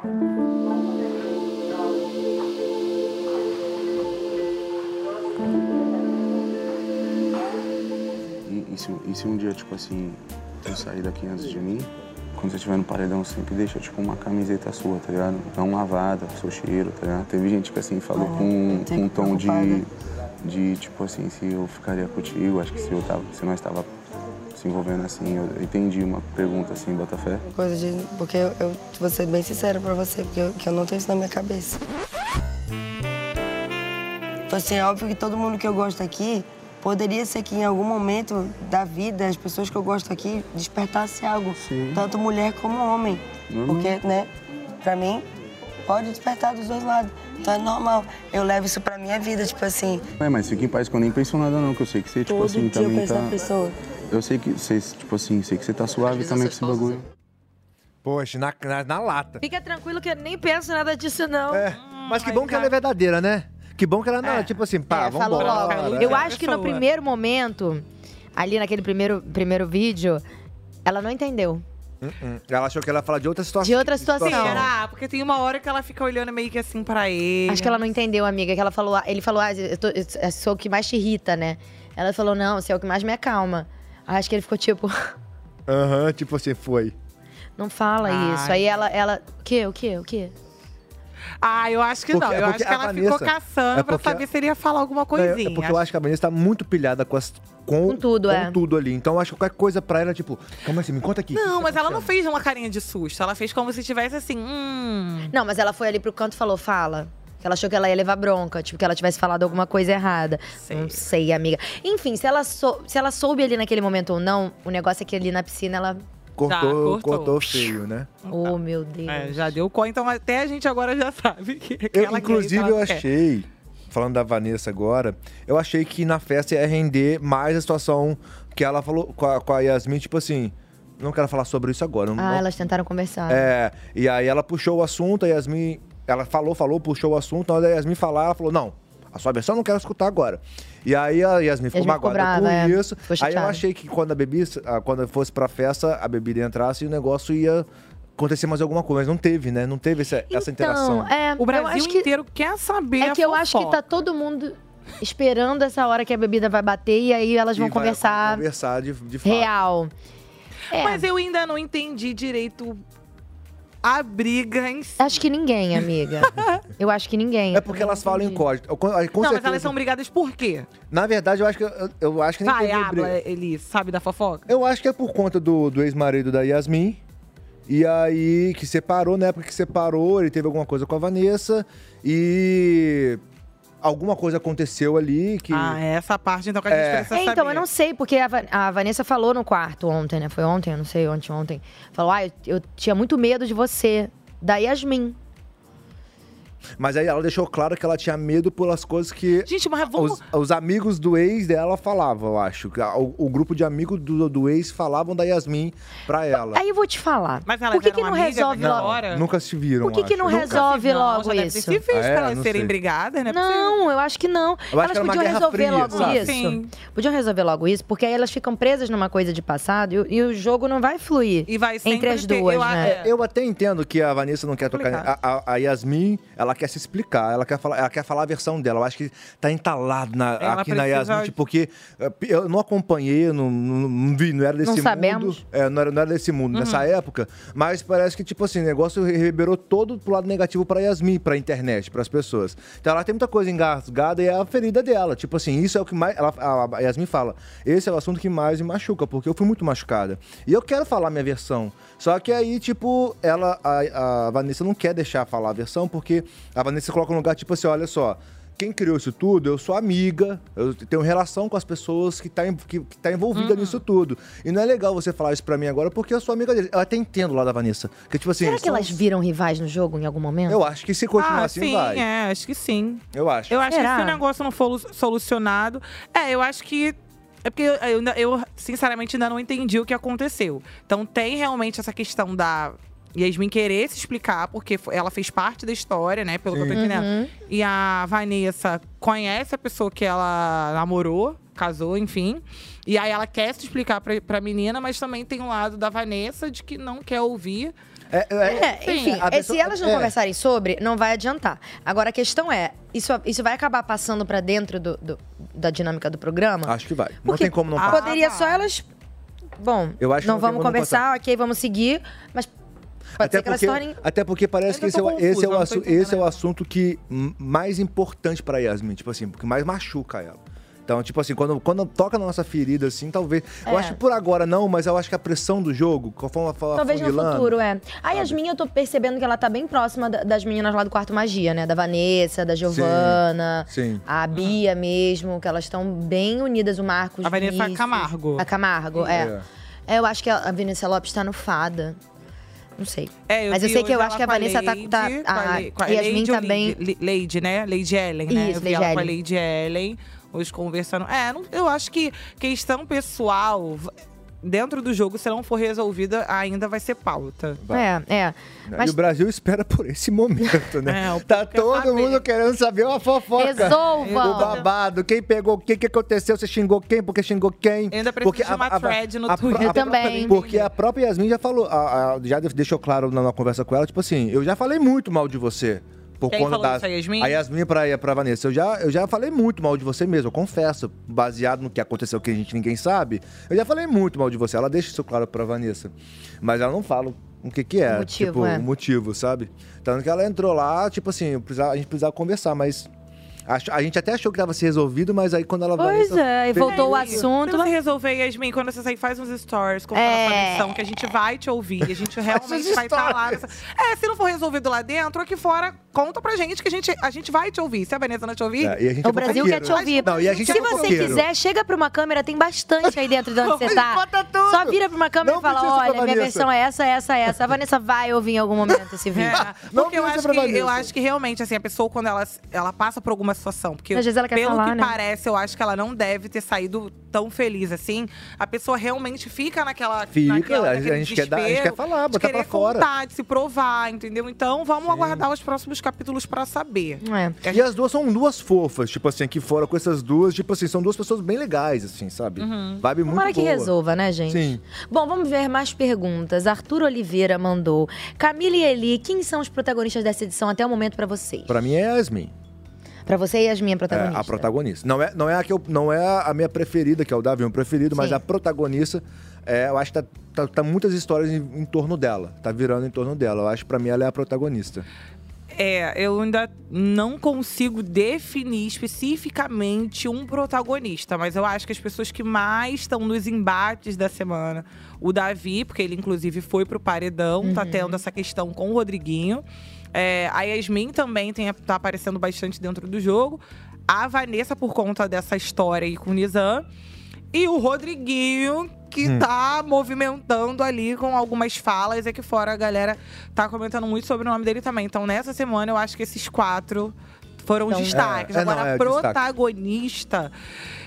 S11: E, e se, e se um dia, tipo assim, eu sair daqui antes de mim, quando você estiver no paredão, sempre deixa, tipo, uma camiseta sua, tá ligado? Não lavada, pro seu cheiro, tá ligado? Teve gente que, assim, falou com, com um tom de, de, tipo assim, se eu ficaria contigo, acho que se eu tava, se nós tava se envolvendo assim, eu entendi uma pergunta assim, Botafé.
S7: Coisa de. Porque eu, eu vou ser bem sincera pra você, porque eu, que eu não tenho isso na minha cabeça. Tipo Assim, é óbvio que todo mundo que eu gosto aqui, poderia ser que em algum momento da vida, as pessoas que eu gosto aqui despertasse algo. Tanto mulher como homem.
S11: Normal.
S7: Porque, né, pra mim, pode despertar dos dois lados. Então é normal. Eu levo isso pra minha vida, tipo assim,
S11: Ué, É, mas fica em paz que eu nem penso nada não, que eu sei que você, tipo
S7: todo
S11: assim,
S7: dia eu
S11: também
S7: penso
S11: tá...
S7: na pessoa.
S11: Eu sei que você, tipo assim, sei que você tá suave também com esse bagulho.
S2: Poxa, na, na, na lata.
S1: Fica tranquilo que eu nem penso nada disso, não.
S2: Mas que bom que ela é verdadeira, né? Que bom que ela não, tipo assim, pá,
S1: É,
S2: vamos
S1: falou logo.
S2: embora.
S1: Eu acho que
S3: é
S1: no primeiro momento, ali naquele primeiro, primeiro vídeo, ela não entendeu.
S2: Ela achou que ela ia falar de outra situação.
S1: De outra situação.
S3: Será? Porque tem uma hora que ela fica olhando meio que assim pra ele.
S1: Acho que ela não entendeu, amiga, que ela falou, ah, ele falou, ah, eu, tô- eu sou o que mais te irrita, né? Ela falou, não, você é o que mais me acalma. Acho que ele ficou tipo,
S2: Aham, tipo assim, foi.
S1: [laughs] Não fala
S3: Ai.
S1: isso. Aí ela, ela. O quê? O quê? O quê?
S3: Ah, eu acho que não.
S2: Porque- é
S3: eu acho
S2: porque
S3: que
S2: a
S3: ela
S2: Vanessa-
S3: ficou caçando
S2: é
S3: pra
S2: porque a-
S3: saber se ele ia falar alguma
S2: É,
S3: coisinha.
S2: é porque eu acho que a Vanessa tá muito pilhada com, as, com, com
S3: tudo,
S2: com
S3: é.
S2: tudo ali. Então eu acho que qualquer coisa pra ela, tipo, calma assim, me conta aqui.
S3: Não, mas ela não fez uma carinha de susto. Ela fez como se tivesse assim, hum.
S1: Não, mas ela foi ali pro canto e falou: fala. Que ela achou que ela ia levar bronca, tipo, que ela tivesse falado alguma coisa errada. Não sei, amiga. Enfim, se ela, sou- se ela soube ali naquele momento ou não, o negócio é que ali na piscina ela.
S3: Tá,
S2: Cortou, cortou feio, né?
S1: Oh, meu Deus.
S3: É, já deu cor, então até a gente agora já [laughs] sabe que
S2: Eu,
S3: aquela
S2: inclusive,
S3: que ela
S2: eu
S3: quer.
S2: achei, falando da Vanessa agora, eu achei que na festa ia render mais a situação que ela falou com a, com a Yasmin, tipo assim, não quero falar sobre isso agora. não-
S1: Ah, elas tentaram conversar.
S2: É, e aí ela puxou o assunto, a Yasmin. Ela falou, falou, puxou o assunto. Na hora da Yasmin falar, ela falou: não, a sua versão eu não quero escutar agora. E aí a Yasmin
S1: Yasmin
S2: ficou
S1: ficou brava,
S2: magoada com
S1: é.
S2: isso.
S1: Ficou
S2: Aí eu
S1: chateada.
S2: achei que quando a bebida, ah, quando eu fosse pra festa, a bebida entrasse e o negócio ia acontecer mais alguma coisa. Mas não teve, né? Não teve essa, essa interação.
S1: Então, é,
S3: O Brasil
S1: eu acho que-
S3: inteiro quer saber.
S1: É que eu acho que tá todo mundo esperando essa hora que a bebida vai bater e aí elas
S2: E
S1: vão
S2: vai
S1: conversar
S2: Conversar de, de fato.
S1: real. é.
S3: Mas eu ainda não entendi direito a briga em si.
S1: Acho que ninguém,
S2: [laughs]
S1: amiga. eu acho que ninguém. É
S2: Porque elas falam em código. Eu- com- aí, com
S3: não, mas
S2: certeza-
S3: elas são brigadas por quê?
S2: Na verdade, eu acho que eu, eu acho que nem
S3: Vai,
S2: teve
S3: habla,
S2: briga.
S3: ele sabe da fofoca?
S2: Eu acho que é por conta do, do ex-marido da Yasmin. E aí, que separou, na época que separou, ele teve alguma coisa com a Vanessa. E alguma coisa aconteceu ali que.
S3: Ah, é essa parte então que a gente precisa
S1: É,
S3: saber.
S1: então, eu não sei, porque a, Va- a Vanessa falou no quarto ontem, né? Foi ontem, eu não sei, ontem, ontem. Falou, ah, eu, eu tinha muito medo de você, da Yasmin.
S2: Mas aí ela deixou claro que ela tinha medo pelas coisas que.
S3: Gente, mas
S2: Os, os amigos do ex dela falavam, eu acho. que a- O, o grupo de amigos do, do ex falavam da Yasmin pra ela.
S1: Aí eu vou te falar.
S3: Mas
S1: Por que, que não resolve logo?
S2: Nunca se viram.
S1: Por que, que
S2: acho.
S1: não
S2: Nunca.
S1: resolve logo
S3: já deve ter
S1: isso?
S3: se visto Ah, é? pra elas Não serem sei.
S1: brigadas,
S3: né?
S1: Não, eu acho que não.
S2: que
S1: Elas
S2: era uma
S1: podiam
S2: guerra
S1: resolver
S2: fria,
S1: logo
S2: sabe?
S1: isso.
S2: Sim.
S1: Podiam resolver logo isso, porque aí elas ficam presas numa coisa de passado e, o- e o jogo não vai fluir entre as duas, né?
S2: É, Eu até entendo que a Vanessa não quer tocar. A, a- a Yasmin, ela quer se explicar, ela quer, falar, ela quer falar a versão dela. Eu acho que tá entalado na-
S1: Ela
S2: aqui na
S1: precisa-
S2: Yasmin, tipo, porque eh, eu não acompanhei, eu não, não, não vi, não era desse
S1: Não
S2: mundo.
S1: sabemos.
S2: É, não, era, não era desse mundo
S1: Uhum.
S2: nessa época. Mas parece que, tipo assim, o negócio reverberou todo pro lado negativo pra Yasmin, pra internet, pras pessoas. Então ela tem muita coisa engasgada e é a ferida dela. Tipo assim, isso é o que mais. Ela, a a Yasmin fala: esse é o assunto que mais me machuca, porque eu fui muito machucada. E eu quero falar minha versão. Só que aí, tipo, ela, a, a Vanessa não quer deixar falar a versão, porque a Vanessa coloca no lugar, tipo assim, olha só quem criou isso tudo, eu sou amiga, eu tenho relação com as pessoas que tá, em- que, que tá envolvida
S1: Uhum.
S2: nisso tudo. E não é legal você falar isso pra mim agora, porque eu sou amiga dele. Eu até entendo lá da Vanessa. Que, tipo assim,
S1: Será que
S2: são-
S1: elas viram rivais no jogo em algum momento?
S2: Eu acho que se continuar
S3: ah,
S2: assim,
S3: sim,
S2: vai.
S3: é, acho que sim.
S2: Eu acho.
S3: Eu acho
S2: Será?
S3: que se o negócio não for lu- solucionado. É, eu acho que. É porque eu, eu ainda- eu, sinceramente, ainda não entendi o que aconteceu. Então, tem realmente essa questão da Yasmin querer se explicar, porque fo- ela fez parte da história, né? Pelo que eu
S12: Sim.
S3: tô entendendo.
S12: Uhum.
S3: E a Vanessa conhece a pessoa que ela namorou, casou, enfim. E aí ela quer se explicar pra, pra menina, mas também tem um lado da Vanessa de que não quer ouvir.
S2: É,
S1: É, enfim, é, se elas não conversarem sobre, não vai adiantar. Agora, a questão é, isso, isso vai acabar passando pra dentro do- do- da dinâmica do programa?
S2: Acho que vai. não tem como não passar.
S1: Poderia só elas... Bom,
S2: Eu acho que
S1: não,
S2: não tem
S1: vamos
S2: como não
S1: conversar, ok, vamos seguir. Mas pode
S2: Até
S1: ser que elas
S2: porque,
S1: se tornem...
S2: até porque parece que esse é,
S1: tô
S2: o- esse,
S1: confusa,
S2: é o
S1: não tô
S2: assu- esse é o assunto que hum, mais importante pra Yasmin, tipo assim, porque mais machuca ela. Então, tipo assim, quando, quando toca na nossa ferida, assim, talvez. Eu
S1: É.
S2: acho que por agora não, mas eu acho que a pressão do jogo, conforme ela
S1: Talvez no futuro, é. A Yasmin, eu tô percebendo que ela tá bem próxima da- das meninas lá do Quarto Magia, né? Da Vanessa, da Giovana,
S2: Sim.
S1: a Bia mesmo, que elas estão bem unidas, o Marcos.
S3: A Vanessa
S1: Vinícius.
S3: Camargo.
S1: A Camargo, é. É, Eu acho que a a Vanessa Lopes tá no fada. Não sei.
S3: É,
S1: Mas eu
S3: vi
S1: sei que
S3: hoje
S1: eu acho
S3: ela
S1: que a
S3: com
S1: Vanessa tá-
S3: Lady,
S1: tá-
S3: com
S1: a
S3: Le- com
S1: Yasmin
S3: Lady
S1: tá
S3: ou
S1: bem-
S3: Lady, Lady, né? Lady Ellen, né?
S1: Isso,
S3: eu vi
S1: Lady
S3: ela com a
S1: Ellen.
S3: Lady Ellen, hoje conversando. É, não- eu acho que questão pessoal, v- dentro do jogo, se não for resolvida, ainda vai ser pauta.
S1: É, é.
S2: Né? E o Brasil espera por esse
S3: [laughs]
S2: momento, né?
S3: É,
S2: tá todo mundo querendo saber uma fofoca.
S1: Resolvam.
S2: O babado, quem pegou, o que, que aconteceu, você xingou quem, porque xingou quem.
S3: Ainda preciso
S2: porque
S3: de uma thread no
S2: pro-
S3: Twitter. Eu
S2: própria-
S3: também.
S2: Porque a própria Yasmin já falou, a- a- já deixou claro na, na conversa com ela, tipo assim, eu já falei muito mal de você. Por
S3: Quem
S2: conta
S3: falou
S2: da-
S3: isso, a Yasmin?
S2: A Yasmin pra, pra Vanessa. Eu já, eu já falei muito mal de você mesmo, eu confesso. Baseado no que aconteceu, que a gente ninguém sabe. Eu já falei muito mal de você. Ela deixa isso claro pra Vanessa. Mas ela não fala o que que é.
S1: Um motivo,
S2: tipo,
S1: é.
S2: um motivo, sabe? Tanto que ela entrou lá, tipo assim, eu precisava- a gente precisava conversar, mas... ach- A gente até achou que tava se resolvido, mas aí quando ela então, Vanessa
S1: é,
S2: fez-
S3: Tenta se É resolver, Yasmin, quando você sair, faz uns stories com é. a conexão, que a gente vai te ouvir.
S1: [laughs]
S3: A gente realmente
S12: uns
S3: vai estar lá. nessa- É, se não for resolvido lá dentro, aqui fora, conta pra gente que a gente, a gente vai te ouvir. Se a Vanessa não te ouvir…
S2: É, e a gente
S1: o Brasil quer te ouvir.
S2: Não, e a gente
S1: Se
S2: é
S1: você
S2: fofoqueiro.
S1: quiser, chega pra uma câmera, tem bastante aí dentro
S3: [laughs]
S1: de onde você tá. Só vira pra uma câmera
S12: Não
S1: e fala:
S12: precisa pra
S1: olha, minha
S3: Vanessa."
S1: versão é essa, essa, essa. A Vanessa vai ouvir em algum momento
S3: [laughs]
S1: esse vídeo.
S3: É,
S2: Ah,
S3: Porque eu acho, que, eu acho que realmente, assim, a pessoa, quando ela, ela passa por alguma situação, porque
S1: Às vezes ela quer
S3: pelo
S1: falar,
S3: que
S1: né?
S3: parece, eu acho que ela não deve ter saído tão feliz assim. A pessoa realmente fica naquela.
S2: Fica,
S3: naquela,
S2: a gente- a gente quer dar- a gente
S3: desespero,
S2: quer falar,
S3: de
S2: botar
S3: querer
S2: pra fora.
S3: contar, de se provar, entendeu? Então vamos aguardar os próximos capítulos pra saber.
S1: É.
S2: E as duas são duas fofas, tipo assim, aqui fora com essas duas, tipo assim, são duas pessoas bem legais, assim, sabe?
S1: Uhum.
S2: Vibe muito
S1: Tomara que
S2: boa.
S1: resolva, né, gente?
S2: Sim.
S1: Bom, vamos ver mais perguntas. Arthur Oliveira mandou. Camila e Eli, quem são os protagonistas dessa edição até o momento pra vocês?
S2: Pra mim é a Yasmin.
S1: Pra você e as minhas
S2: É,
S1: protagonistas.
S2: a protagonista. Não é, não, é a que eu, não é a minha preferida, que é o Davi, meu preferido, mas
S1: Sim.
S2: a protagonista, é, eu acho que tá, tá- tá muitas histórias em, em torno dela. Tá virando em torno dela. Eu acho que pra mim ela é a protagonista.
S3: É, eu ainda não consigo definir especificamente um protagonista, mas eu acho que as pessoas que mais estão nos embates da semana, o Davi, porque ele inclusive foi pro paredão, tá
S13: Uhum.
S3: tendo essa questão com o Rodriguinho. É, a Yasmin também tem, tá aparecendo bastante dentro do jogo. A Vanessa, por conta dessa história aí com o Nizam. E o Rodriguinho, que
S12: Hum.
S3: tá movimentando ali com algumas falas aqui fora. A galera tá comentando muito sobre o nome dele também. Então, nessa semana, eu acho que esses quatro foram os
S12: Então,
S3: destaques.
S12: é, é, não,
S3: Agora,
S12: é, destaque.
S3: protagonista,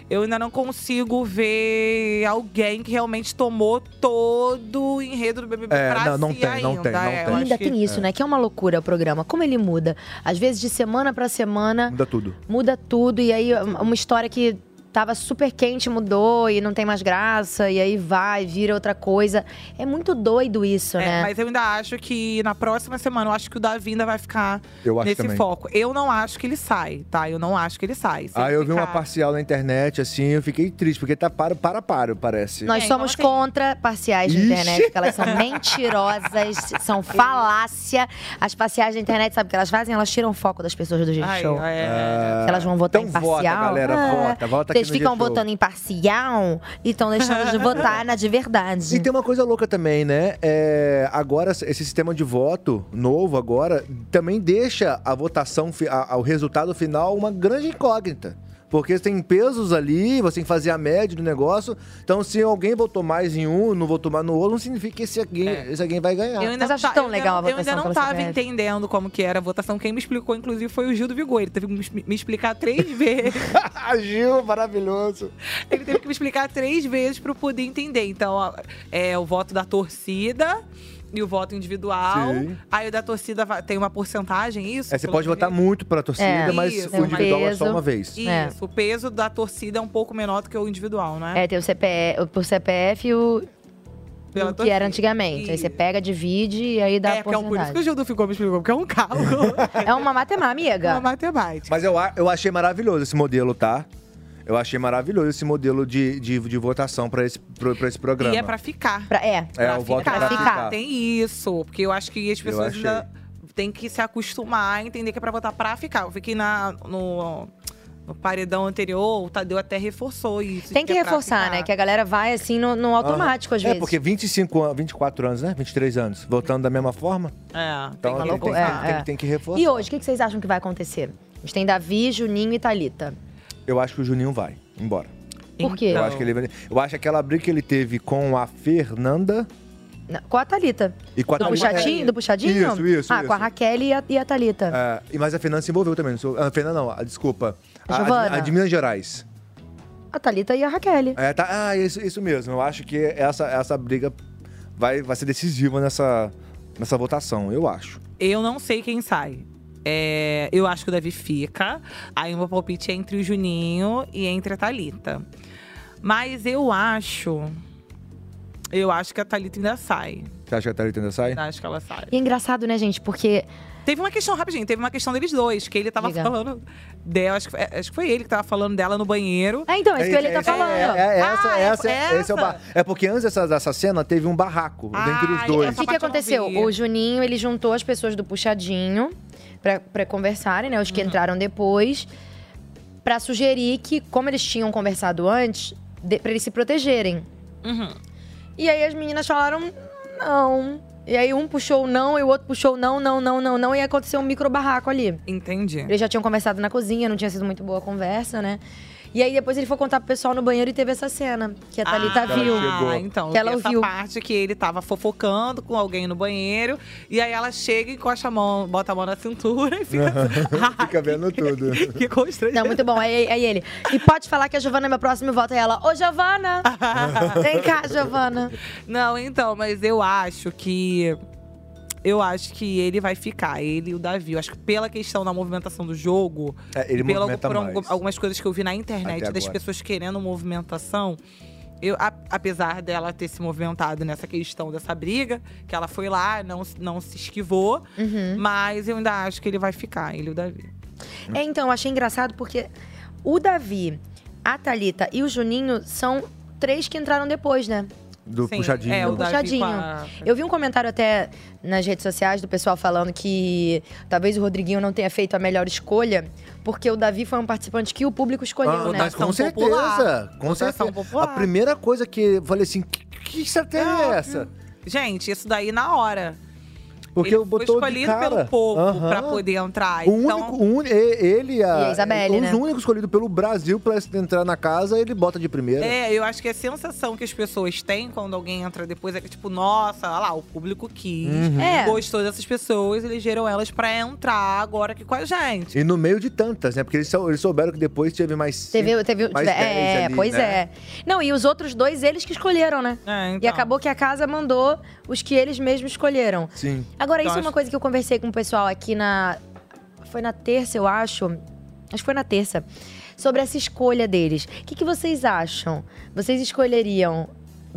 S3: eu ainda não consigo ver alguém que realmente tomou todo o enredo do BBB
S1: É,
S3: pra
S1: não, não
S3: si
S1: tem,
S3: ainda.
S1: não tem, não
S3: é, eu acho
S1: Ainda
S3: que-
S1: tem isso, né? Que é uma loucura o programa. Como ele muda. Às vezes, de semana pra semana,
S2: Muda tudo.
S1: muda tudo. E aí, um- uma história que tava super quente mudou e não tem mais graça. E aí vai, vira outra coisa. É muito doido isso,
S3: É,
S1: né?
S3: Mas eu ainda acho que na próxima semana, eu acho que o Davi ainda vai ficar
S2: Eu acho
S3: nesse
S2: também.
S3: foco. Eu não acho que ele sai, tá? Eu não acho que ele sai. Se
S2: Aí
S3: ele
S2: Ah, eu vi uma
S3: ficar-
S2: parcial na internet, assim, eu fiquei triste, porque tá para, para, para, parece.
S3: É,
S1: Nós
S3: então
S1: somos
S3: assim-
S1: contra parciais da
S2: Ixi!
S1: internet, porque elas são mentirosas, [laughs] são falácia. As parciais da internet, sabe o que elas fazem? Elas tiram o foco das pessoas do
S12: Ai,
S1: G-Show.
S12: é.
S1: Que Elas vão votar
S12: Então
S1: em
S12: vota,
S1: parcial.
S12: galera, vota, vota aqui
S1: Vocês
S12: no
S1: ficam
S12: G-Show.
S1: votando em parcial e estão deixando
S3: [laughs]
S1: de votar na de verdade.
S2: E
S12: Então-
S2: tem uma coisa louca também, né? É, agora, esse sistema de voto novo agora também deixa a votação, fi- a- a- o resultado final, uma grande incógnita. Porque tem pesos ali, você tem que fazer a média do negócio. Então, se alguém votou mais em um, não votou mais no outro, não significa que esse alguém, esse alguém vai ganhar.
S3: Eu
S2: [laughs]
S3: ainda não tá- eu ainda não- Eu ainda não tava entendendo como que era a votação. Quem me explicou, inclusive, foi o Gil do Vigor. Ele teve que me expli- me explicar três [laughs] vezes.
S2: Ah, Gil, maravilhoso.
S3: Ele teve que me explicar três vezes pra eu poder entender. Então, ó, é o voto da torcida e o voto individual.
S2: Sim.
S3: Aí o da torcida va- tem uma porcentagem, isso?
S2: É, você
S3: pelo
S2: pode
S3: que eu
S2: votar muito pra torcida, mas
S3: Isso,
S2: o individual é
S1: peso.
S2: só uma vez.
S3: Isso, o peso da torcida é um pouco menor do que o individual, né?
S1: É, tem o CPF, o- por CPF e o.
S3: Pela
S1: o que era antigamente. Aí você pega, divide e aí dá a
S3: É, porque é um- por isso que o
S1: porcentagem.
S3: Gildo ficou me explicou, porque é
S1: [laughs]
S3: um cálculo.
S1: É uma matemática, amiga.
S3: [laughs] Uma matemática.
S2: Mas eu, a- eu achei maravilhoso esse modelo, tá? Eu achei maravilhoso esse modelo de, de, de votação pra esse, pro- pra esse programa.
S3: E é pra ficar.
S1: é.
S2: É, o voto pra ficar.
S3: Tem isso. Porque eu acho que as pessoas
S2: achei.
S3: ainda têm que se acostumar a entender que é pra votar pra ficar. Eu fiquei na, no, no paredão anterior, o Tadeu até reforçou isso.
S1: Tem que
S3: é pra
S1: reforçar, né? Que a galera vai assim no, no automático, às
S2: É,
S1: vezes.
S2: porque 25 anos, 24 anos, né? 23 anos, votando da mesma forma.
S3: É,
S2: Então tem, tem,
S1: É,
S2: tem-
S1: é.
S2: tem- tem que reforçar.
S1: E hoje, o que que vocês acham que vai acontecer? A gente tem Davi, Juninho e Thalita.
S2: Eu acho que o Juninho vai embora.
S1: Por quê?
S2: Eu acho que ele vai- Eu acho que aquela briga que ele teve com a Fernanda
S1: Na- Com a Thalita.
S2: e com a
S1: do
S2: Thalita-
S1: puxadinho,
S2: é.
S1: do puxadinho?
S2: Isso, isso.
S1: Ah,
S2: isso.
S1: com a Raquel e a, e a Thalita.
S2: É, e- mas a Fernanda se envolveu também. não sou- A Fernanda não, a- desculpa. A,
S1: Giovana.
S2: a, a de Minas Gerais.
S1: A Thalita e a Raquel.
S2: É, tá, ah, isso, isso mesmo. Eu acho que essa, essa briga vai, vai ser decisiva nessa, nessa votação, eu acho.
S3: Eu não sei quem sai. É, eu acho que o Davi fica. Aí o meu palpite é entre o Juninho e entre a Thalita. Mas eu acho Eu acho que a Thalita ainda sai.
S2: Você acha que a Thalita ainda sai?
S3: Acho que ela sai.
S1: E é engraçado, né, gente? Porque.
S3: Teve uma questão, rapidinho, teve uma questão deles dois, que ele tava
S1: Diga.
S3: falando dela, acho que, foi- acho que foi ele que tava falando dela no banheiro.
S1: É, então, é isso que ele tá falando.
S2: É, é, é essa,
S1: Ah, é
S2: essa,
S1: essa.
S2: Esse é, o ba- é porque antes dessa, dessa cena teve um barraco entre os
S1: O
S2: [laughs] dois.
S1: que, que aconteceu? O Juninho, ele juntou as pessoas do Puxadinho pra, pra conversarem, né? Os que entraram depois. Pra sugerir que, como eles tinham conversado antes, de, pra eles se protegerem. E aí as meninas falaram não. E aí um puxou o não e o outro puxou o não, não, não, não, não. E aí aconteceu um micro barraco ali.
S3: Entendi.
S1: Eles já tinham conversado na cozinha, não tinha sido muito boa a conversa, né? E aí depois ele foi contar pro pessoal no banheiro e teve essa cena. Que a Thalita
S3: Ah,
S1: tá viu.
S3: Ah, então,
S1: que ela
S3: eu vi
S1: ouviu.
S3: essa parte que ele tava fofocando com alguém no banheiro. E aí ela chega e encosta a mão, bota a mão na cintura [laughs] e fica
S2: Fica vendo tudo.
S3: [laughs] Que constrangedor.
S1: Não, muito bom. Aí, aí ele. E pode falar que a Giovana é minha próxima e volta. E ela, ô Giovana! Vem cá, Giovana.
S3: [laughs] Não, então, mas eu acho que. Eu acho que ele vai ficar, ele e o Davi. Eu acho que pela questão da movimentação do jogo,
S2: É, ele
S3: pela-
S2: movimenta
S3: por algu-
S2: mais.
S3: algumas coisas que eu vi na internet
S2: Até
S3: das
S2: agora.
S3: pessoas querendo movimentação, eu, a- apesar dela ter se movimentado nessa questão dessa briga, que ela foi lá, não, se- não se esquivou, mas eu ainda acho que ele vai ficar, ele e o Davi.
S1: É, então, eu achei engraçado porque o Davi, a Thalita e o Juninho são três que entraram depois, né?
S2: Do
S1: Sim,
S2: puxadinho.
S1: É, o puxadinho. Eu vi um comentário até nas redes sociais do pessoal falando que talvez o Rodriguinho não tenha feito a melhor escolha, porque o Davi foi um participante que o público escolheu,
S2: Ah,
S1: né?
S2: mas com certeza. Com certeza. A primeira coisa que eu falei assim, que, que estratégia é essa?
S3: Gente, isso daí na hora.
S2: Porque
S3: ele
S2: eu botou
S3: foi
S2: de
S3: escolhido
S2: cara.
S3: pelo povo
S2: Aham.
S3: pra poder entrar.
S2: O
S3: então,
S2: único, o uni- e- ele e a,
S1: E a Isabelle,
S2: os
S1: né?
S2: únicos escolhidos pelo Brasil pra entrar na casa, ele bota de primeira.
S3: É, eu acho que a sensação que as pessoas têm quando alguém entra depois é que, tipo, nossa, olha lá, o público quis,
S2: Uhum. É.
S3: gostou dessas pessoas, elegeram elas pra entrar agora aqui com a gente.
S2: E no meio de tantas, né? Porque eles, sou- eles souberam que depois teve mais.
S1: Teve,
S2: cinco,
S1: teve,
S2: mais
S1: tiver-
S2: dez
S1: é,
S2: ali,
S1: pois
S2: né?
S1: é. Não, e os outros dois, eles que escolheram, né?
S3: É, então.
S2: Tá.
S1: E acabou que a casa mandou os que eles mesmos escolheram.
S2: Sim.
S1: Agora, isso
S2: Então,
S1: é uma
S2: acho-
S1: coisa que eu conversei com o pessoal aqui na. Foi na terça, eu acho. Acho que foi na terça. Sobre essa escolha deles. O que, que vocês acham? Vocês escolheriam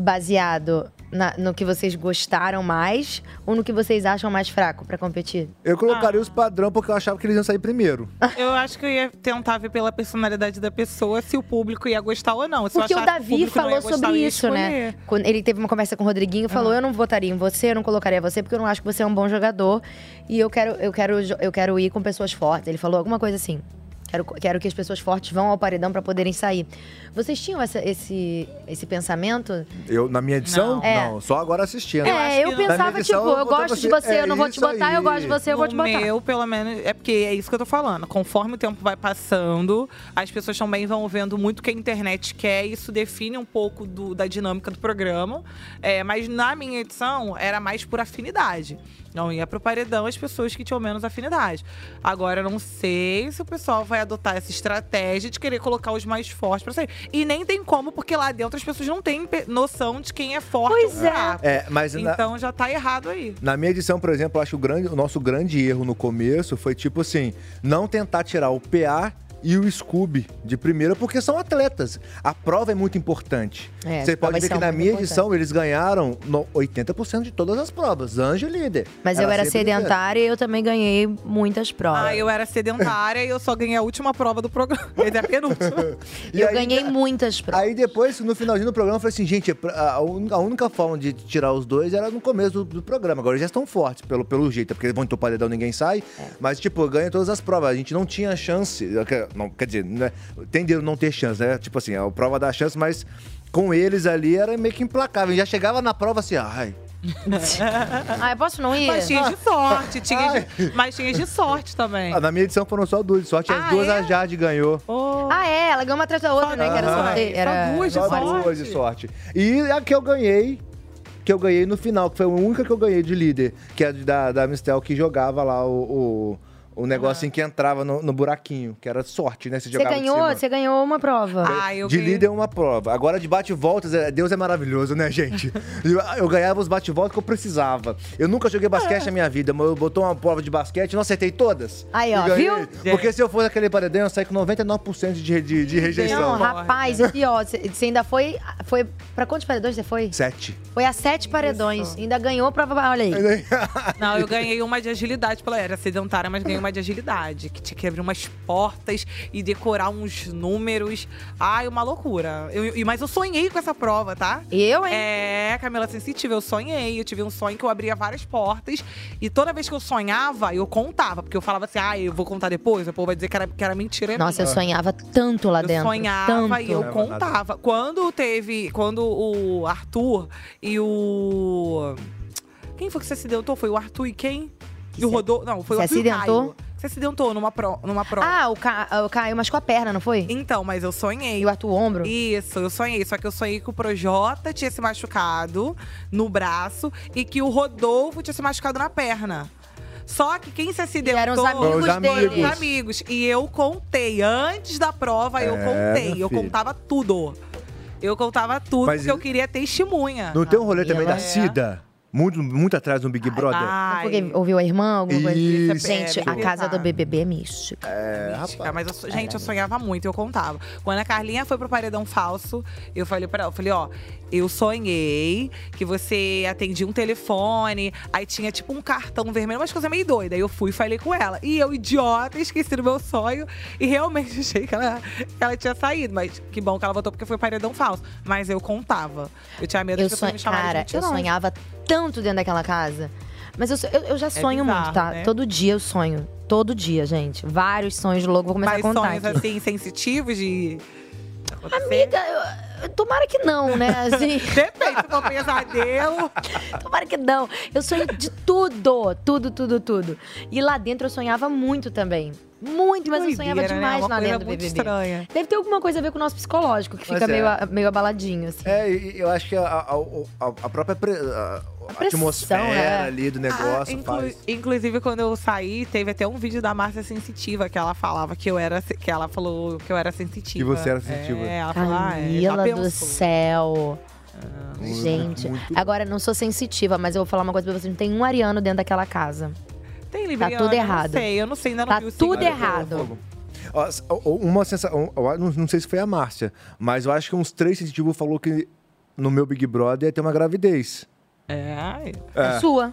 S1: baseado na- no que vocês gostaram mais ou no que vocês acham mais fraco pra competir?
S2: Eu colocaria os padrão porque eu achava que eles iam sair primeiro.
S3: [laughs] Eu acho que eu ia tentar ver pela personalidade da pessoa se o público ia gostar ou não. Se eu
S1: Porque o
S3: achasse que
S1: Davi
S3: público não ia
S1: falou
S3: gostar,
S1: sobre
S3: eu ia
S1: isso, né?
S3: escolher.
S1: Quando ele teve uma conversa com o Rodriguinho, falou: "Eu não votaria em você, eu não colocaria você porque eu não acho que você é um bom jogador e eu quero eu quero jo- eu quero ir com pessoas fortes". Ele falou alguma coisa assim. Quero, quero que as pessoas fortes vão ao paredão pra poderem sair. Vocês tinham essa- esse, esse pensamento?
S2: Eu, na minha edição?
S1: Não.
S2: Não,
S1: É.
S2: só agora assistindo.
S1: É, eu
S2: Na minha
S1: pensava,
S2: edição,
S1: tipo, eu
S2: vou botar
S1: gosto de você,
S2: é
S1: eu não vou te
S2: isso
S1: botar, eu
S2: aí.
S1: gosto de você, eu vou te
S3: No
S1: botar.
S3: meu, pelo menos, é porque é isso que eu tô falando. Conforme o tempo vai passando, as pessoas também vão vendo muito o que a internet quer. Isso define um pouco do- da dinâmica do programa. É, mas na minha edição, era mais por afinidade. Não ia pro paredão as pessoas que tinham menos afinidade. Agora, eu não sei se o pessoal vai adotar essa estratégia de querer colocar os mais fortes pra sair. E nem tem como, porque lá dentro as pessoas não têm pe- noção de quem é forte
S1: pois
S3: ou fraco.
S2: É, mas na-
S3: Então já tá errado aí.
S2: Na minha edição, por exemplo, eu acho o, grande, o nosso grande erro no começo foi tipo assim: não tentar tirar o PA e o Scooby de primeira, porque são atletas. A prova é muito importante.
S1: É,
S2: Você pode
S1: provas
S2: ver que
S1: são
S2: na
S1: muito
S2: minha edição eles ganharam no- 80% de todas as provas. Anjo líder.
S1: Mas eu era
S2: sempre líder.
S1: sedentária e eu também ganhei muitas provas.
S2: É.
S3: Ah, eu era sedentária e eu só ganhei a última prova do
S2: [laughs]
S3: programa. Quer dizer, a penúltima.
S1: eu ganhei muitas provas.
S2: Aí depois, no finalzinho do programa, eu falei assim, gente, a a un- a única forma de tirar os dois era no começo do, do programa. Agora eles já estão fortes, pelo, pelo jeito, é porque eles vão entupar paredão, ninguém sai. Mas, tipo, ganha todas as provas. A gente não tinha chance. quer- Não, quer dizer, né, tem de não ter chance, né? Tipo assim, a prova dá chance, mas com eles ali era meio que implacável. Já chegava na prova assim, ai.
S1: Ah, eu posso não ir?
S3: Mas tinha de sorte, tinha de, mas tinha de sorte também.
S2: Ah, Na minha edição foram só duas, de sorte as duas a Jade ganhou.
S1: Ah, é, ela ganhou uma atrás da outra, né? Que era
S2: Aham.
S1: sorteio. Era...
S2: Só duas de sorte. E a que eu ganhei, que eu ganhei no final, que foi a única que eu ganhei de líder, que é a de- da, da Mistel que jogava lá o. o o negocinho que entrava no, no buraquinho, que era sorte, né?
S1: Ah.
S2: Você
S1: Você
S2: jogava de
S1: ganhou,
S2: cima.
S1: você ganhou uma prova.
S3: Ah,
S2: de líder é uma prova. Agora de bate-voltas, é- Deus é maravilhoso,
S1: [laughs]
S2: né, gente? eu, eu ganhava os bate-voltas que eu precisava. Eu nunca joguei basquete
S1: Ah.
S2: na minha vida, mas eu botou uma prova de basquete e não acertei todas.
S1: Aí,
S2: E
S1: ó,
S2: ganhei.
S1: viu?
S2: Porque se eu fosse aquele paredão, eu saí com 99% de, de, de
S1: Não,
S2: rejeição.
S1: rapaz, e pior, você você ainda foi. Foi. Pra quantos paredões você foi?
S2: Sete.
S1: Foi a sete paredões. Ainda ganhou pra. Olha aí.
S3: Não, eu ganhei uma de agilidade pela era sedentária, mas ganhei uma de agilidade, que tinha que abrir umas portas e decorar uns números. Ai, uma loucura. Eu, eu- mas eu sonhei com essa prova, tá?
S1: Eu, hein?
S3: É, Camila Sensitiva, eu sonhei. Eu tive um sonho que eu abria várias portas e toda vez que eu sonhava, eu contava, porque eu falava assim, ah, eu vou contar depois, o povo vai dizer que era, que era mentira. é
S1: Nossa, eu
S3: minha.
S1: sonhava tanto lá
S3: Eu
S1: dentro.
S3: sonhava
S1: tanto.
S3: e eu contava. Quando teve. Quando o Arthur e o. Quem foi que se acidentou? Foi o Arthur e quem? E o Rodolfo. Não, foi o
S1: se
S3: Arthur e o
S1: acidentou?
S3: Caio. Que Se acidentou numa, pro, numa prova.
S1: Ah, o, Ca... o Caio machucou a perna, não foi?
S3: Então, mas eu sonhei.
S1: E o Arthur Ombro?
S3: Isso, eu sonhei. Só que eu sonhei que o Projota tinha se machucado no braço e que o Rodolfo tinha se machucado na perna. Só que quem se acidentou
S1: eram os amigos Os
S3: foram
S1: deles.
S3: os amigos. E eu contei. Antes da prova, eu
S2: É,
S3: contei.
S2: minha
S3: Eu
S2: filha.
S3: contava tudo. Eu contava tudo,
S2: Mas
S3: porque eu queria testemunha.
S2: Não tem um rolê também da
S3: É.
S2: Cida? Muito, muito atrás do Big Brother.
S3: ai.
S1: Porque ouviu a irmã, alguma coisa?
S2: Isso.
S1: Gente, a casa do BBB é mística.
S2: É,
S3: É, mas eu so- gente, eu sonhava muito, eu contava. Quando a Carlinha foi pro paredão falso, eu falei pra ela, eu falei, ó, eu sonhei que você atendia um telefone, aí tinha tipo um cartão vermelho, umas coisas meio doida. Aí eu fui e falei com ela. E eu, idiota, esqueci do meu sonho e realmente [laughs] achei que ela, que ela tinha saído. Mas que bom que ela votou porque foi paredão falso. Mas eu contava. Eu tinha medo
S1: Eu
S3: de pessoas
S1: sonho,
S3: me chamarem
S1: cara,
S3: de
S1: eu
S3: mentirosa.
S1: sonhava tanto dentro daquela casa. Mas eu, so- eu, eu já sonho muito,
S3: É bizarro,
S1: tá?
S3: né?
S1: Todo dia eu sonho. Todo dia, gente. Vários sonhos loucos. Vou começar
S3: Mas
S1: a contar.
S3: sonhos é
S1: aqui.
S3: assim, sensitivos de.
S1: Amiga, eu- eu- tomara que não,
S3: [laughs]
S1: né? Assim.
S3: Depende se for pesadelo.
S1: tomara que não. Eu sonho de tudo, tudo, tudo, tudo. E lá dentro eu sonhava muito também. Muito, mas eu sonhava
S3: Doideira, né?
S1: demais
S3: Uma
S1: lá
S3: coisa
S1: dentro do
S3: muito
S1: BBB.
S3: estranha.
S1: Deve ter alguma coisa a ver com o nosso psicológico, que
S2: Mas
S1: fica meio,
S2: é.
S1: a- meio abaladinho, assim.
S2: É, e- e eu acho que a, a- a- a própria pre- a- a é.
S1: pressão,
S2: atmosfera
S1: né?
S2: ali do negócio
S3: Ah, inclu-
S2: faz.
S3: Inclusive, quando eu saí, teve até um vídeo da Márcia Sensitiva que ela falava que eu era. se- Que ela falou que eu era sensitiva.
S2: Que você era sensitiva.
S3: É, ela falou, ah, é, já Ah.
S1: Camila do
S3: pensou.
S1: céu. Gente, agora não sou sensitiva, mas eu vou falar uma coisa pra vocês. Não tem um ariano dentro daquela casa.
S3: Tem Libriana,
S1: tá tudo
S3: eu
S1: errado.
S3: Não sei, eu não sei, ainda não
S1: Tá
S3: vi o signo.
S2: é
S1: tudo errado.
S2: Ó, s- ó, Uma sensação. Não não sei se foi a Márcia, mas eu acho que uns três sensitivos falou que no meu Big Brother ia ter uma gravidez.
S3: É.
S2: [laughs] É.
S1: Sua.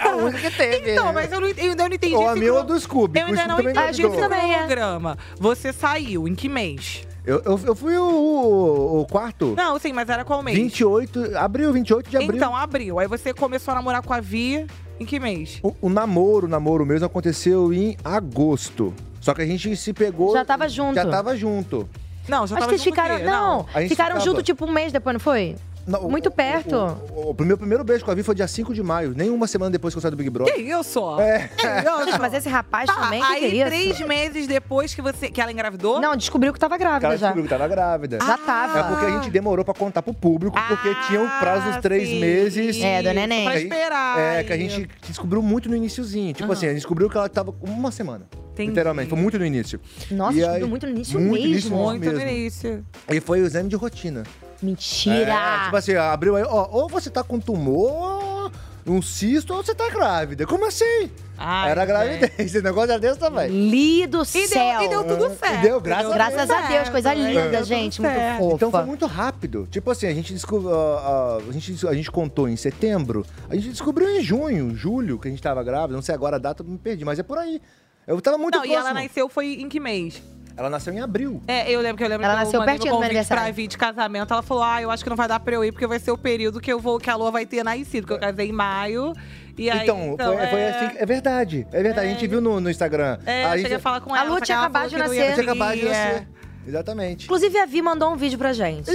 S2: a única que teve. né?
S3: Então, mas eu, não, ent- eu ainda não entendi.
S2: Ou
S3: esse
S2: a minha ou
S3: cro-
S2: do Scooby.
S3: Eu
S2: o
S3: ainda
S2: Scooby
S3: não
S2: também tá
S3: entendi
S2: engravidou.
S3: esse
S1: é.
S3: programa. Você saiu em que mês?
S2: Eu, eu, eu fui o, o- o quarto.
S3: Não, sim, mas era qual mês?
S2: 28. Abril, 28 de abril.
S3: Então, abril. Aí você começou a namorar com a Vi em que mês?
S2: O, o namoro, o namoro mesmo aconteceu em agosto. Só que a gente se pegou.
S1: Já tava junto.
S2: Já tava junto.
S3: Não,
S1: Acho
S3: já tava
S1: que eles
S3: junto
S1: ficaram.
S3: o quê?
S1: Não,
S2: A gente
S1: ficaram
S2: ficava.
S1: junto tipo um mês depois, não foi? Muito perto.
S2: O, o meu primeiro beijo com a Vi foi dia 5 de maio, nem uma semana depois que eu saí do Big Brother.
S3: Que isso?
S2: É.
S1: Gente, mas esse rapaz
S3: Tá,
S1: também, que
S3: aí
S1: que é isso?
S3: três meses depois que, você, que ela engravidou?
S1: Não, descobriu que tava
S2: O cara
S1: grávida já. Ah.
S2: descobriu que tava grávida.
S1: Já tava.
S2: É porque a gente demorou pra contar pro público,
S3: Ah,
S2: porque tinha um prazo de três
S1: Ah, sim.
S2: meses.
S1: É, do neném.
S2: Que a gente-
S1: Pra esperar,
S2: É, que a
S1: e-
S2: gente descobriu muito no iniciozinho. Tipo assim, a gente descobriu que ela tava com uma semana.
S3: Entendi.
S2: Literalmente, foi muito no início.
S1: Nossa,
S2: E
S1: descobriu
S2: aí-
S1: muito no início
S2: muito
S1: mesmo.
S2: início
S1: Muito
S2: mesmo.
S1: no
S3: início.
S2: E foi o exame de rotina.
S1: Mentira!
S2: É, tipo assim, abriu aí, ó, ou você tá com tumor, um cisto, ou você tá grávida. Como assim?
S3: Ai,
S2: Era gravidez, [laughs] esse negócio era desse também.
S1: Lido
S2: E
S1: céu.
S2: deu tudo certo. deu, graças,
S1: Graças a Deus, coisa
S2: né?
S1: linda,
S2: Deu tudo
S1: gente, muito
S2: certo.
S3: Hum,
S1: fofa.
S2: Então foi muito rápido. Tipo assim, a gente descobriu. ah, ah, a, gente, a gente contou em setembro, a gente descobriu em junho, julho, que a gente tava grávida. Não sei agora a data, me perdi, mas é por aí. Eu tava muito
S3: Não, e
S2: próximo.
S3: ela nasceu foi em que mês?
S2: Ela nasceu em abril.
S3: É, eu lembro que eu lembro
S1: Ela
S3: que eu
S1: nasceu
S3: mandei
S1: pertinho
S3: meu
S1: do meu
S3: convite
S1: aniversário.
S3: pra vir de casamento. Ela falou: Ah, eu acho que não vai dar pra eu ir, porque vai ser o período que eu vou, que a Lua vai ter nascido, porque eu casei em maio. E aí,
S2: então, foi, foi assim. É verdade, é verdade. a gente viu no, no Instagram.
S3: É, eu
S2: a
S3: cheguei
S2: gente
S3: a falar com
S1: A
S3: ela.
S1: Lu
S3: só que
S1: tinha
S3: ela
S1: acabado
S3: falou
S1: de
S3: que não ia
S1: nascer.
S2: tinha acabado de
S3: conseguir, é.
S2: nascer. Exatamente.
S1: Inclusive, a Vi mandou um vídeo pra gente.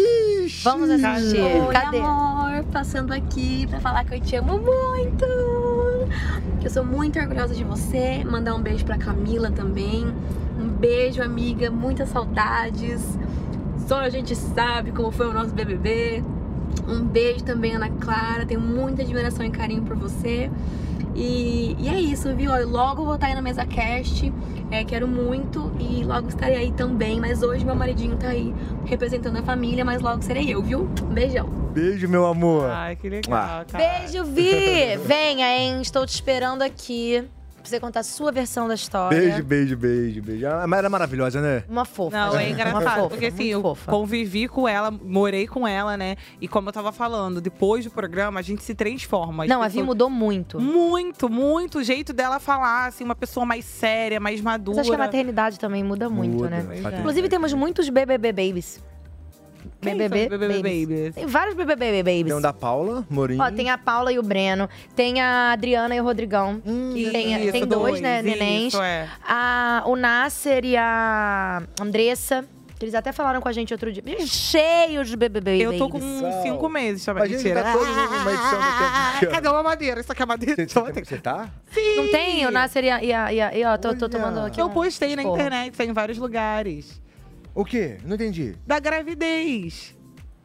S1: Vamos assistir.
S12: Oi,
S1: Cadê?
S12: amor, passando aqui pra falar que eu te amo muito. Que eu sou muito orgulhosa de você. Mandar um beijo pra Camila também. Um beijo, amiga. Muitas saudades. Só a gente sabe como foi o nosso BBB. Um beijo também, Ana Clara. Tenho muita admiração e carinho por você. E, e é isso, viu? Ó, Eu logo vou estar aí na mesa cast. é, quero muito e logo estarei aí também. Mas hoje meu maridinho tá aí representando a família, mas logo serei eu, viu? Beijão.
S2: Beijo, meu amor.
S3: Ai, que
S2: legal,
S3: Tá.
S1: Beijo, Vi! Venha, hein? Estou te esperando aqui pra você contar a sua versão da história.
S2: Beijo, beijo, beijo, beijo. A Mara é maravilhosa, né?
S1: Uma fofa.
S3: Não, é
S1: gente, uma
S3: engraçado,
S1: fofa,
S3: porque
S1: muito
S3: assim, eu
S1: fofa.
S3: convivi com ela, morei com ela, né? E como eu tava falando, depois do programa, a gente se transforma. As
S1: Não, a Vi
S3: pessoas-
S1: mudou muito.
S3: Muito, muito. O jeito dela falar, assim, uma pessoa mais séria, mais
S1: Mas
S3: madura.
S1: acho que a maternidade também muda muito,
S3: Muda,
S1: né?
S3: pois é.
S1: Inclusive, temos muitos BBB Babies.
S3: Quem
S1: BBB,
S3: são os BBB Babies?
S1: Tem vários BBB Babies.
S2: Tem um da Paula Morim.
S1: Ó, tem a Paula e o Breno, tem a Adriana e o Rodrigão.
S3: Hum.
S1: tem,
S3: isso,
S1: tem dois,
S3: dois,
S1: né,
S3: isso,
S1: nenéns.
S3: é.
S1: A, o Nasser e a Andressa. que Eles até falaram com a gente outro dia. Cheio de BBB.
S3: Eu tô com
S1: babies.
S3: cinco meses também.
S1: Imagina,
S3: Mentira.
S1: tá todo mundo
S2: numa edição do tempo
S3: [laughs]
S2: inteiro.
S3: Cadê uma madeira? Isso aqui é madeira.
S2: Você tá?
S1: Não tem? O Nasser e a. E a, e a- e ó, tô, tô tomando aqui.
S3: Eu
S1: um
S3: postei na
S1: esporro.
S3: internet, tem em vários lugares.
S2: O quê? Não entendi.
S3: Da gravidez.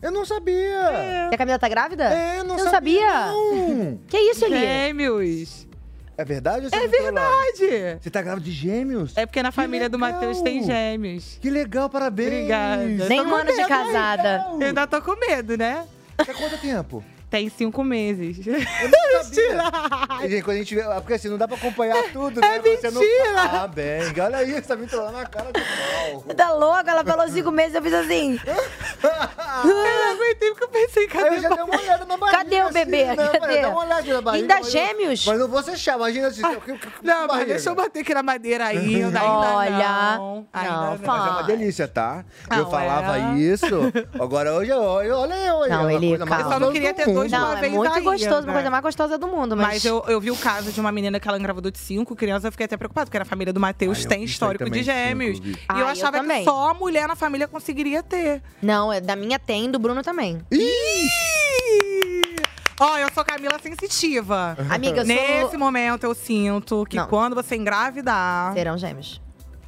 S2: Eu não sabia.
S1: Que a Camila tá grávida? É,
S2: não
S1: sabia.
S2: não.
S1: Que isso, Eli?
S3: Gêmeos.
S2: É verdade? ou você
S3: É
S2: inventou lá?
S3: verdade.
S2: Você tá grávida de gêmeos?
S3: É porque na família do Matheus tem gêmeos.
S2: Que legal, parabéns. Tá
S3: Obrigada.
S1: Nem
S3: Tô
S1: um
S3: com
S1: ano de
S3: medo
S1: casada.
S3: ainda. Eu ainda tô com medo, né?
S2: Há é quanto tempo?
S3: Tem cinco meses. [laughs]
S2: E, gente, quando a gente vê, porque assim, não dá pra acompanhar tudo,
S3: É
S2: né? Você não
S3: mentira.
S2: Ah, bem. Olha isso, tá me trolando na cara do pau.
S1: Tá louca? Ela falou cinco meses, eu fiz assim.
S3: eu não aguentei porque eu pensei, cadê
S2: eu já dei uma olhada na barriga.
S1: Cadê o bebê?
S2: Assim, né?
S1: Cadê?
S2: Dá uma olhadinha na barriga.
S1: Ainda
S2: mas eu-
S1: gêmeos? Ah.
S2: Mas não vou deixar, imagina assim. eu- eu-
S3: Não, mas
S2: barriga.
S3: deixa eu bater aqui na madeira ainda. ainda
S1: Olha,
S3: não.
S1: não,
S3: Ainda não.
S2: Mas é uma delícia, tá? eu
S1: Ah,
S3: Não,
S2: falava
S3: era.
S2: isso, agora hoje eu olho, olha eu. olha,
S1: Não,
S2: é uma
S1: ele.
S2: coisa mais
S1: calma.
S3: Eu só não queria
S2: do
S3: ter
S2: mundo.
S3: dois de uma
S1: Não, é
S3: vez
S1: muito
S3: ainda.
S1: gostoso, uma coisa mais gostosa do mundo, mas.
S3: Mas eu, eu vi o caso de uma menina que ela engravidou de cinco crianças, eu fiquei até preocupada, porque na família do Matheus tem histórico de
S1: também,
S3: gêmeos.
S1: cinco, eu vi.
S3: e
S1: Ah,
S3: eu
S1: eu
S3: achava que
S1: também.
S3: só a mulher na família conseguiria ter.
S1: Não, é da minha tem, do Bruno também.
S3: Ó, eu sou Camila sensitiva.
S1: Amiga, eu sou-
S3: Nesse momento eu sinto que
S1: Não.
S3: quando você engravidar.
S1: Serão gêmeos.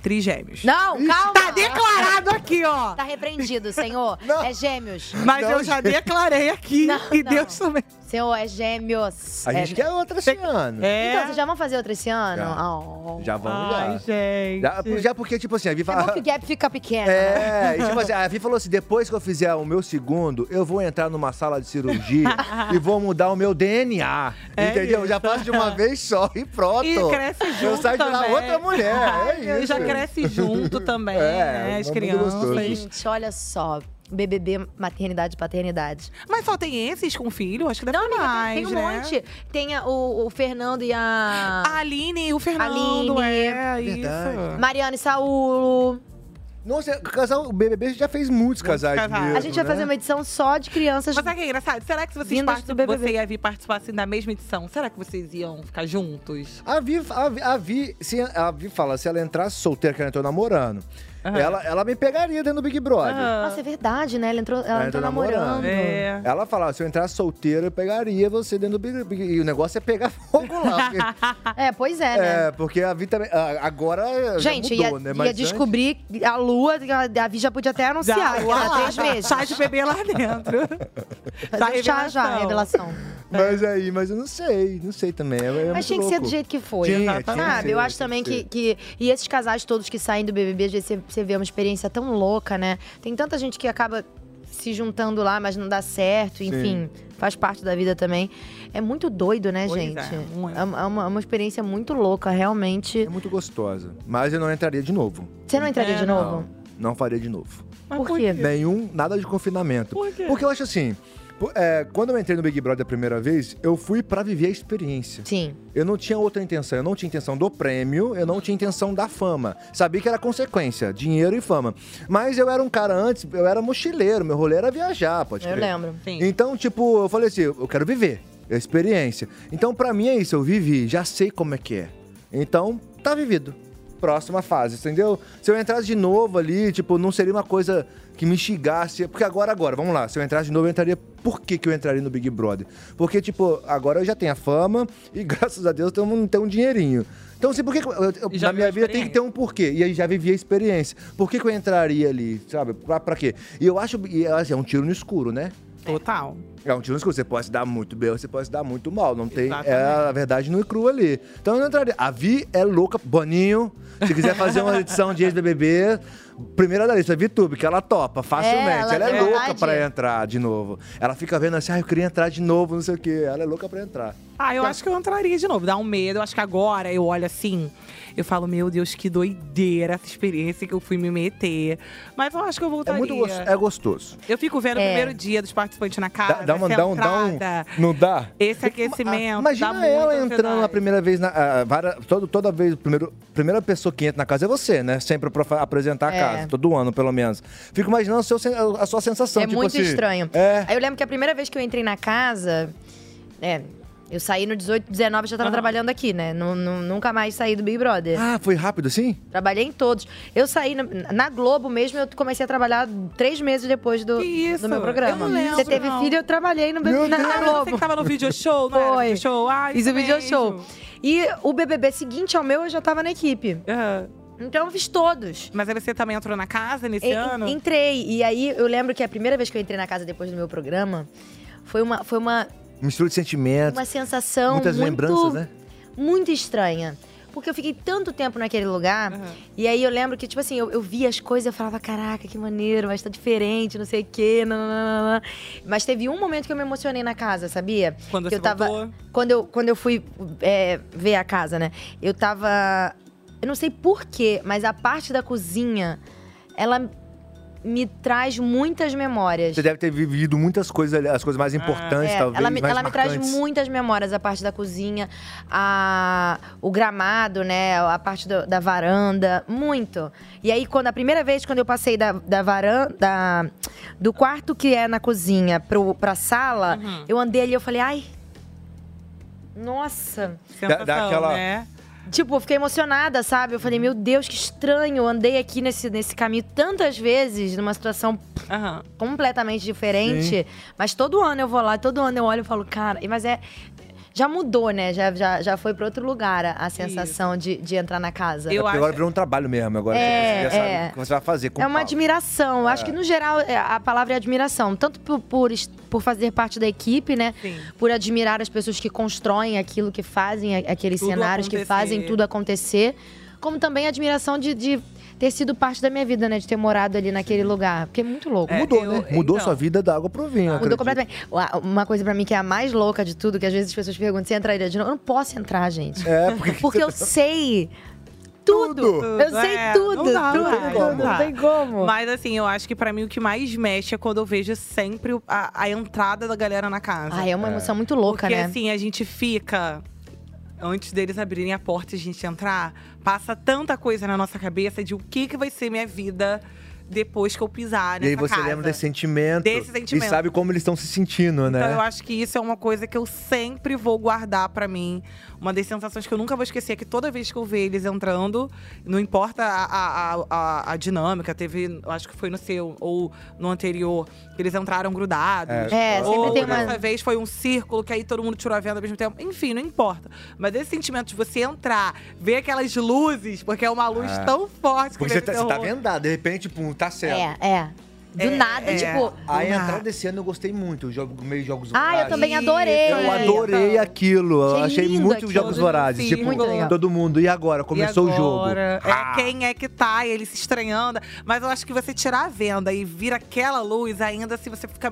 S3: Trigêmeos.
S1: Não, calma!
S3: Tá declarado aqui, ó!
S1: Tá repreendido,
S3: [laughs]
S1: senhor. É gêmeos.
S3: Mas eu já declarei aqui. e Deus também.
S1: Senhor, é gêmeos.
S2: A gente
S1: É-
S2: quer outra assim, esse ano.
S3: É.
S1: Então, vocês já vão fazer outra esse ano?
S2: Já.
S1: Oh.
S2: Já vamos
S3: Ai, gente.
S2: já. Já, já porque, tipo assim, a Vi
S1: É bom
S2: fala.
S1: que o gap fica pequeno.
S2: É,
S1: né?
S2: e tipo assim, a Vi falou assim: depois que eu fizer o meu segundo, eu vou entrar numa sala de
S3: [laughs]
S2: cirurgia e vou mudar o meu DNA.
S3: É
S2: entendeu?
S3: isso.
S2: Já faço de uma vez só e pronto.
S3: E cresce junto.
S2: Eu saio de lá
S3: também.
S2: outra mulher.
S3: Ai,
S2: é
S3: E
S2: isso. É, um
S3: já cresce junto também, né? As crianças.
S1: Gente, olha só. BBB, maternidade, paternidade.
S3: Mas só tem esses com filho? Acho que deve ter mais,
S1: Tem um
S3: né? Ah.
S1: monte. Tem a- o, o Fernando e a.
S3: A Aline e o Fernando, é, isso. Verdade.
S1: Mariana e Saulo.
S2: Nossa, o casal, o BBB já fez muitos casais.
S3: casais.
S2: mesmo,
S1: a gente vai
S2: né?
S1: fazer uma edição só de crianças.
S3: Mas sabe o que é engraçado? Será que se vocês
S1: Vindas
S3: particip...
S1: do BBB.
S3: você e a Vi participassem da mesma edição, será que vocês iam ficar juntos?
S2: A Vi, a Vi, a Vi- se, a Vi fala, se ela entrasse solteira, que ela entrou namorando, ela, ela me pegaria dentro do Big Brother.
S1: Nossa, é verdade, né? Ela entrou, ela entrou namorando.
S3: É.
S2: tá Ela falava, se eu entrasse solteira, eu pegaria você dentro do Big Brother. E o negócio é pegar [laughs] fogo lá.
S1: [laughs]
S2: porque-
S1: É, pois é, né?
S2: é, porque a Vi também... a- Agora já
S1: Gente,
S2: mudou,
S1: ia,
S2: né?
S1: ia
S2: Mas antes-
S1: descobrir a lua, a Vi já podia até
S3: Assim,
S1: anunciar,
S3: ah,
S1: que era três meses.
S3: Sai de bebê lá dentro. [laughs]
S1: Fazer
S3: Tá
S1: um chá já,
S3: revelação.
S1: revelação.
S2: Mas aí, mas eu não sei, não sei também. é- é
S1: Mas
S2: muito
S1: tinha que ser
S2: louco.
S1: do jeito que foi.
S2: Tinha, tinha que
S1: sabe?
S2: ser,
S1: eu acho
S2: tinha
S1: também que,
S2: ser.
S1: que. E esses casais todos que saem do BBB, às vezes você, você vê uma experiência tão louca, né? Tem tanta gente que acaba se juntando lá, mas não dá certo, enfim. Faz parte da vida também. É muito doido, né,
S3: Pois é,
S1: gente?
S3: muito.
S1: É, uma- é uma, é uma experiência muito louca, realmente.
S2: É muito gostosa. Mas eu não entraria de novo.
S1: Você não entraria de novo?
S2: Não faria de novo.
S1: Por, quê?
S2: Nenhum, nada de confinamento.
S1: Por quê?
S2: Porque eu acho assim. po- é, quando eu entrei no Big Brother a primeira vez, eu fui pra viver a experiência.
S1: Sim.
S2: Eu não tinha outra intenção. Eu não tinha intenção do prêmio, eu não tinha intenção da fama. Sabia que era consequência, dinheiro e fama. Mas eu era um cara antes, eu era mochileiro, meu rolê era viajar, pode
S1: Eu
S2: crer.
S1: lembro. Sim.
S2: Então, tipo, eu falei assim, eu quero viver a experiência. Então, pra mim é isso, eu vivi, já sei como é que é. Então, tá vivido. Próxima fase, entendeu? Se eu entrasse de novo ali, tipo, não seria uma coisa que me instigasse. Porque agora, agora, vamos lá. Se eu entrasse de novo, eu entraria. Por que, que eu entraria no Big Brother? Porque, tipo, agora eu já tenho a fama [laughs] e, graças a Deus, tem um, tem um dinheirinho. Então, assim, por que. que eu- eu-
S3: E já
S2: na minha
S3: viu a
S2: vida tem que ter um porquê. E aí já vivi a experiência. Por que, que eu entraria ali, sabe? Pra, pra quê? E eu acho. e, assim, é um tiro no escuro, né?
S3: Total.
S2: É um tiro no escuro. Você pode se dar muito bem ou você pode se dar muito mal. Não tem.
S3: Exatamente.
S2: É a verdade nua e crua ali. Então eu não entraria. A Vi é louca, Boninho. Se quiser fazer uma edição de ex-BBB, primeira da lista, VTube, que ela topa facilmente.
S1: É, ela
S2: ela,
S1: tem
S2: é louca
S1: vontade.
S2: pra entrar de novo. Ela fica vendo assim, ah, eu queria entrar de novo, não sei o quê. Ela é louca pra entrar.
S3: Ah,
S2: Tá.
S3: eu acho que eu entraria de novo. Dá um medo. Eu acho que agora eu olho assim. Eu falo, meu Deus, que doideira essa experiência que eu fui me meter. Mas eu acho que eu
S2: É
S3: voltaria.
S2: muito gos- é gostoso.
S3: Eu fico vendo
S2: É.
S3: o primeiro dia dos participantes na casa.
S2: Dá, dá uma,
S3: essa
S2: dá um, dá um.
S3: entrada,
S2: Não dá?
S3: Esse aquecimento.
S2: ah, Imagina
S3: dá
S2: ela
S3: muita
S2: entrando na primeira vez na. ah, vara- todo, toda vez, primeiro, primeira pessoa que entra na casa é você, né? Sempre pra fa- apresentar a
S1: É.
S2: casa, todo ano, pelo menos. Fico imaginando o seu sen- a sua sensação.
S1: É
S2: tipo
S1: muito
S2: assim,
S1: estranho.
S2: É.
S1: Aí eu lembro que a primeira vez que eu entrei na casa. É, eu saí no 18, 19 já tava trabalhando aqui, né? Nu- nu- nunca mais saí do Big Brother.
S2: Ah, foi rápido assim?
S1: Trabalhei em todos. Eu saí na, na Globo mesmo, eu comecei a trabalhar três meses depois do, do meu programa.
S3: Eu não lembro,
S1: Você teve
S3: não.
S1: filho, eu trabalhei no
S3: Meu
S1: na, na
S3: Deus.
S1: Globo.
S3: ah, Você que tava no video show, não era
S1: Foi.
S3: video show? Ah,
S1: Fiz
S3: isso
S1: o video
S3: mesmo.
S1: show. E o BBB seguinte ao meu, eu já tava na equipe. Então eu fiz todos.
S3: Mas aí você também entrou na casa nesse
S1: En-
S3: ano?
S1: Entrei. E aí eu lembro que a primeira vez que eu entrei na casa depois do meu programa foi uma, foi uma,
S2: Mistura de sentimentos.
S1: uma sensação.
S2: Muitas
S1: muito,
S2: lembranças, né?
S1: Muito estranha. Porque eu fiquei tanto tempo naquele lugar. E aí eu lembro que, tipo assim, eu, eu via as coisas e eu falava, caraca, que maneiro, mas tá diferente, não sei o quê. nananana." Mas teve um momento que eu me emocionei na casa, sabia?
S3: Quando
S1: que
S3: você
S1: eu tava.
S3: voltou?
S1: Quando eu, quando eu fui é, ver a casa, né? Eu tava. Eu não sei porquê, mas a parte da cozinha, ela me traz muitas memórias.
S2: Você deve ter vivido muitas coisas ali, as coisas mais importantes,
S1: É,
S2: talvez.
S1: Ela me,
S2: mais
S1: ela me traz
S2: marcantes.
S1: muitas memórias, a parte da cozinha, a, o gramado, né? A parte do- da varanda, muito. E aí, quando a primeira vez, quando eu passei da, da varanda, da- do quarto que é na cozinha pro, pra sala,
S3: Uhum.
S1: eu andei ali e eu falei, ai, nossa.
S3: Sensação, Dá- dá aquela- né?
S1: Tipo, eu fiquei emocionada, sabe? Eu falei, meu Deus, que estranho. Eu andei aqui nesse, nesse caminho tantas vezes, numa situação completamente diferente.
S3: Sim.
S1: Mas todo ano eu vou lá, todo ano eu olho e falo, cara, mas é. Já mudou, né? Já, já, já foi pra outro lugar a, a sensação de, de entrar na casa.
S2: É porque agora virou um trabalho mesmo. Agora
S1: É,
S2: você já sabe
S1: é.
S2: o que você vai fazer. Com
S1: É uma
S2: calma.
S1: admiração. Eu Acho
S2: É.
S1: que, no geral, é- a palavra é admiração. Tanto por, por, es- por fazer parte da equipe, né? Por admirar as pessoas que constroem aquilo que fazem, a- aqueles
S3: Tudo
S1: cenários que
S3: acontecer.
S1: fazem tudo acontecer. Como também a admiração de, de ter sido parte da minha vida, né? De ter morado ali naquele lugar. Porque é muito louco.
S2: Mudou, né? Mudou sua vida da água pro vinho.
S1: Mudou
S2: acredito.
S1: completamente. Uá, Uma coisa pra mim que é a mais louca de tudo, que às vezes as pessoas perguntam, você entraria de novo? Eu não posso entrar, gente.
S2: É,
S1: [laughs]
S2: porque...
S1: eu sei tudo. Eu sei
S3: É,
S1: tudo.
S3: Não, dá,
S1: tudo,
S3: não, dá,
S1: tudo,
S3: não dá.
S1: não tem como.
S3: Mas assim, eu acho que pra mim o que mais mexe é quando eu vejo sempre o- a, a entrada da galera na casa.
S1: Ai, é uma emoção muito louca,
S3: Porque,
S1: né?
S3: assim, a gente fica. Antes deles abrirem a porta e a gente entrar, passa tanta coisa na nossa cabeça de o que, que vai ser minha vida depois que eu pisar
S2: E
S3: nessa
S2: aí você
S3: casa.
S2: lembra desse sentimento.
S3: Desse sentimento.
S2: E sabe como eles estão se sentindo, né?
S3: Então eu acho que isso é uma coisa que eu sempre vou guardar pra mim. Uma das sensações que eu nunca vou esquecer é que toda vez que eu ver eles entrando, não importa a, a, a- a, a dinâmica, teve, eu acho que foi no seu ou no anterior, que eles entraram grudados.
S1: É, É, sempre
S3: ou
S1: tem uma-
S3: dessa vez foi um círculo que aí todo mundo tirou a venda ao mesmo tempo. Enfim, não importa. Mas esse sentimento de você entrar, ver aquelas luzes, porque é uma luz
S2: É.
S3: tão forte que
S2: Porque você
S3: deve
S2: tá,
S3: ter
S2: você tá
S3: um-
S2: vendado, de repente, pum, tá certo.
S1: É, é. Do
S3: É,
S1: nada,
S3: é.
S1: tipo. do
S2: A
S1: nada.
S2: entrada desse ano eu gostei muito, jogo, meio jogos
S1: Ah, eu
S2: Vorazes.
S1: também adorei. né?
S2: Eu adorei aquilo. eu
S1: Achei
S2: achei
S1: lindo
S2: muito
S1: aquilo.
S2: jogos
S1: Todo
S2: vorazes.
S1: mundo
S2: Tipo,
S1: Muito legal.
S2: todo mundo. E agora? Começou
S3: E
S2: o
S3: agora?
S2: jogo. Ah.
S3: É quem é que tá, e ele se estranhando. Mas eu acho que você tirar a venda e vir aquela luz, ainda assim você fica.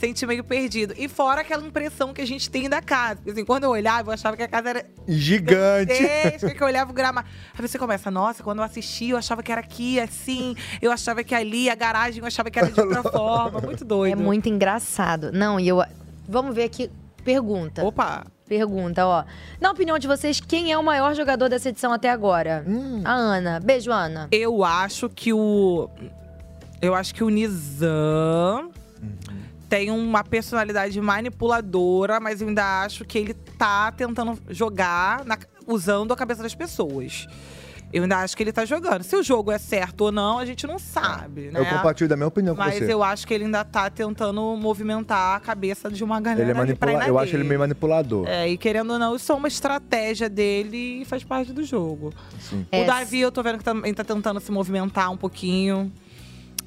S3: Sente meio perdido. E fora aquela impressão que a gente tem da casa. Porque, Assim, quando eu olhava, eu achava que a casa
S2: [laughs]
S3: era
S2: Gigante.
S3: gigantesca, que eu olhava o gramado. Aí você começa, nossa, quando eu assisti, eu achava que era aqui, assim. Eu achava que ali, a garagem, eu achava que era de outra
S2: [laughs]
S3: forma. Muito doido.
S1: É muito engraçado. Não, e eu. Vamos ver aqui. Pergunta.
S3: Opa!
S1: Pergunta, ó. Na opinião de vocês, quem é o maior jogador dessa edição até agora?
S2: Hum.
S1: A Ana. Beijo, Ana.
S3: Eu acho que o. Eu acho que o Nizam tem uma personalidade manipuladora, mas eu ainda acho que ele tá tentando jogar na- usando a cabeça das pessoas. Eu ainda acho que ele tá jogando. Se o jogo é certo ou não, a gente não sabe, né?
S2: Eu compartilho da minha opinião
S3: Mas
S2: com você.
S3: eu acho que ele ainda tá tentando movimentar a cabeça de uma galera.
S2: ele é
S3: ali pra ir
S2: manipula...
S3: na
S2: Eu acho ele
S3: dele.
S2: meio manipulador.
S3: É, e querendo ou não, isso é uma estratégia dele e faz parte do jogo.
S2: É.
S3: O Davi, eu tô vendo que também tá tentando se movimentar um pouquinho.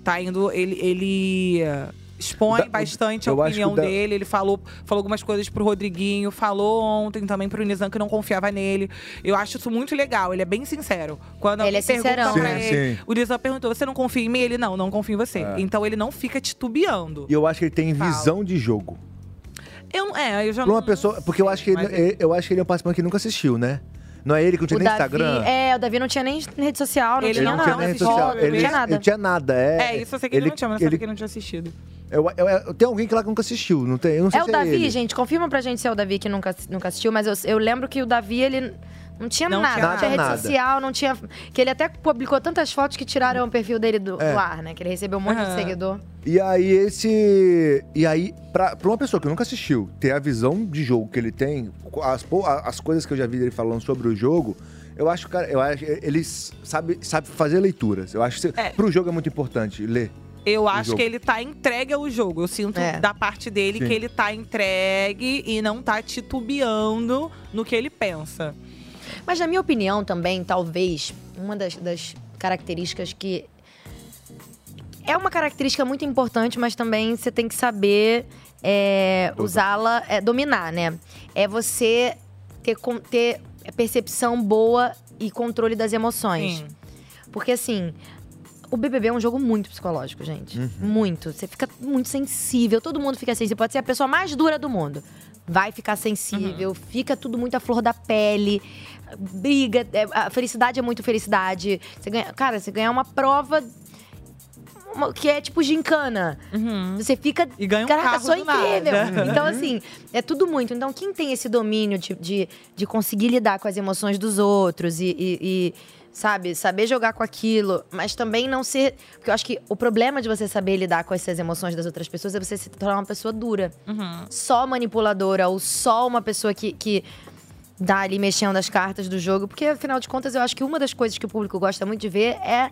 S3: Tá indo. Ele. ele eh, expõe
S2: Da- eu-
S3: bastante a
S2: eu acho que
S3: opinião
S2: o da-
S3: dele. Ele falou, falou algumas coisas pro Rodriguinho, falou ontem também pro Nizam que não confiava nele. Eu acho isso muito legal, ele é bem sincero. Quando
S1: Ele é
S3: perguntam
S1: sincerão,
S3: pra
S1: né? Sim,
S3: ele,
S2: sim. É.
S3: o Nizam perguntou: você não confia em mim? Ele não, não confia em você. Então ele não fica titubeando.
S2: E eu acho que ele tem visão de jogo.
S3: Eu, não- é, eu já
S2: Pra uma
S3: não-
S2: pessoa. Porque eu acho que ele,
S3: mas
S2: eu acho que ele é um participante que nunca assistiu, né? Não é ele que não tinha
S1: o
S2: nem
S1: Davi,
S2: Instagram.
S1: É, o Davi não tinha nem rede social, não
S2: Ele
S1: tinha
S2: não
S1: nada.
S2: tinha nem rede social.
S1: foto,
S2: Ele,
S1: não tinha nada.
S2: ele tinha nada. É,
S3: É, isso eu sei que ele, não tinha, mas eu sabia que ele não tinha assistido.
S2: Eu, eu- eu- tem alguém que lá que nunca assistiu, não tem? Eu não sei
S1: É o
S2: se
S1: Davi,
S2: ele.
S1: gente. Confirma pra gente se é o Davi que nunca, nunca assistiu, mas eu, eu lembro que o Davi, ele não tinha
S2: Não
S1: nada.
S2: tinha
S1: não tinha rede
S2: nada.
S1: social, não tinha. Que ele até publicou tantas fotos que tiraram o perfil dele do,
S2: É.
S1: do ar, né? Que ele recebeu um monte de
S2: Aham.
S1: seguidor.
S2: E aí esse. E aí, pra, pra uma pessoa que nunca assistiu, ter a visão de jogo que ele tem, as, pou- a- as coisas que eu já vi ele falando sobre o jogo. Eu acho, cara, eu acho, ele sabe, sabe fazer leituras. Eu acho que
S3: É.
S2: pro jogo é muito importante ler.
S3: Eu
S2: o
S3: acho
S2: jogo.
S3: que ele tá entregue ao jogo. Eu sinto
S2: É.
S3: da parte dele
S2: Sim.
S3: que ele tá entregue e não tá titubeando no que ele pensa.
S1: Mas na minha opinião também, talvez, uma das, das características que. É uma característica muito importante, mas também você tem que saber é, usá-la, é, dominar, né? É você ter, con- ter percepção boa e controle das emoções. Porque assim, o BBB é um jogo muito psicológico, gente. Muito. Você fica muito sensível, todo mundo fica sensível. Pode ser a pessoa mais dura do mundo. Vai ficar sensível, fica tudo muito à flor da pele. Briga, é, a felicidade é muito felicidade. Você ganha, cara, você ganhar uma prova uma- que é tipo gincana. Você fica. E ganha
S3: um
S1: Caraca,
S3: carro
S1: sou
S3: do
S1: incrível!
S3: [laughs] nada. Uhum.
S1: Então, assim, é tudo muito. Então, quem tem esse domínio de, de, de conseguir lidar com as emoções dos outros e. e- e, Sabe, saber jogar com aquilo, mas também não ser. Porque eu acho que o problema de você saber lidar com essas emoções das outras pessoas é você se tornar uma pessoa dura.
S3: Uhum.
S1: Só manipuladora ou só uma pessoa que, que dá ali mexendo as cartas do jogo. Porque, afinal de contas, eu acho que uma das coisas que o público gosta muito de ver é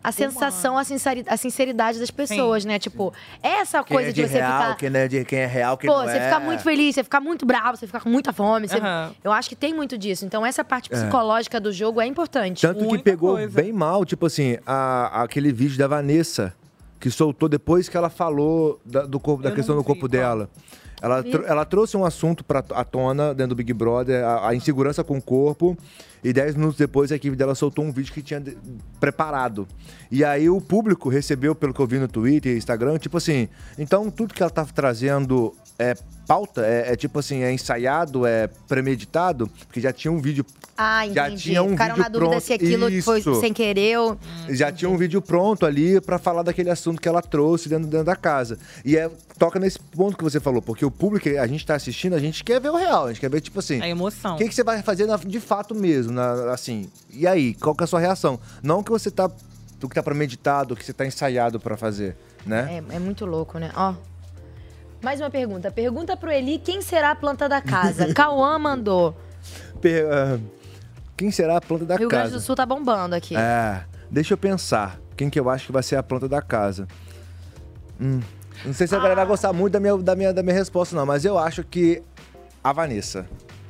S1: a sensação, a sinceri- a sinceridade das pessoas, né? Tipo, essa
S2: Quem
S1: coisa
S2: é
S1: de,
S2: de,
S1: você
S2: real,
S1: ficar.
S2: quem, é de, quem é real, quem
S1: Pô,
S2: não
S1: você
S2: é.
S1: ficar muito feliz, você ficar muito bravo, você ficar com muita fome. você-
S2: Aham.
S1: Eu acho que tem muito disso. Então, essa parte
S2: É.
S1: psicológica do jogo é importante.
S2: Tanto que pegou bem mal, tipo assim, a- aquele vídeo da Vanessa, que soltou depois que ela falou da, do corpo, da questão do corpo dela. Ela,
S13: Vi.
S2: tro- ela trouxe um assunto pra à tona dentro do Big Brother, a, a insegurança com o corpo. E 10 minutos depois a equipe dela soltou um vídeo que tinha de- preparado. E aí o público recebeu, pelo que eu vi no Twitter e Instagram, tipo assim, então tudo que ela tá trazendo é pauta, é, é tipo assim, é ensaiado, é premeditado, porque já tinha um vídeo
S1: Ah,
S2: Já
S1: entendi.
S2: tinha um
S1: Ficaram na
S2: vídeo
S1: dúvida
S2: pronto.
S1: se aquilo foi
S2: Isso.
S1: sem querer ou.
S2: já tinha um vídeo pronto ali pra falar daquele assunto que ela trouxe dentro, dentro da casa. E é, toca nesse ponto que você falou, porque o público, a gente tá assistindo, a gente quer ver o real, a gente quer ver, tipo assim.
S3: A emoção.
S2: O que, que você vai fazer na- de fato mesmo, na- assim? E aí, qual que é a sua reação? Não que você tá. O que tá premeditado, o que você tá ensaiado pra fazer, né?
S1: É, é muito louco, né? Ó. Mais uma pergunta. Pergunta pro Eli quem será a planta da
S2: [laughs]
S1: casa. Cauã mandou.
S2: Per- ah, Quem será a planta da
S1: Rio
S2: casa?
S1: Grande do Sul tá bombando aqui.
S2: É, deixa eu pensar. Quem que eu acho que vai ser a planta da casa? Hum, não sei se a galera vai gostar muito da minha, da, minha, da minha resposta, não, mas eu acho que a Vanessa,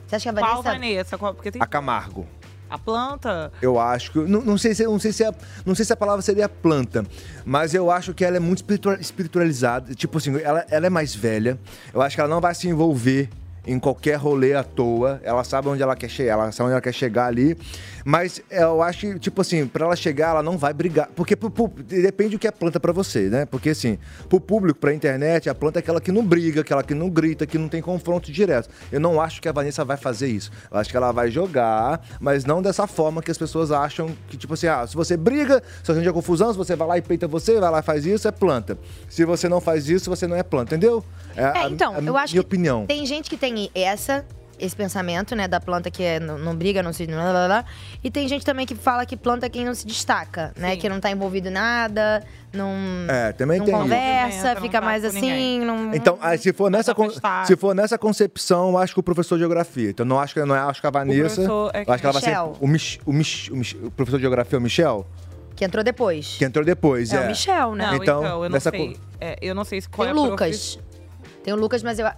S1: Você acha que a Vanessa.
S3: Qual Vanessa? Qual? Porque tem
S2: a Camargo.
S3: a planta.
S2: Eu acho que. Não, não sei se, não, sei se a, não sei se a palavra seria planta, mas eu acho que ela é muito espiritua- espiritualizada. Tipo assim, ela, ela é mais velha. Eu acho que ela não vai se envolver em qualquer rolê à toa. Ela sabe onde ela quer chegar, ela sabe onde ela quer chegar ali. Mas eu acho que, tipo assim, pra ela chegar, ela não vai brigar. Porque pro, pro- depende do que é planta pra você, né? Porque assim, pro público, pra internet, a planta é aquela que não briga, aquela que não grita, que não tem confronto direto. Eu não acho que a Vanessa vai fazer isso. Eu acho que ela vai jogar, mas não dessa forma que as pessoas acham que, tipo assim, ah, se você briga, se você a confusão, se você vai lá e peita você, vai lá e faz isso, é planta. Se você não faz isso, você não é planta, entendeu? É,
S1: É,
S2: a-
S1: então,
S2: a
S1: eu acho
S2: minha
S1: que
S2: opinião.
S1: tem gente que tem essa, esse pensamento, né, da planta que é- não, não briga, não se. Blá, blá, blá. E tem gente também que fala que planta é quem não se destaca, né? Que não tá envolvido em nada, não.
S2: É, também
S1: não
S2: tem isso.
S1: conversa, fica mais assim, não.
S2: Então, aí, se for nessa, con- se for nessa concepção, eu acho que o professor de geografia. Então, não acho que não é- acho que a Vanessa,
S1: professor é
S2: eu acho que ela vai ser
S1: Michel.
S2: o, Mich, o, Mich, o, Mich- o professor de geografia, é o Michel,
S1: Que entrou depois.
S2: que entrou depois, é.
S1: É o Michel, né?
S3: Não, então, eu não
S2: nessa
S3: sei.
S2: co-
S3: É, eu não sei se qual
S1: Tem
S3: é
S1: o
S3: a
S1: Lucas. Tem o Lucas, mas eu. a-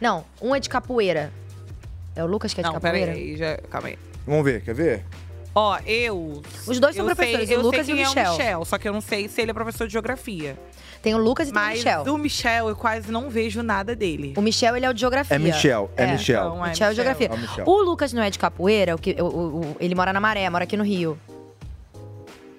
S1: Não, um é de capoeira. É o Lucas que é de
S3: Não,
S1: capoeira?
S3: peraí, já, calma aí.
S2: Vamos ver, quer ver?
S3: Ó, eu.
S1: Os dois são
S3: eu sei-
S1: professores, o
S3: eu sei
S1: Lucas e
S3: quem
S1: o
S3: é
S1: Michel.
S3: Só que eu não sei se ele é professor de geografia.
S1: Tem o Lucas e tem o
S3: Mas
S1: Michel.
S3: do Michel, eu quase não vejo nada dele.
S1: O Michel, ele é o de geografia.
S2: É Michel, é Michel. Então, é
S1: Michel é
S2: Michel.
S1: geografia.
S2: É o Michel.
S1: O Lucas não é de capoeira, o que, o- o- o- ele mora na Maré, mora aqui no Rio.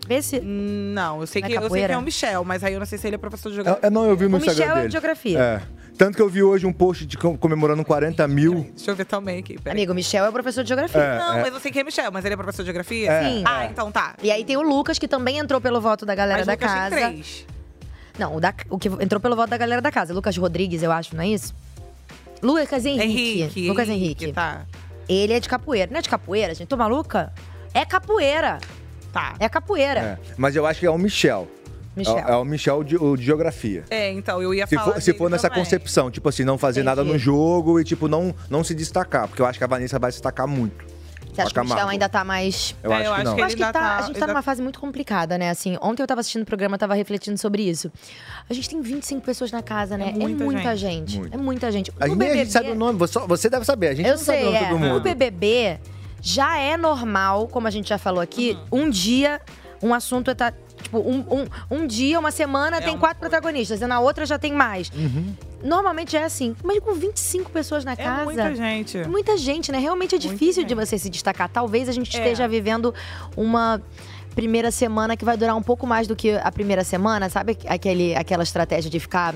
S1: Vê se...
S2: Hum,
S3: Não, eu sei, que, eu sei que é o Michel, mas aí eu não sei se ele é professor de
S1: então,
S3: geografia.
S2: É, é, não, eu vi no
S3: O
S2: Instagram
S3: Michel é
S2: dele.
S3: de geografia.
S2: É. Tanto que eu vi hoje um post de com- comemorando 40 mil.
S3: Deixa eu ver também aqui. Peraí.
S1: Amigo, o Michel é o professor de geografia.
S2: É,
S3: não,
S2: é.
S3: mas eu sei que é Michel, mas ele é professor de geografia?
S2: É, Sim.
S3: Ah,
S1: é.
S3: então tá.
S1: E aí tem o Lucas, que também entrou pelo voto da galera
S3: Mas
S1: da
S3: Lucas tem
S1: casa.
S3: três.
S1: Não, o, da- o que entrou pelo voto da galera da casa. Lucas Rodrigues, eu acho, não é isso? Lucas Henrique.
S3: Henrique,
S1: Lucas Henrique.
S3: Tá.
S1: Ele é de capoeira. Não é de capoeira, gente? Tô maluca? É capoeira.
S3: Tá.
S1: É capoeira.
S2: É, Mas eu acho que é o Michel.
S1: Michel.
S2: É, o- é o Michel de, o de geografia.
S3: É, então, eu ia
S2: Se
S3: falar.
S2: for, se
S3: dele
S2: for nessa
S3: também.
S2: concepção, tipo assim, não fazer nada
S3: Entendi.
S2: no jogo e, tipo, não, não se destacar. Porque eu acho que a Vanessa vai se destacar muito.
S1: Você acha que o Michel ainda tá mais.
S2: Eu É, acho eu que acho não. que
S1: Eu
S2: ele
S1: acho que
S2: ainda
S1: tá-
S2: tá-
S1: a gente
S2: ele
S1: tá
S2: ainda-
S1: numa fase muito complicada, né? Assim, ontem eu tava assistindo o programa, tava refletindo sobre isso. A gente tem 25 pessoas na casa, né? É muita,
S2: muita
S1: gente.
S2: gente.
S1: É muita gente.
S2: A
S1: No
S2: gente, nem a gente
S1: BBB,
S2: sabe o nome, você, só- você deve saber. A gente
S1: eu
S2: não sabe
S1: sei,
S2: o nome
S1: é.
S2: de todo mundo.
S1: No BBB já é normal, como a gente já falou aqui,
S2: Uhum.
S1: um dia um assunto tá. Tipo, um, um, um dia, uma
S2: É
S1: semana, tem quatro protagonistas, e na outra já tem mais.
S2: Uhum.
S1: Normalmente é assim, mas com 25 pessoas
S2: É
S1: na casa.
S3: muita gente.
S1: é Muita gente, né? Realmente é difícil de você se destacar. Talvez a gente
S3: É.
S1: esteja vivendo uma primeira semana que vai durar um pouco mais do que a primeira semana, sabe? Aquele, aquela estratégia de ficar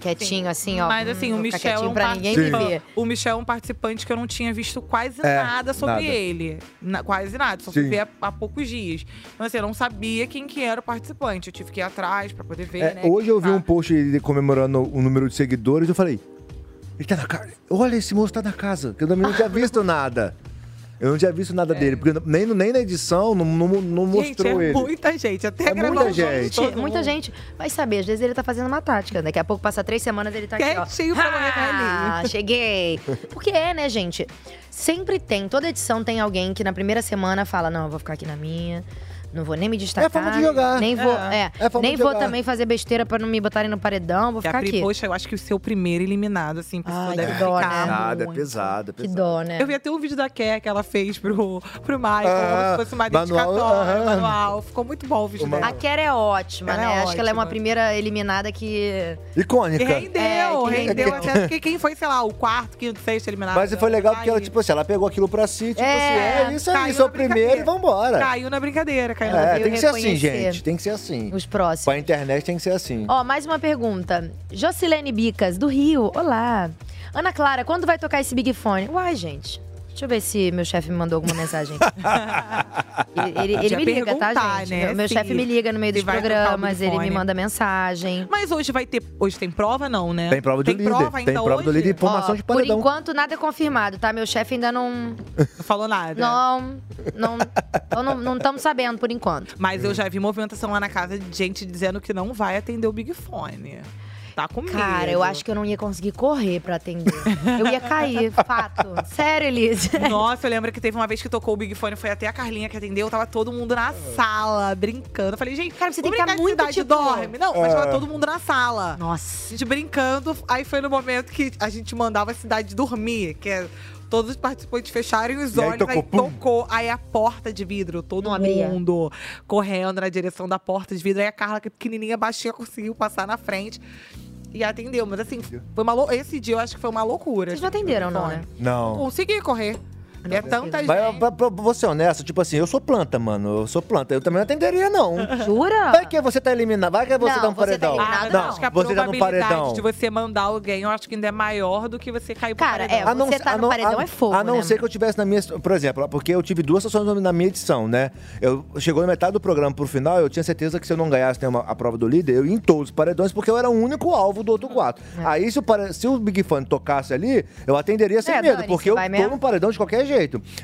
S1: quietinho, assim, ó.
S3: Mas assim,
S1: hum,
S3: o
S1: vou ficar
S3: Michel, é
S1: quietinho
S3: um
S1: pra ninguém me
S3: participa-
S1: ver.
S3: o Michel é um participante que eu não tinha visto quase
S1: É,
S3: nada sobre
S1: nada.
S3: ele. Na- quase nada, só fui
S1: Sim.
S3: ver há, há poucos dias. Então, assim, eu não sabia quem que era o participante. Eu tive que ir atrás pra poder ver,
S2: É,
S3: né?
S2: hoje eu vi um post dele comemorando o número de seguidores eu falei: ele tá na casa. Olha, esse moço tá na casa. Que eu também não tinha visto nada. Eu não tinha visto nada dele, porque nem, nem na edição não, não, não
S3: Gente,
S2: mostrou
S3: é
S2: ele.
S3: muita gente. Até
S2: É
S3: gravar
S2: muita
S3: o jogo de
S2: gente.
S3: todo
S1: Muita
S3: mundo.
S1: gente vai saber, às vezes ele tá fazendo uma tática. Daqui a pouco passa três semanas ele tá aqui, ó.
S3: Quietinho pra morrer
S1: ah,
S3: velhinho."
S1: cheguei. Porque é, né, gente? Sempre tem, toda edição tem alguém que na primeira semana fala: não, eu vou ficar aqui na minha. Não vou nem me destacar.
S3: É forma de jogar.
S1: Nem vou, é,
S3: É. É forma
S1: nem
S3: de
S1: vou
S3: jogar.
S1: também fazer besteira pra não me botarem no paredão, vou
S3: E a
S1: ficar
S3: Pri,
S1: aqui.
S3: Poxa, eu acho que o seu primeiro eliminado, assim, pessoa
S1: Ai,
S3: deve
S1: que dó,
S3: ficar
S1: né?
S2: Pesado, é
S3: muito.
S2: pesado, é pesado.
S1: dó, né?
S3: Eu vi até um vídeo da Ké que ela fez pro, pro Michael,
S2: Ah,
S3: como se fosse uma
S2: manual,
S3: dedicatória,
S2: aham.
S3: manual. Ficou muito bom o vídeo dela.
S1: A Kera é ótima,
S3: Ela
S1: né?
S3: é
S1: Acho que ela é uma
S3: ótima.
S1: primeira eliminada que.
S2: Icônica.
S1: Que rendeu,
S3: Rendeu,
S1: É, que
S3: rendeu
S2: [laughs]
S3: até que quem foi, sei lá, o quarto, quinto, sexto eliminado. tá
S2: Mas foi legal porque ela, tipo assim, ela pegou aquilo pra si, tipo assim, é isso aí,
S3: caiu
S2: sou o
S3: na
S2: primeiro e
S3: brincadeira.
S2: vambora.
S3: Caiu na brincadeira, caiu na
S2: É,
S3: brincadeira.
S2: tem que ser assim, gente. Tem que ser assim.
S1: Os próximos.
S2: Pra internet tem que ser assim.
S1: Ó, mais uma pergunta. Jocilene Bicas, do Rio. Olá. Ana Clara, quando vai tocar esse Big Fone? Uai, gente. Deixa eu ver se meu chefe me mandou alguma
S3: [laughs]
S1: mensagem. Ele, ele
S3: Podia
S1: me liga, tá,
S3: perguntar,
S1: gente?
S3: né,
S1: Meu, meu
S3: se-
S1: chefe me liga no meio
S3: se
S1: dos
S3: vai tocar o
S1: programas, ele me
S3: Big Fone.
S1: manda mensagem.
S3: Mas hoje vai ter. Hoje tem prova, não, né?
S2: Tem prova do
S3: tem
S2: líder,
S3: Prova
S2: tem
S3: ainda
S2: prova do
S3: hoje?
S2: líder e formação de
S1: Por
S2: paredão.
S1: enquanto, nada é confirmado, tá? Meu chefe ainda não.
S3: Não falou nada.
S1: Não. Não. então não- não estamos sabendo por enquanto.
S3: Mas eu já vi movimentação lá na casa de gente dizendo que não vai atender o Big Fone. Tá com medo.
S1: Cara, eu acho que eu não ia conseguir correr pra atender. Eu ia cair, fato. Sério, Elise.
S3: Nossa, eu lembro que teve uma vez que tocou o Big Fone, foi até a Carlinha que atendeu, tava todo mundo na sala, brincando. Eu falei, gente, cara, você
S1: É. tem que tá muito, tipo,
S3: dorme. Não, mas
S1: é.
S3: tava todo mundo na sala.
S1: Nossa.
S3: A gente brincando, aí foi no momento que a gente mandava a cidade dormir, que é todos os participantes fecharem os
S2: E aí
S3: olhos, aí
S2: tocou,
S3: tocou, aí,
S2: pum.
S3: a porta de vidro, todo
S1: Não abria.
S3: mundo correndo na direção da porta de vidro. Aí a Carla, que é pequenininha, baixinha, conseguiu passar na frente. E atendeu, mas assim, foi uma lou- esse dia eu acho que foi uma loucura.
S1: Vocês não atenderam, não, né?
S2: Não.
S3: Consegui correr. É tanta gente.
S2: Mas pra, pra- pra você honesto, tipo assim, eu sou planta, mano. Eu sou planta. Eu também não atenderia,
S3: [laughs]
S2: não.
S1: Jura?
S2: Vai que você tá eliminado. Vai que você
S3: Não,
S2: tá no
S3: você tá
S2: paredão.
S3: eliminado,
S2: não,
S3: acho que a
S2: você tá no
S3: probabilidade
S2: paredão.
S3: de você mandar alguém, eu acho que ainda é maior do que você cair pro Cara, paredão.
S1: é,
S2: A não ser-
S1: tá
S2: a não- a- A
S1: né,
S2: não ser que eu tivesse na minha. Por exemplo, porque eu tive duas situações na minha edição, né? Eu chegou na metade do programa pro final, eu tinha certeza que se eu não ganhasse nenhuma, a prova do líder, eu ia em todos os paredões, porque eu era o único alvo do outro
S1: Hum.
S2: quatro.
S1: É.
S2: Aí, se o, pare- se o Big Fun tocasse ali, eu atenderia sem
S1: É,
S2: medo,
S1: dane-se,
S2: porque eu
S1: vai
S2: tô
S1: mesmo.
S2: num paredão de qualquer jeito.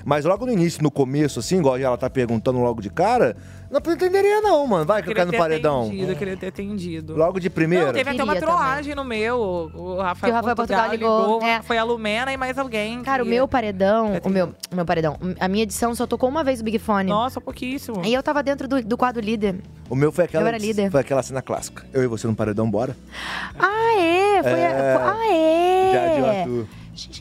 S2: Mas logo no início, no começo, assim, igual ela tá perguntando logo de cara, não atenderia, não, mano. Vai que eu
S3: queria
S2: caio
S3: ter
S2: no paredão.
S3: é atendido, eu
S1: É.
S3: queria ter atendido.
S2: Logo de primeira.
S3: Não, teve até uma trollagem no meu. O Rafael,
S1: Que o Rafael Portugal ligou, é.
S3: Foi a Lumena e mais alguém.
S1: Cara, o
S3: que-
S1: meu paredão, o meu, o meu paredão, a minha edição só tocou uma vez o Big Fone.
S3: Nossa, pouquíssimo.
S1: E eu tava dentro do, do quadro líder.
S2: O meu foi aquela,
S1: Eu era líder.
S2: foi aquela cena clássica. Eu e você no paredão, bora.
S1: Ah, é? Foi a-
S2: É.
S1: foi- ah, é?
S2: Já de uma tu.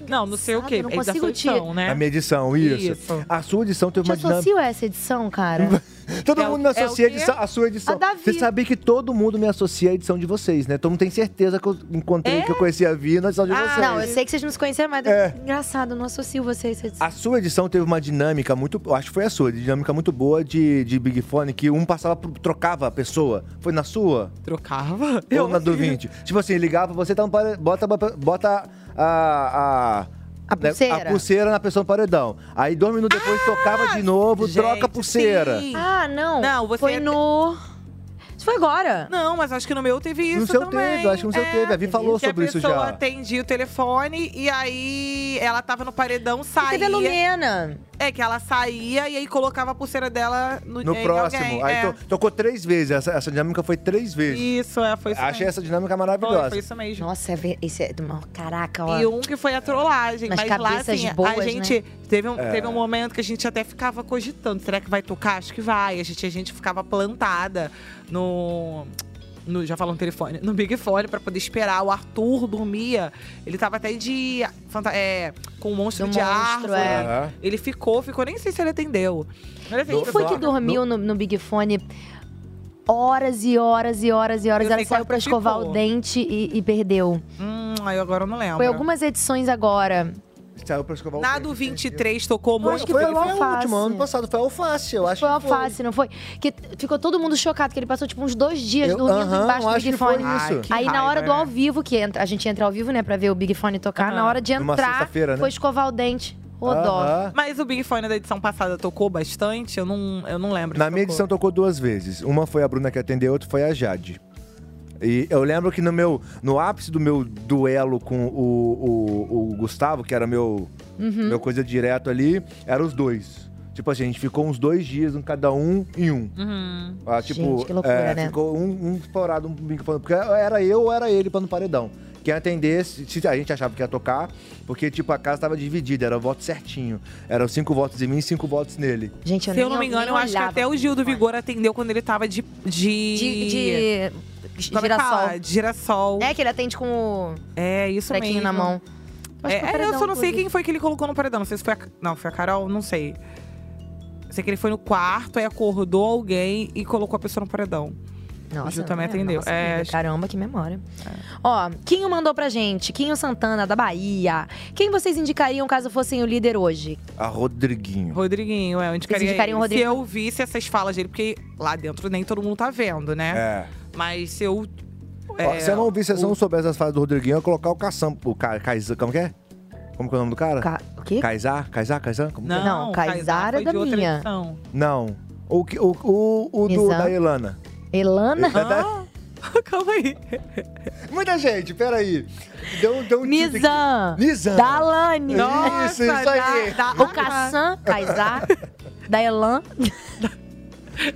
S3: Não, não sei o quê.
S1: não
S3: é da
S1: consigo
S3: sua
S1: te-
S3: edição, né?
S2: A minha edição, isso.
S3: Isso.
S2: A sua edição teve
S1: Te
S2: uma dinâmica.
S1: associo a essa edição,
S2: [laughs]
S1: cara?
S2: Todo
S1: É o-
S2: mundo me
S1: é o
S2: associa a,
S1: quê?
S2: edição, a sua edição.
S1: A da
S2: Você
S1: Vi.
S2: sabia que todo mundo me associa à edição de vocês, né? Todo mundo tem certeza que eu encontrei, que eu conheci a Vi na edição de vocês.
S1: É? Ah, não, eu sei que vocês não se conhecem, mas
S2: É.
S1: engraçado, eu não associo vocês. a essa edição.
S2: A sua edição teve uma dinâmica muito. eu Acho que foi a sua, dinâmica muito boa de, de Big Fone, que um passava pro, trocava a pessoa. Foi na sua?
S3: Trocava?
S2: Ou na do 20? Tipo assim, ligava pra você, então pare- bota, bota a. a a
S1: pulseira.
S2: pulseira na pessoa no paredão. Aí dois minutos depois tocava de novo, troca a pulseira.
S1: Ah, não. Não, você.
S3: é
S1: Foi no. Isso foi agora.
S3: Não, mas acho que no meu teve isso.
S2: No seu
S3: também. É,
S2: teve, acho que no seu teve. A Vi falou
S3: que
S2: sobre
S3: a
S2: isso
S3: pessoa
S2: já.
S3: atendia o telefone e aí ela tava no paredão, saía.
S1: teve a Lumena.
S3: É, que ela saía e aí colocava a pulseira dela no,
S2: No
S3: em
S2: próximo.
S3: alguém,
S2: Aí
S3: é.
S2: to- tocou três vezes. Essa, essa dinâmica foi três vezes.
S3: Isso, é, foi isso
S2: Achei
S3: mesmo.
S2: essa dinâmica maravilhosa.
S3: Foi, foi isso mesmo.
S1: Nossa, é ver- esse é. Caraca, ó.
S3: E um que foi a trollagem.
S1: Mas
S3: Mas, lá,
S1: cabeças
S3: assim,
S1: boas,
S3: a gente…
S1: né?
S3: Teve, um,
S1: É.
S3: teve um momento que a gente até ficava cogitando. Será que vai tocar? Acho que vai. A gente, a gente ficava plantada no… no- já falou no telefone. No Big Fone, pra poder esperar. O Arthur dormia. Ele tava até de… fanta- é, com o monstro
S1: Do
S3: de
S1: monstro,
S3: árvore.
S1: é.
S3: Ele ficou, ficou. Nem sei se ele atendeu. Mas, assim,
S1: Quem foi que dormiu no, no Big Fone horas e horas e horas e horas?
S3: Eu
S1: Ela
S3: sei
S1: saiu
S3: quanto
S1: pra escovar
S3: ficou.
S1: o dente e, e perdeu.
S3: Hum, aí agora eu não lembro.
S1: Foi algumas edições agora.
S2: Saiu pra escovar
S3: Na do 23 tocou
S1: Eu
S3: muito.
S1: acho que foi,
S3: porque
S1: a
S3: foi a
S1: alface.
S3: última, ano
S2: passado foi alface, eu acho.
S1: Foi alface, não foi? Que ficou todo mundo chocado, que ele passou tipo uns dois dias
S2: Eu-
S1: dormindo
S2: aham,
S1: embaixo do
S2: acho
S1: Big
S2: que foi
S1: Fone.
S2: isso. Ai, que
S1: Aí na hora
S2: raiva,
S1: do
S2: né? Ah,
S1: ao vivo, que entra- a gente entra ao vivo, né, pra ver o Big Fone tocar,
S3: Aham.
S1: na hora de
S3: Numa
S1: entrar,
S3: sexta-feira, né?
S1: foi escovar o dente. Ô, dó.
S3: Mas o Big Fone da edição passada tocou bastante? Eu não, eu não lembro.
S2: Na minha edição tocou duas vezes. Uma foi a Bruna que atendeu, outra foi a Jade. E eu lembro que no meu no ápice do meu duelo com o, o, o Gustavo, que era meu,
S13: Uhum.
S2: meu coisa direto ali, eram os dois. Tipo assim, a gente ficou uns dois dias, um cada um em um.
S3: Uhum.
S2: Ah, tipo,
S13: Gente, que loucura,
S2: é,
S13: né?
S2: ficou um, um estourado, um bico falando. Porque era eu ou era ele pra no paredão. Quem atendesse, se a gente achava que ia tocar, porque, tipo, a casa tava dividida, era o voto certinho. Eram cinco votos em mim e cinco votos nele.
S1: Gente,
S3: Se eu não me engano, eu acho que até o Gil do Vigor atendeu quando ele tava de. De.
S1: De- de-
S3: Como é que
S1: girassol.
S3: fala? De girassol.
S1: É que ele atende com o.
S3: É, isso
S1: trequinho
S3: mesmo.
S1: na mão. Acho
S3: É,
S1: que foi
S3: é,
S1: o
S3: eu só
S1: paredão,
S3: não sei
S1: inclusive.
S3: quem foi que ele colocou no paredão. Não sei se foi a. Não, foi a Carol, não sei. Sei que ele foi no quarto, aí acordou alguém e colocou a pessoa no paredão.
S1: Nossa,
S3: o Gil também
S1: é,
S3: atendeu.
S1: nossa,
S3: é,
S1: amiga, caramba, que memória. Ó, Quinho mandou pra gente, Quinho Santana, da Bahia. Quem vocês indicariam caso fossem o líder hoje?
S2: A Rodriguinho.
S3: Rodriguinho, é, eu indicaria,
S1: indicariam o
S3: ele. Se
S1: Rodrigo?
S3: eu visse essas falas dele, porque lá dentro nem todo mundo tá vendo, né? É. Mas se eu.
S2: Ó,
S3: é,
S2: se eu não ouvisse, se eu
S3: o-
S2: não soubesse as falas do Rodriguinho, eu ia colocar o Caçam. O Ca, Caizan, como que é? Como que é o nome do cara?
S1: o quê?
S2: Caizar? Caizar? Caizar? Como que é?
S1: Não, Kaysar é
S3: foi
S1: da
S3: de outra
S1: minha.
S3: edição. [laughs]
S2: Não. O, que- o, o, o do,
S1: Exato.
S2: da Elana.
S1: Elana?
S2: É [laughs] da-
S3: Calma aí.
S2: Muita gente, peraí. Deu, deu um tique
S1: Nizam.
S2: aqui. Nizam. É.
S1: Dalane.
S2: Nossa, Isso, isso aí.
S1: Da, da, o
S2: [laughs]
S1: Kassan, Kaysar, da Elan.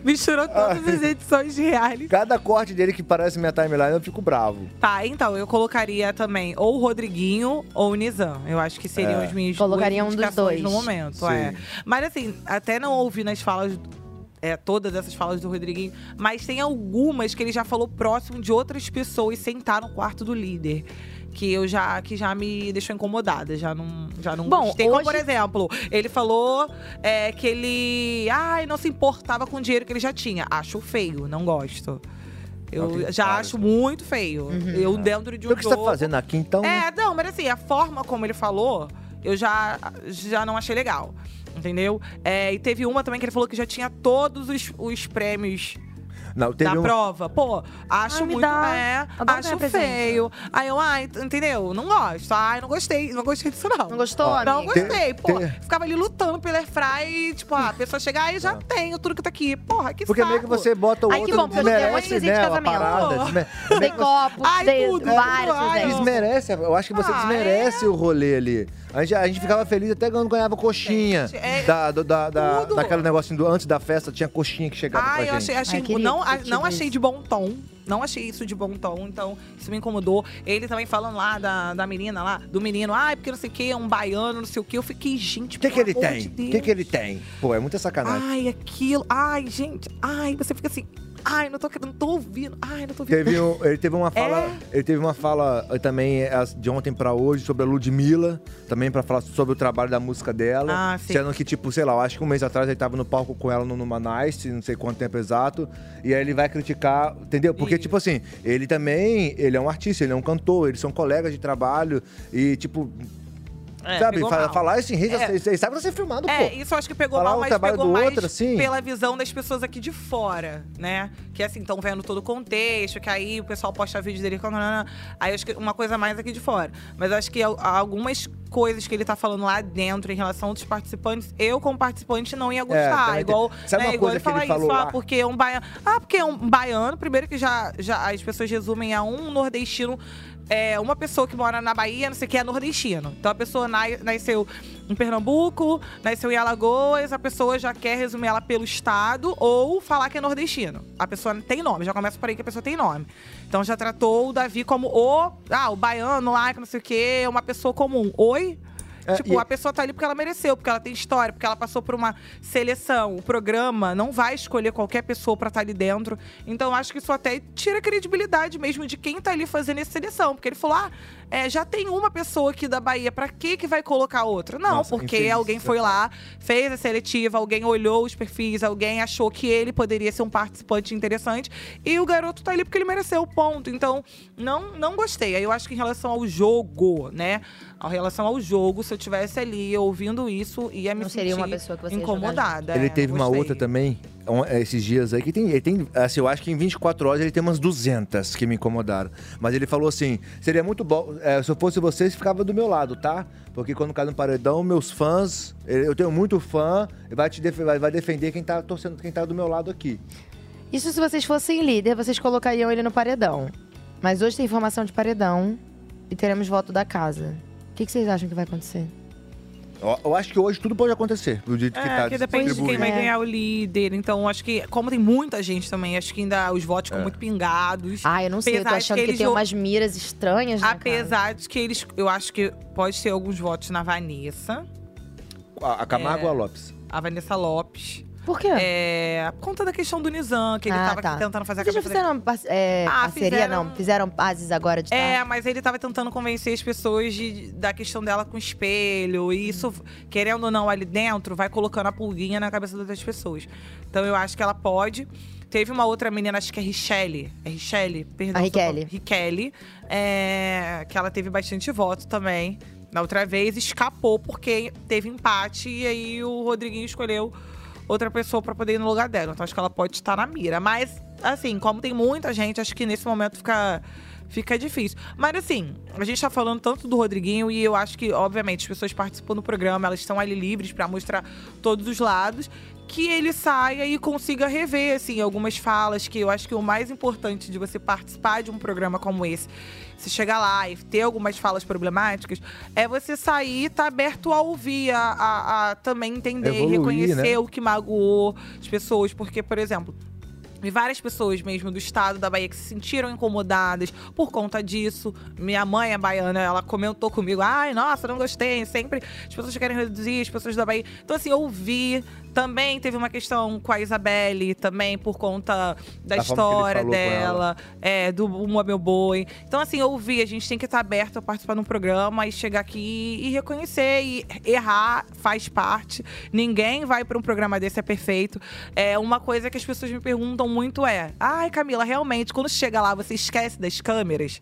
S3: Misturou todas as edições de reality.
S2: Cada corte dele que parece minha timeline, eu fico bravo.
S3: Tá, então, eu colocaria também ou o Rodriguinho ou o Nizam. Eu acho que seriam
S2: É.
S3: os meus
S1: Colocaria um dos dois.
S3: no momento.
S1: Sim.
S3: É. Mas assim, até não ouvi nas falas. É, todas essas falas do Rodriguinho, mas tem algumas que ele já falou próximo de outras pessoas sentar no quarto do líder. Que eu já que já me deixou incomodada, já não, já não
S1: Bom,
S3: gostei. Como,
S1: hoje-
S3: por exemplo, ele falou é, que ele. Ai, não se importava com o dinheiro que ele já tinha. Acho feio, não gosto. Eu já acho muito feio. Eu dentro de um
S2: Uhum. O que você tá
S3: jogo-
S2: fazendo aqui, então?
S3: É, não, mas assim, a forma como ele falou, eu já, já não achei legal. Entendeu? É, e teve uma também que ele falou que já tinha todos os, os prêmios
S2: Não, teve
S3: da
S2: um-
S3: prova. Pô, acho
S1: Ah, me
S3: muito.
S1: dá.
S3: É,
S1: Agora
S3: acho
S1: ganha presente.
S3: feio. Aí eu, ai, t- entendeu? Não gosto. Ai, não gostei. Não gostei disso, não. Não
S1: gostou,
S3: Não
S1: amiga?
S3: gostei.
S2: Te-
S3: Pô,
S2: te-
S3: ficava ali lutando pelo air fry e, tipo, ah, a pessoa chegar aí já tenho tudo que tá aqui. Porra, que
S2: Porque
S3: saco.
S2: meio que você bota o
S3: Ai, que
S2: outro,
S3: bom, porque eu já dei um
S2: desmerece,
S3: presente de
S2: né, a
S3: casamento.
S2: parada.
S3: [laughs] Pô.
S2: desme-
S1: Tem copos, dedos,
S2: É,
S1: vários. né?
S3: Ah,
S2: ai,
S1: presentes.
S2: desmerece, eu acho que você desmerece
S3: é?
S2: o rolê ali. A gente, a gente ficava feliz até quando ganhava coxinha.
S3: é
S2: da, do- da, da, daquele negocinho do antes da festa, tinha coxinha que chegava pra
S3: Ah, eu
S2: gente.
S3: achei, achei não, a- não achei de bom tom. Não achei isso de bom tom, então isso me incomodou. Ele também falando lá da, da menina lá, do menino, ah, porque não sei o que, é um baiano, não sei o que. Eu fiquei, gente,
S2: O que, que ele tem?
S3: De
S2: O que, que ele tem? Pô, é muita sacanagem.
S3: Ai, aquilo. Ai, gente. Ai, você fica assim. Ai, não tô querendo, não tô ouvindo. Ai, não tô ouvindo.
S2: Teve um- ele teve uma fala,
S3: É?
S2: ele teve uma fala eh, também eh, de ontem pra hoje sobre a Ludmilla, também pra falar sobre o trabalho da música dela,
S3: Ah, sim.
S2: sendo que tipo, sei lá, eu acho que um mês atrás ele tava no palco com ela no Numa Nice, não sei quanto tempo exato, e aí ele vai criticar, entendeu? Porque tipo assim, ele também, ele é um artista, ele é um cantor, eles são colegas de trabalho e tipo
S3: É,
S2: sabe,
S3: pegou
S2: fa-
S3: mal.
S2: falar assim,
S3: É.
S2: é. sabe você filmado, pô.
S3: É, isso eu acho que pegou
S2: Falar
S3: mal,
S2: o
S3: mas
S2: trabalho
S3: pegou
S2: do
S3: mais
S2: outro, assim.
S3: pela visão das pessoas aqui de fora, né? Que assim, estão vendo todo o contexto, que aí o pessoal posta vídeo dele com. Aí acho que uma coisa mais aqui de fora. Mas acho que al- algumas coisas que ele tá falando lá dentro em relação a outros participantes, eu como participante não ia gostar.
S2: É, também tem-
S3: igual,
S2: Sabe
S3: né,
S2: uma
S3: igual
S2: coisa
S3: ele
S2: que ele
S3: falar isso,
S2: falou
S3: ah,
S2: lá?
S3: porque é um baiano. Ah, porque é um baiano, primeiro que já, já as pessoas resumem a um nordestino. É, uma pessoa que mora na Bahia, não sei o que, é nordestino. Então a pessoa na- nasceu em Pernambuco, nasceu em Alagoas, a pessoa já quer resumir ela pelo estado ou falar que é nordestino. A pessoa tem nome, já começa por aí que a pessoa tem nome. Então já tratou o Davi como o. Ah, o baiano lá, que não sei o quê, uma pessoa comum. Oi?
S13: É,
S3: tipo,
S2: É, e-
S3: a pessoa tá ali porque ela mereceu, porque ela tem história, porque ela passou por uma seleção. O programa não vai escolher qualquer pessoa pra estar ali dentro. Então, acho que isso até tira a credibilidade mesmo de quem tá ali fazendo essa seleção. Porque ele falou, ah, é, já tem uma pessoa aqui da Bahia, pra que que vai colocar outra? Não,
S13: Nossa,
S3: porque
S13: infeliz,
S3: alguém foi lá, fez a seletiva, alguém olhou os perfis, alguém achou que ele poderia ser um participante interessante. E o garoto tá ali porque ele mereceu, ponto. Então, não, não gostei. Aí eu acho que em relação ao jogo, né? Em relação ao jogo, se eu tivesse ali ouvindo isso, ia me
S1: Não
S3: sentir
S1: seria uma pessoa que você ia jogar
S3: incomodada.
S2: Ele
S3: é,
S2: teve uma
S3: gostei.
S2: outra também, um- esses dias aí, que tem, ele tem. Assim, eu acho que em 24 horas ele tem umas 200 que me incomodaram. Mas ele falou assim: seria muito bom. é, se eu fosse vocês, ficava do meu lado, tá? Porque quando cai no paredão, meus fãs. Eu tenho muito fã, vai, te def- vai vai defender quem tá torcendo, quem tá do meu lado aqui.
S1: Isso se vocês fossem líder, vocês colocariam ele no paredão. Mas hoje tem informação de paredão e teremos voto da casa. O que, que vocês acham que vai acontecer?
S2: Eu, eu acho que hoje tudo pode acontecer, do jeito que
S3: É,
S2: tá
S3: porque depende de quem
S2: distribuído.
S3: vai ganhar o líder. Então, acho que, como tem muita gente também, acho que ainda os votos ficam
S2: É.
S3: muito pingados.
S1: Ah, eu Não sei, eu tô achando que, tem umas miras estranhas, né, cara?
S3: Apesar de que eles. Eu acho que pode ter alguns votos na Vanessa.
S2: A, a Camargo
S3: É.
S2: ou a Lopes?
S3: A Vanessa Lopes.
S1: Por quê?
S3: É, por conta da questão do Nizam, que ele
S1: Ah,
S3: tava
S1: tá.
S3: tentando fazer
S1: Vocês
S3: a
S1: já
S3: cabeça dele.
S1: fizeram par- é,
S3: Ah,
S1: parceria,
S3: fizeram-
S1: não? Fizeram pazes agora de tarde?
S3: É, mas ele tava tentando convencer as pessoas de- da questão dela com o espelho. E isso,
S1: Hum.
S3: querendo ou não, ali dentro, vai colocando a pulguinha na cabeça das pessoas. Então eu acho que ela pode. Teve uma outra menina, acho que é Richelle. É Richelle? Perdão.
S1: A
S3: se eu tô-
S1: Richelle.
S3: Richelle. é, que ela teve bastante voto também. Na outra vez, escapou porque teve empate. E aí o Rodriguinho escolheu outra pessoa pra poder ir no lugar dela. Então acho que ela pode estar na mira. Mas, assim, como tem muita gente, acho que nesse momento fica, fica difícil. Mas, assim, a gente tá falando tanto do Rodriguinho e eu acho que, obviamente, as pessoas participam do programa, elas estão ali livres pra mostrar todos os lados. Que ele saia e consiga rever, assim, algumas falas, que eu acho que o mais importante de você participar de um programa como esse, se chegar lá e ter algumas falas problemáticas, é você sair e estar tá aberto a ouvir, a, a- a também entender e
S13: Evoluir,
S3: reconhecer
S13: né?
S3: o que magoou as pessoas, porque, por exemplo. E várias pessoas mesmo do estado da Bahia que se sentiram incomodadas por conta disso. Minha mãe é baiana, ela comentou comigo: ai, nossa, não gostei. Sempre as pessoas querem reduzir, as pessoas da Bahia. Então, assim, eu vi. Também teve uma questão com a Isabelle, também por conta da,
S13: Da forma que ele
S3: história
S13: falou com ela.
S3: dela, é, do Uma Meu Boi. Então, assim, eu vi. A gente tem que estar aberto a participar de um programa e chegar aqui e reconhecer. E errar faz parte. Ninguém vai para um programa desse, é perfeito. É uma coisa que as pessoas me perguntam muito é: ai, Camila, realmente, quando chega lá, você esquece das câmeras?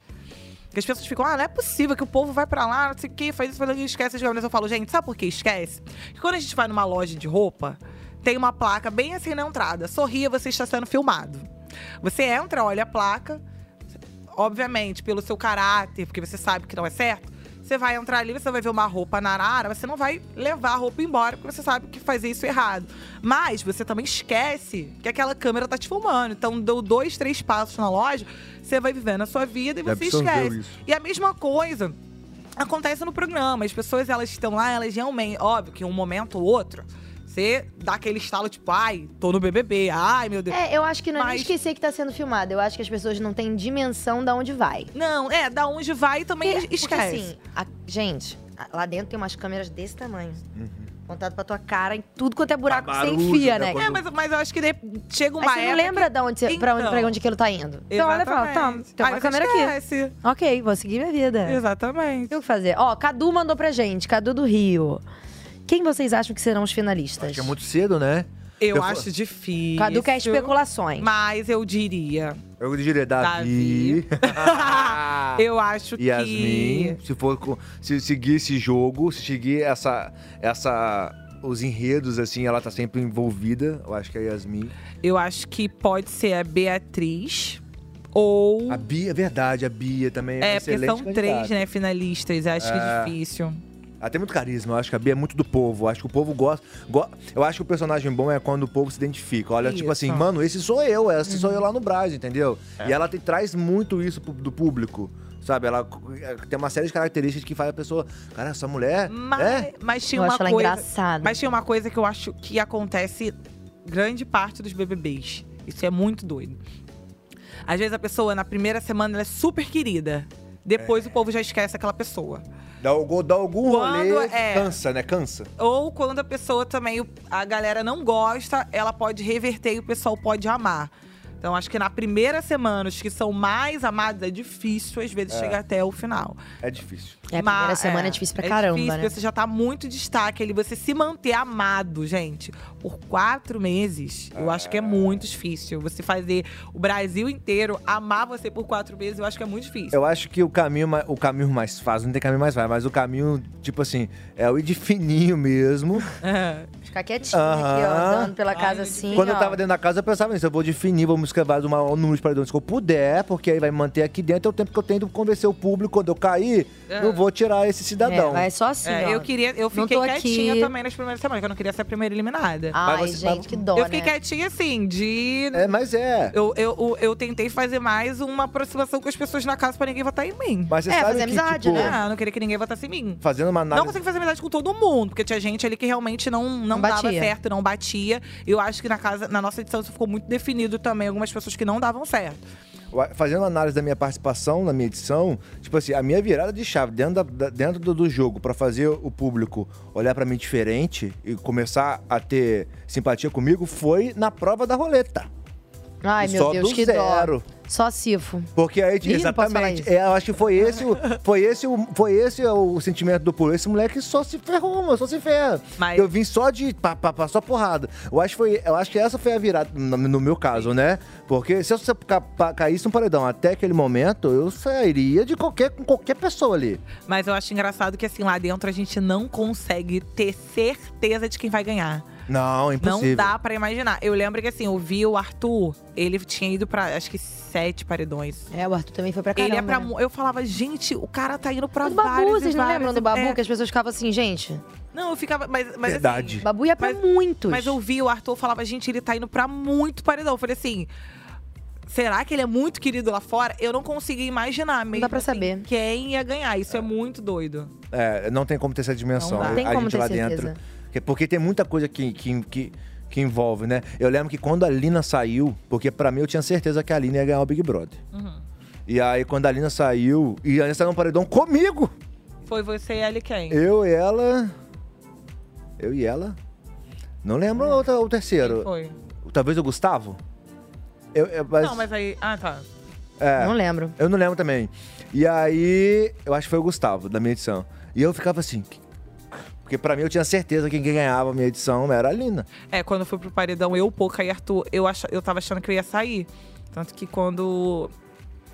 S3: Porque as pessoas ficam, ah, não é possível que o povo vai pra lá, não sei o que, faz isso, faz aquilo, esquece as câmeras. Eu falo, gente, sabe por que esquece? Que quando a gente vai numa loja de roupa, tem uma placa bem assim na entrada. Sorria, você está sendo filmado. Você entra, olha a placa, obviamente, pelo seu caráter, porque você sabe que não é certo, você vai entrar ali, você vai ver uma roupa na arara, você não vai levar a roupa embora, porque você sabe que fazer isso é errado. Mas você também esquece que aquela câmera tá te filmando. Então, deu dois, três passos na loja, você vai vivendo a sua vida e
S13: Já
S3: você
S13: absorveu
S3: esquece.
S13: isso.
S3: E a mesma coisa acontece no programa. As pessoas, elas estão lá, elas realmente… Óbvio que um momento ou outro, você dá aquele estalo, tipo, ai, tô no BBB, ai, meu Deus.
S1: É, eu acho que não é nem
S3: Mas-
S1: esquecer que tá sendo filmado. Eu acho que as pessoas não têm dimensão da onde vai.
S3: Não, é, da onde vai também
S1: É, porque, assim,
S3: esquece. É,
S1: Porque, assim, a- gente, a- lá dentro tem umas câmeras desse tamanho. Contato pra tua cara em tudo quanto é buraco que você
S3: Uhum. Barulho,
S1: enfia, né?
S3: É, mas, mas eu acho que de- chega
S1: Aí
S3: uma
S1: você
S3: época...
S1: não lembra de onde, você- pra onde,
S3: Então.
S1: pra onde aquilo tá indo. Então olha e fala, tá,
S3: Exatamente.
S1: tem
S3: Aí
S1: uma
S3: você
S1: câmera aqui.
S3: esquece.
S1: É. Ok, vou seguir minha vida.
S3: Exatamente.
S1: Tem o que fazer. Ó, Cadu mandou pra gente, Cadu do Rio. Quem vocês acham que serão os finalistas?
S2: Que é muito cedo, né?
S3: Eu,
S2: fa-
S3: acho difícil.
S1: Cadu quer especulações.
S3: Mas eu diria...
S2: Eu diria Davi. [laughs]
S3: [laughs] eu acho
S2: Ah. Yasmin, se for co- se seguir esse jogo, se seguir essa essa os enredos assim, ela tá sempre envolvida. Eu acho que é Yasmin.
S3: Eu acho que pode ser a Beatriz ou
S2: a Bia, é verdade, a Bia também é,
S3: É, porque
S2: excelente
S3: são três,
S2: candidata.
S3: né, finalistas. Acho que é
S2: É.
S3: difícil.
S2: Ela tem muito carisma, eu acho que a Bia é muito do povo. Eu acho que o povo gosta. go- eu acho que o personagem bom é quando o povo se identifica. Olha, tipo assim,
S13: Isso.
S2: mano, esse sou eu, esse sou
S13: Uhum.
S2: eu lá no Braz, entendeu?
S13: É.
S2: E ela te- traz muito isso pro- do público. Sabe, ela eh, tem uma série de características que faz a pessoa. Cara, essa mulher.
S3: Mas,
S2: é?
S3: mas tinha
S2: Eu
S3: uma
S2: acho ela
S3: coisa.
S2: engraçada.
S3: Mas tinha uma coisa que eu acho que acontece grande parte dos BBBs. Isso é muito doido. Às vezes a pessoa, na primeira semana, ela é super querida. Depois
S2: É.
S3: o povo já esquece aquela pessoa.
S2: Dá, algu- dá algum
S3: Quando
S2: rolê.
S3: é-
S2: Cansa, né? Cansa.
S3: Ou quando a pessoa também, o- a galera não gosta, ela pode reverter e o pessoal pode amar. Então acho que na primeira semana, os que são mais amados, é difícil às vezes
S1: É.
S3: chegar até o final.
S2: É difícil.
S1: É, a primeira semana é difícil pra caramba,
S3: É difícil,
S1: né?
S3: porque você já tá muito destaque ali. Você se manter amado, gente, por quatro meses, eu acho que é muito difícil. Você fazer o Brasil inteiro amar você por quatro meses, eu acho que é muito difícil. [laughs]
S2: Eu acho que o caminho, ma- o caminho mais fácil, não tem caminho mais fácil, mas o caminho, tipo assim, é o ir de fininho mesmo.
S3: É,
S1: Ficar quietinho aqui, ó,
S2: Aham.
S1: andando pela casa assim.
S2: Quando
S1: ó.
S2: eu tava dentro da casa, eu pensava nisso. Eu vou definir, vou me escrever uma, um número de paredões que eu puder, porque aí vai me manter aqui dentro. É o tempo que eu tenho de convencer o público. Quando eu cair,
S3: É.
S2: eu vou tirar esse cidadão.
S3: É, eu queria, eu
S1: assim, Não
S3: fiquei
S1: tô
S3: quietinha
S1: aqui.
S3: também nas primeiras semanas, que eu não queria ser a primeira eliminada.
S1: Ai, Mas você- gente, mas- que dó,
S3: Eu fiquei
S1: né?
S3: quietinha assim, de.
S2: É, mas é.
S3: Eu, eu, eu, eu tentei fazer mais uma aproximação com as pessoas na casa pra ninguém votar em mim.
S2: Mas você É, sabe fazer que, amizade, tipo- né?
S3: Ah, eu não queria que ninguém votasse em mim.
S2: Fazendo uma
S3: Não
S2: análise.
S3: consegui fazer amizade com todo mundo, porque tinha gente ali que realmente não, não,
S1: Não
S3: dava
S1: batia.
S3: certo, não batia. Eu acho que na casa, na nossa edição, isso ficou muito definido também, algumas pessoas que não davam certo.
S2: Ua- Fazendo análise da minha participação na minha edição, tipo assim, a minha virada de chave dentro, da- da- dentro do, do jogo pra fazer o público olhar pra mim diferente e começar a ter simpatia comigo foi na prova da roleta.
S1: Ai,
S2: E
S1: meu
S2: só
S1: Deus,
S2: do
S1: que
S2: zero.
S1: dó. Só sifo.
S2: Porque aí,
S1: Ih, não posso falar
S2: exatamente,
S1: isso.
S2: é, eu acho que foi esse, o- foi esse, o- foi esse o, o sentimento do pulo. Esse moleque só se ferrou, mano, só se ferra. Eu vim só de pá, pá, pá, só porrada. Eu acho, que foi, eu acho que essa foi a virada, no, no meu caso, né? Porque se eu sa- ca- pa- caísse um paredão até aquele momento, eu sairia de qualquer, com qualquer pessoa ali.
S3: Mas eu acho engraçado que, assim, lá dentro a gente não consegue ter certeza de quem vai ganhar.
S2: Não, é impossível.
S3: Não dá pra imaginar. Eu lembro que, assim, eu vi o Arthur, ele tinha ido pra, acho que, sete paredões.
S1: É, o Arthur também foi pra
S3: Ele
S1: caramba.
S3: é pra
S1: né?
S3: mu- Eu falava, gente, o cara tá indo pra
S1: Do
S3: vários
S1: Babu,
S3: e
S1: vocês não
S3: vários
S1: lembram
S3: e-
S1: do Babu?
S3: é.
S1: Que as pessoas ficavam assim, gente…
S3: Não, eu ficava. Mas, mas
S2: Verdade.
S3: assim.
S1: Babu ia pra
S3: mas,
S1: muitos.
S3: Mas eu vi o Arthur falava, gente, ele tá indo pra muito paredão. Eu falei assim. Será que ele é muito querido lá fora? Eu não consegui imaginar mesmo. Não dá pra saber. Quem ia ganhar? Isso é muito doido.
S2: É, não tem como ter essa dimensão.
S3: Não dá.
S2: a-
S3: Tem
S2: a
S3: como
S2: gente
S3: ter
S2: lá
S3: certeza.
S2: dentro. Porque- Porque tem muita coisa que, que, que, que envolve, né? Eu lembro que quando a Lina saiu, porque pra mim eu tinha certeza que a Lina ia ganhar o Big Brother.
S3: Uhum.
S2: E aí, quando a Lina saiu, e a Lina saiu no paredão comigo!
S3: Foi você e ele quem?
S2: Eu e ela. Eu e ela. Não lembro a outra- o terceiro.
S3: É. Foi.
S2: Talvez o Gustavo? Eu, eu- mas-
S3: Não, mas aí. Ah, tá.
S2: é.
S1: Não lembro.
S2: Eu não lembro também. E aí, eu acho que foi o Gustavo, da minha edição. E eu ficava assim. que- Porque pra mim eu tinha certeza que quem ganhava a minha edição era a Lina.
S3: É, quando eu fui pro paredão, eu, Poca e Arthur, eu, acha, eu tava achando que eu ia sair. Tanto que quando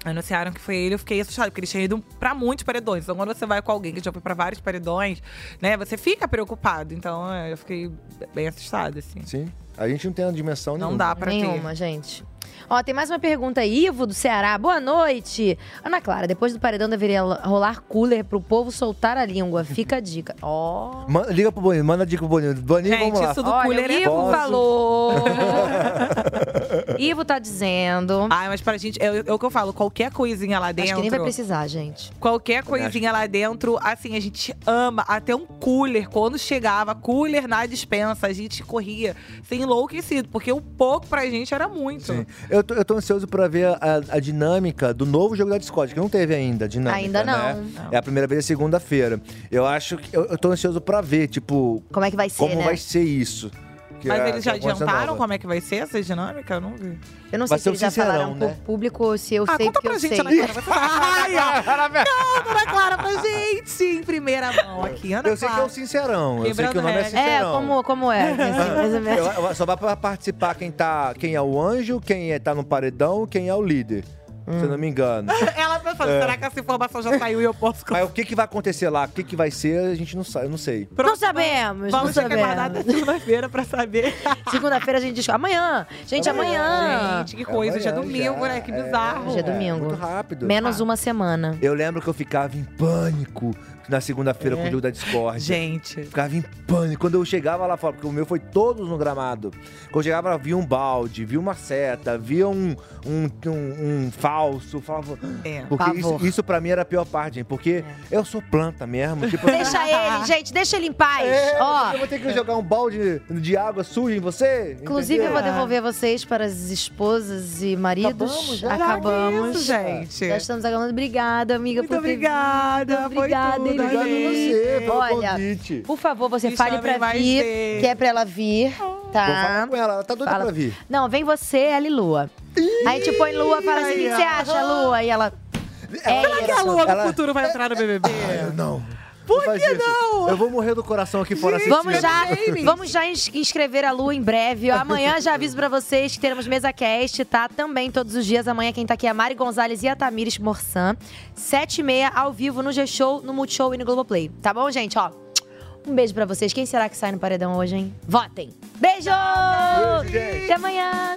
S3: anunciaram que foi ele, eu fiquei assustada, porque ele tinha ido pra muitos paredões. Então, quando você vai com alguém que já foi pra vários paredões, né, você fica preocupado. Então, é, eu fiquei bem assustada, assim.
S2: Sim. A gente não tem a dimensão
S3: Não
S2: nenhuma.
S3: dá pra ter.
S1: Nenhuma, gente. Ó, tem mais uma pergunta aí, Ivo do Ceará. Boa noite. Ana Clara, depois do paredão deveria rolar cooler pro povo soltar a língua. Fica a dica. Ó.
S2: [laughs] Ma- Liga pro Boninho, manda dica pro Boninho. Boninho,
S3: é
S1: Gente,
S2: vamos lá.
S1: isso do Olha, cooler o é Ivo bom. falou. Ivo tá dizendo.
S3: [laughs] Ai, mas pra gente, é, o- é o que eu falo, qualquer coisinha lá dentro.
S1: Acho que nem vai precisar, gente.
S3: Qualquer
S1: Também acho
S3: coisinha lá dentro, assim, a gente ama. Até um cooler, quando chegava, cooler na dispensa, a gente corria sem enlouquecido, porque o pouco pra gente era muito.
S2: Eu tô, eu tô ansioso pra ver a, a dinâmica do novo jogo da Discord, que não teve ainda a dinâmica.
S1: Ainda não.
S2: né?
S1: Não.
S2: É a primeira vez segunda-feira. Eu acho que. Eu, eu tô ansioso pra ver, tipo.
S1: Como é que vai ser,
S2: Como
S1: né?
S2: vai ser isso. que
S3: Mas
S2: é-
S3: eles já
S2: que é uma coisa
S3: adiantaram
S2: nova.
S3: como é que vai ser essa dinâmica? Eu não vi.
S1: Eu não
S2: Vai
S1: sei
S2: ser
S1: se
S2: o
S1: eles já
S2: Sincerão,
S1: falaram
S2: né?
S1: por público ou se eu sei
S3: Ah, conta
S1: porque
S3: pra
S1: eu
S3: gente,
S1: sei.
S3: Ana Clara, vai Ai,
S2: [laughs]
S3: ó. Dona Clara, pra gente, em primeira mão aqui, Ana
S2: Eu sei que é o Sincerão. Eu sei que o
S3: Quebrando
S2: nome é
S3: regras. É,
S2: Sincerão.
S1: como, como é?
S2: [laughs]
S1: assim, mais ou menos.
S2: Eu- eu- só dá pra participar quem, tá, quem é o anjo, quem é, tá no paredão, quem é o líder. Se eu não me engano.
S3: Ela pensando,
S2: É.
S3: será que essa informação já saiu e eu posso
S2: Mas o que, que vai acontecer lá? O que, que vai ser, a gente não sabe, eu não sei.
S1: não sabemos,
S3: vamos
S1: não
S3: ter que aguardar
S1: sabemos.
S3: até segunda-feira
S1: [laughs]
S3: pra saber.
S1: Segunda-feira a gente diz. Amanhã! Gente, amanhã!
S3: Gente, que coisa, já é domingo, né? Que bizarro.
S1: Hoje é domingo.
S2: muito rápido.
S1: Menos uma semana.
S2: Eu lembro que eu ficava em pânico na segunda-feira
S1: É.
S2: com o jogo da Discord.
S3: Gente.
S2: Ficava em pânico. Quando eu chegava lá fora, porque o meu foi todos no gramado. Quando eu chegava lá, via um balde, via uma seta, via um, um, um, um falso. Falava.
S3: É,
S2: Porque isso,
S1: pavor. É.
S2: isso pra mim era a pior parte, gente. Porque eu sou planta mesmo. Tipo,
S1: Deixa ele, gente, deixa ele em paz.
S2: [laughs] É,
S1: Ó.
S2: Eu vou ter que jogar um balde de água suja em você?
S1: Inclusive,
S2: entendeu?
S1: eu vou devolver vocês para as esposas e maridos.
S2: Acabamos, já?
S1: Acabamos.
S2: Caraca, isso, gente.
S1: Já estamos acabando. Obrigada, amiga,
S3: Muito
S1: por ter
S3: obrigada,
S1: vindo.
S3: foi
S1: Obrigada,
S3: tudo,
S1: Elis.
S3: adorei. Obrigado a você pelo
S1: Olha,
S3: convite.
S1: por favor, você
S3: Me
S1: fale
S3: chamem
S1: pra
S3: mais
S1: vir,
S3: vezes.
S1: que é pra ela vir, tá?
S2: Ah. Vou falar com ela, ela tá doida
S1: Fala-
S2: pra vir.
S1: Não, vem você, ela e Lua. Aí te põe Lua, fala assim, o que que você acha, Lua? E ela... É
S3: Será que a Lua
S2: Ela-
S3: no futuro vai entrar no BBB?
S2: não.
S3: Por
S2: Faz
S3: que
S2: isso.
S3: não?
S2: Eu vou morrer do coração aqui fora assim.
S1: Vamos já, vamos já ins- inscrever a Lua em breve. Amanhã já aviso pra vocês que teremos mesa cast, tá? Também todos os dias. Amanhã quem tá aqui é a Mari Gonzalez e a Tamires Morsan. Sete e meia, ao vivo, no G-Show, no Multishow e no Globoplay. Tá bom, gente? Ó, um beijo pra vocês. Quem será que sai no paredão hoje, hein? Votem! Beijo! Até amanhã!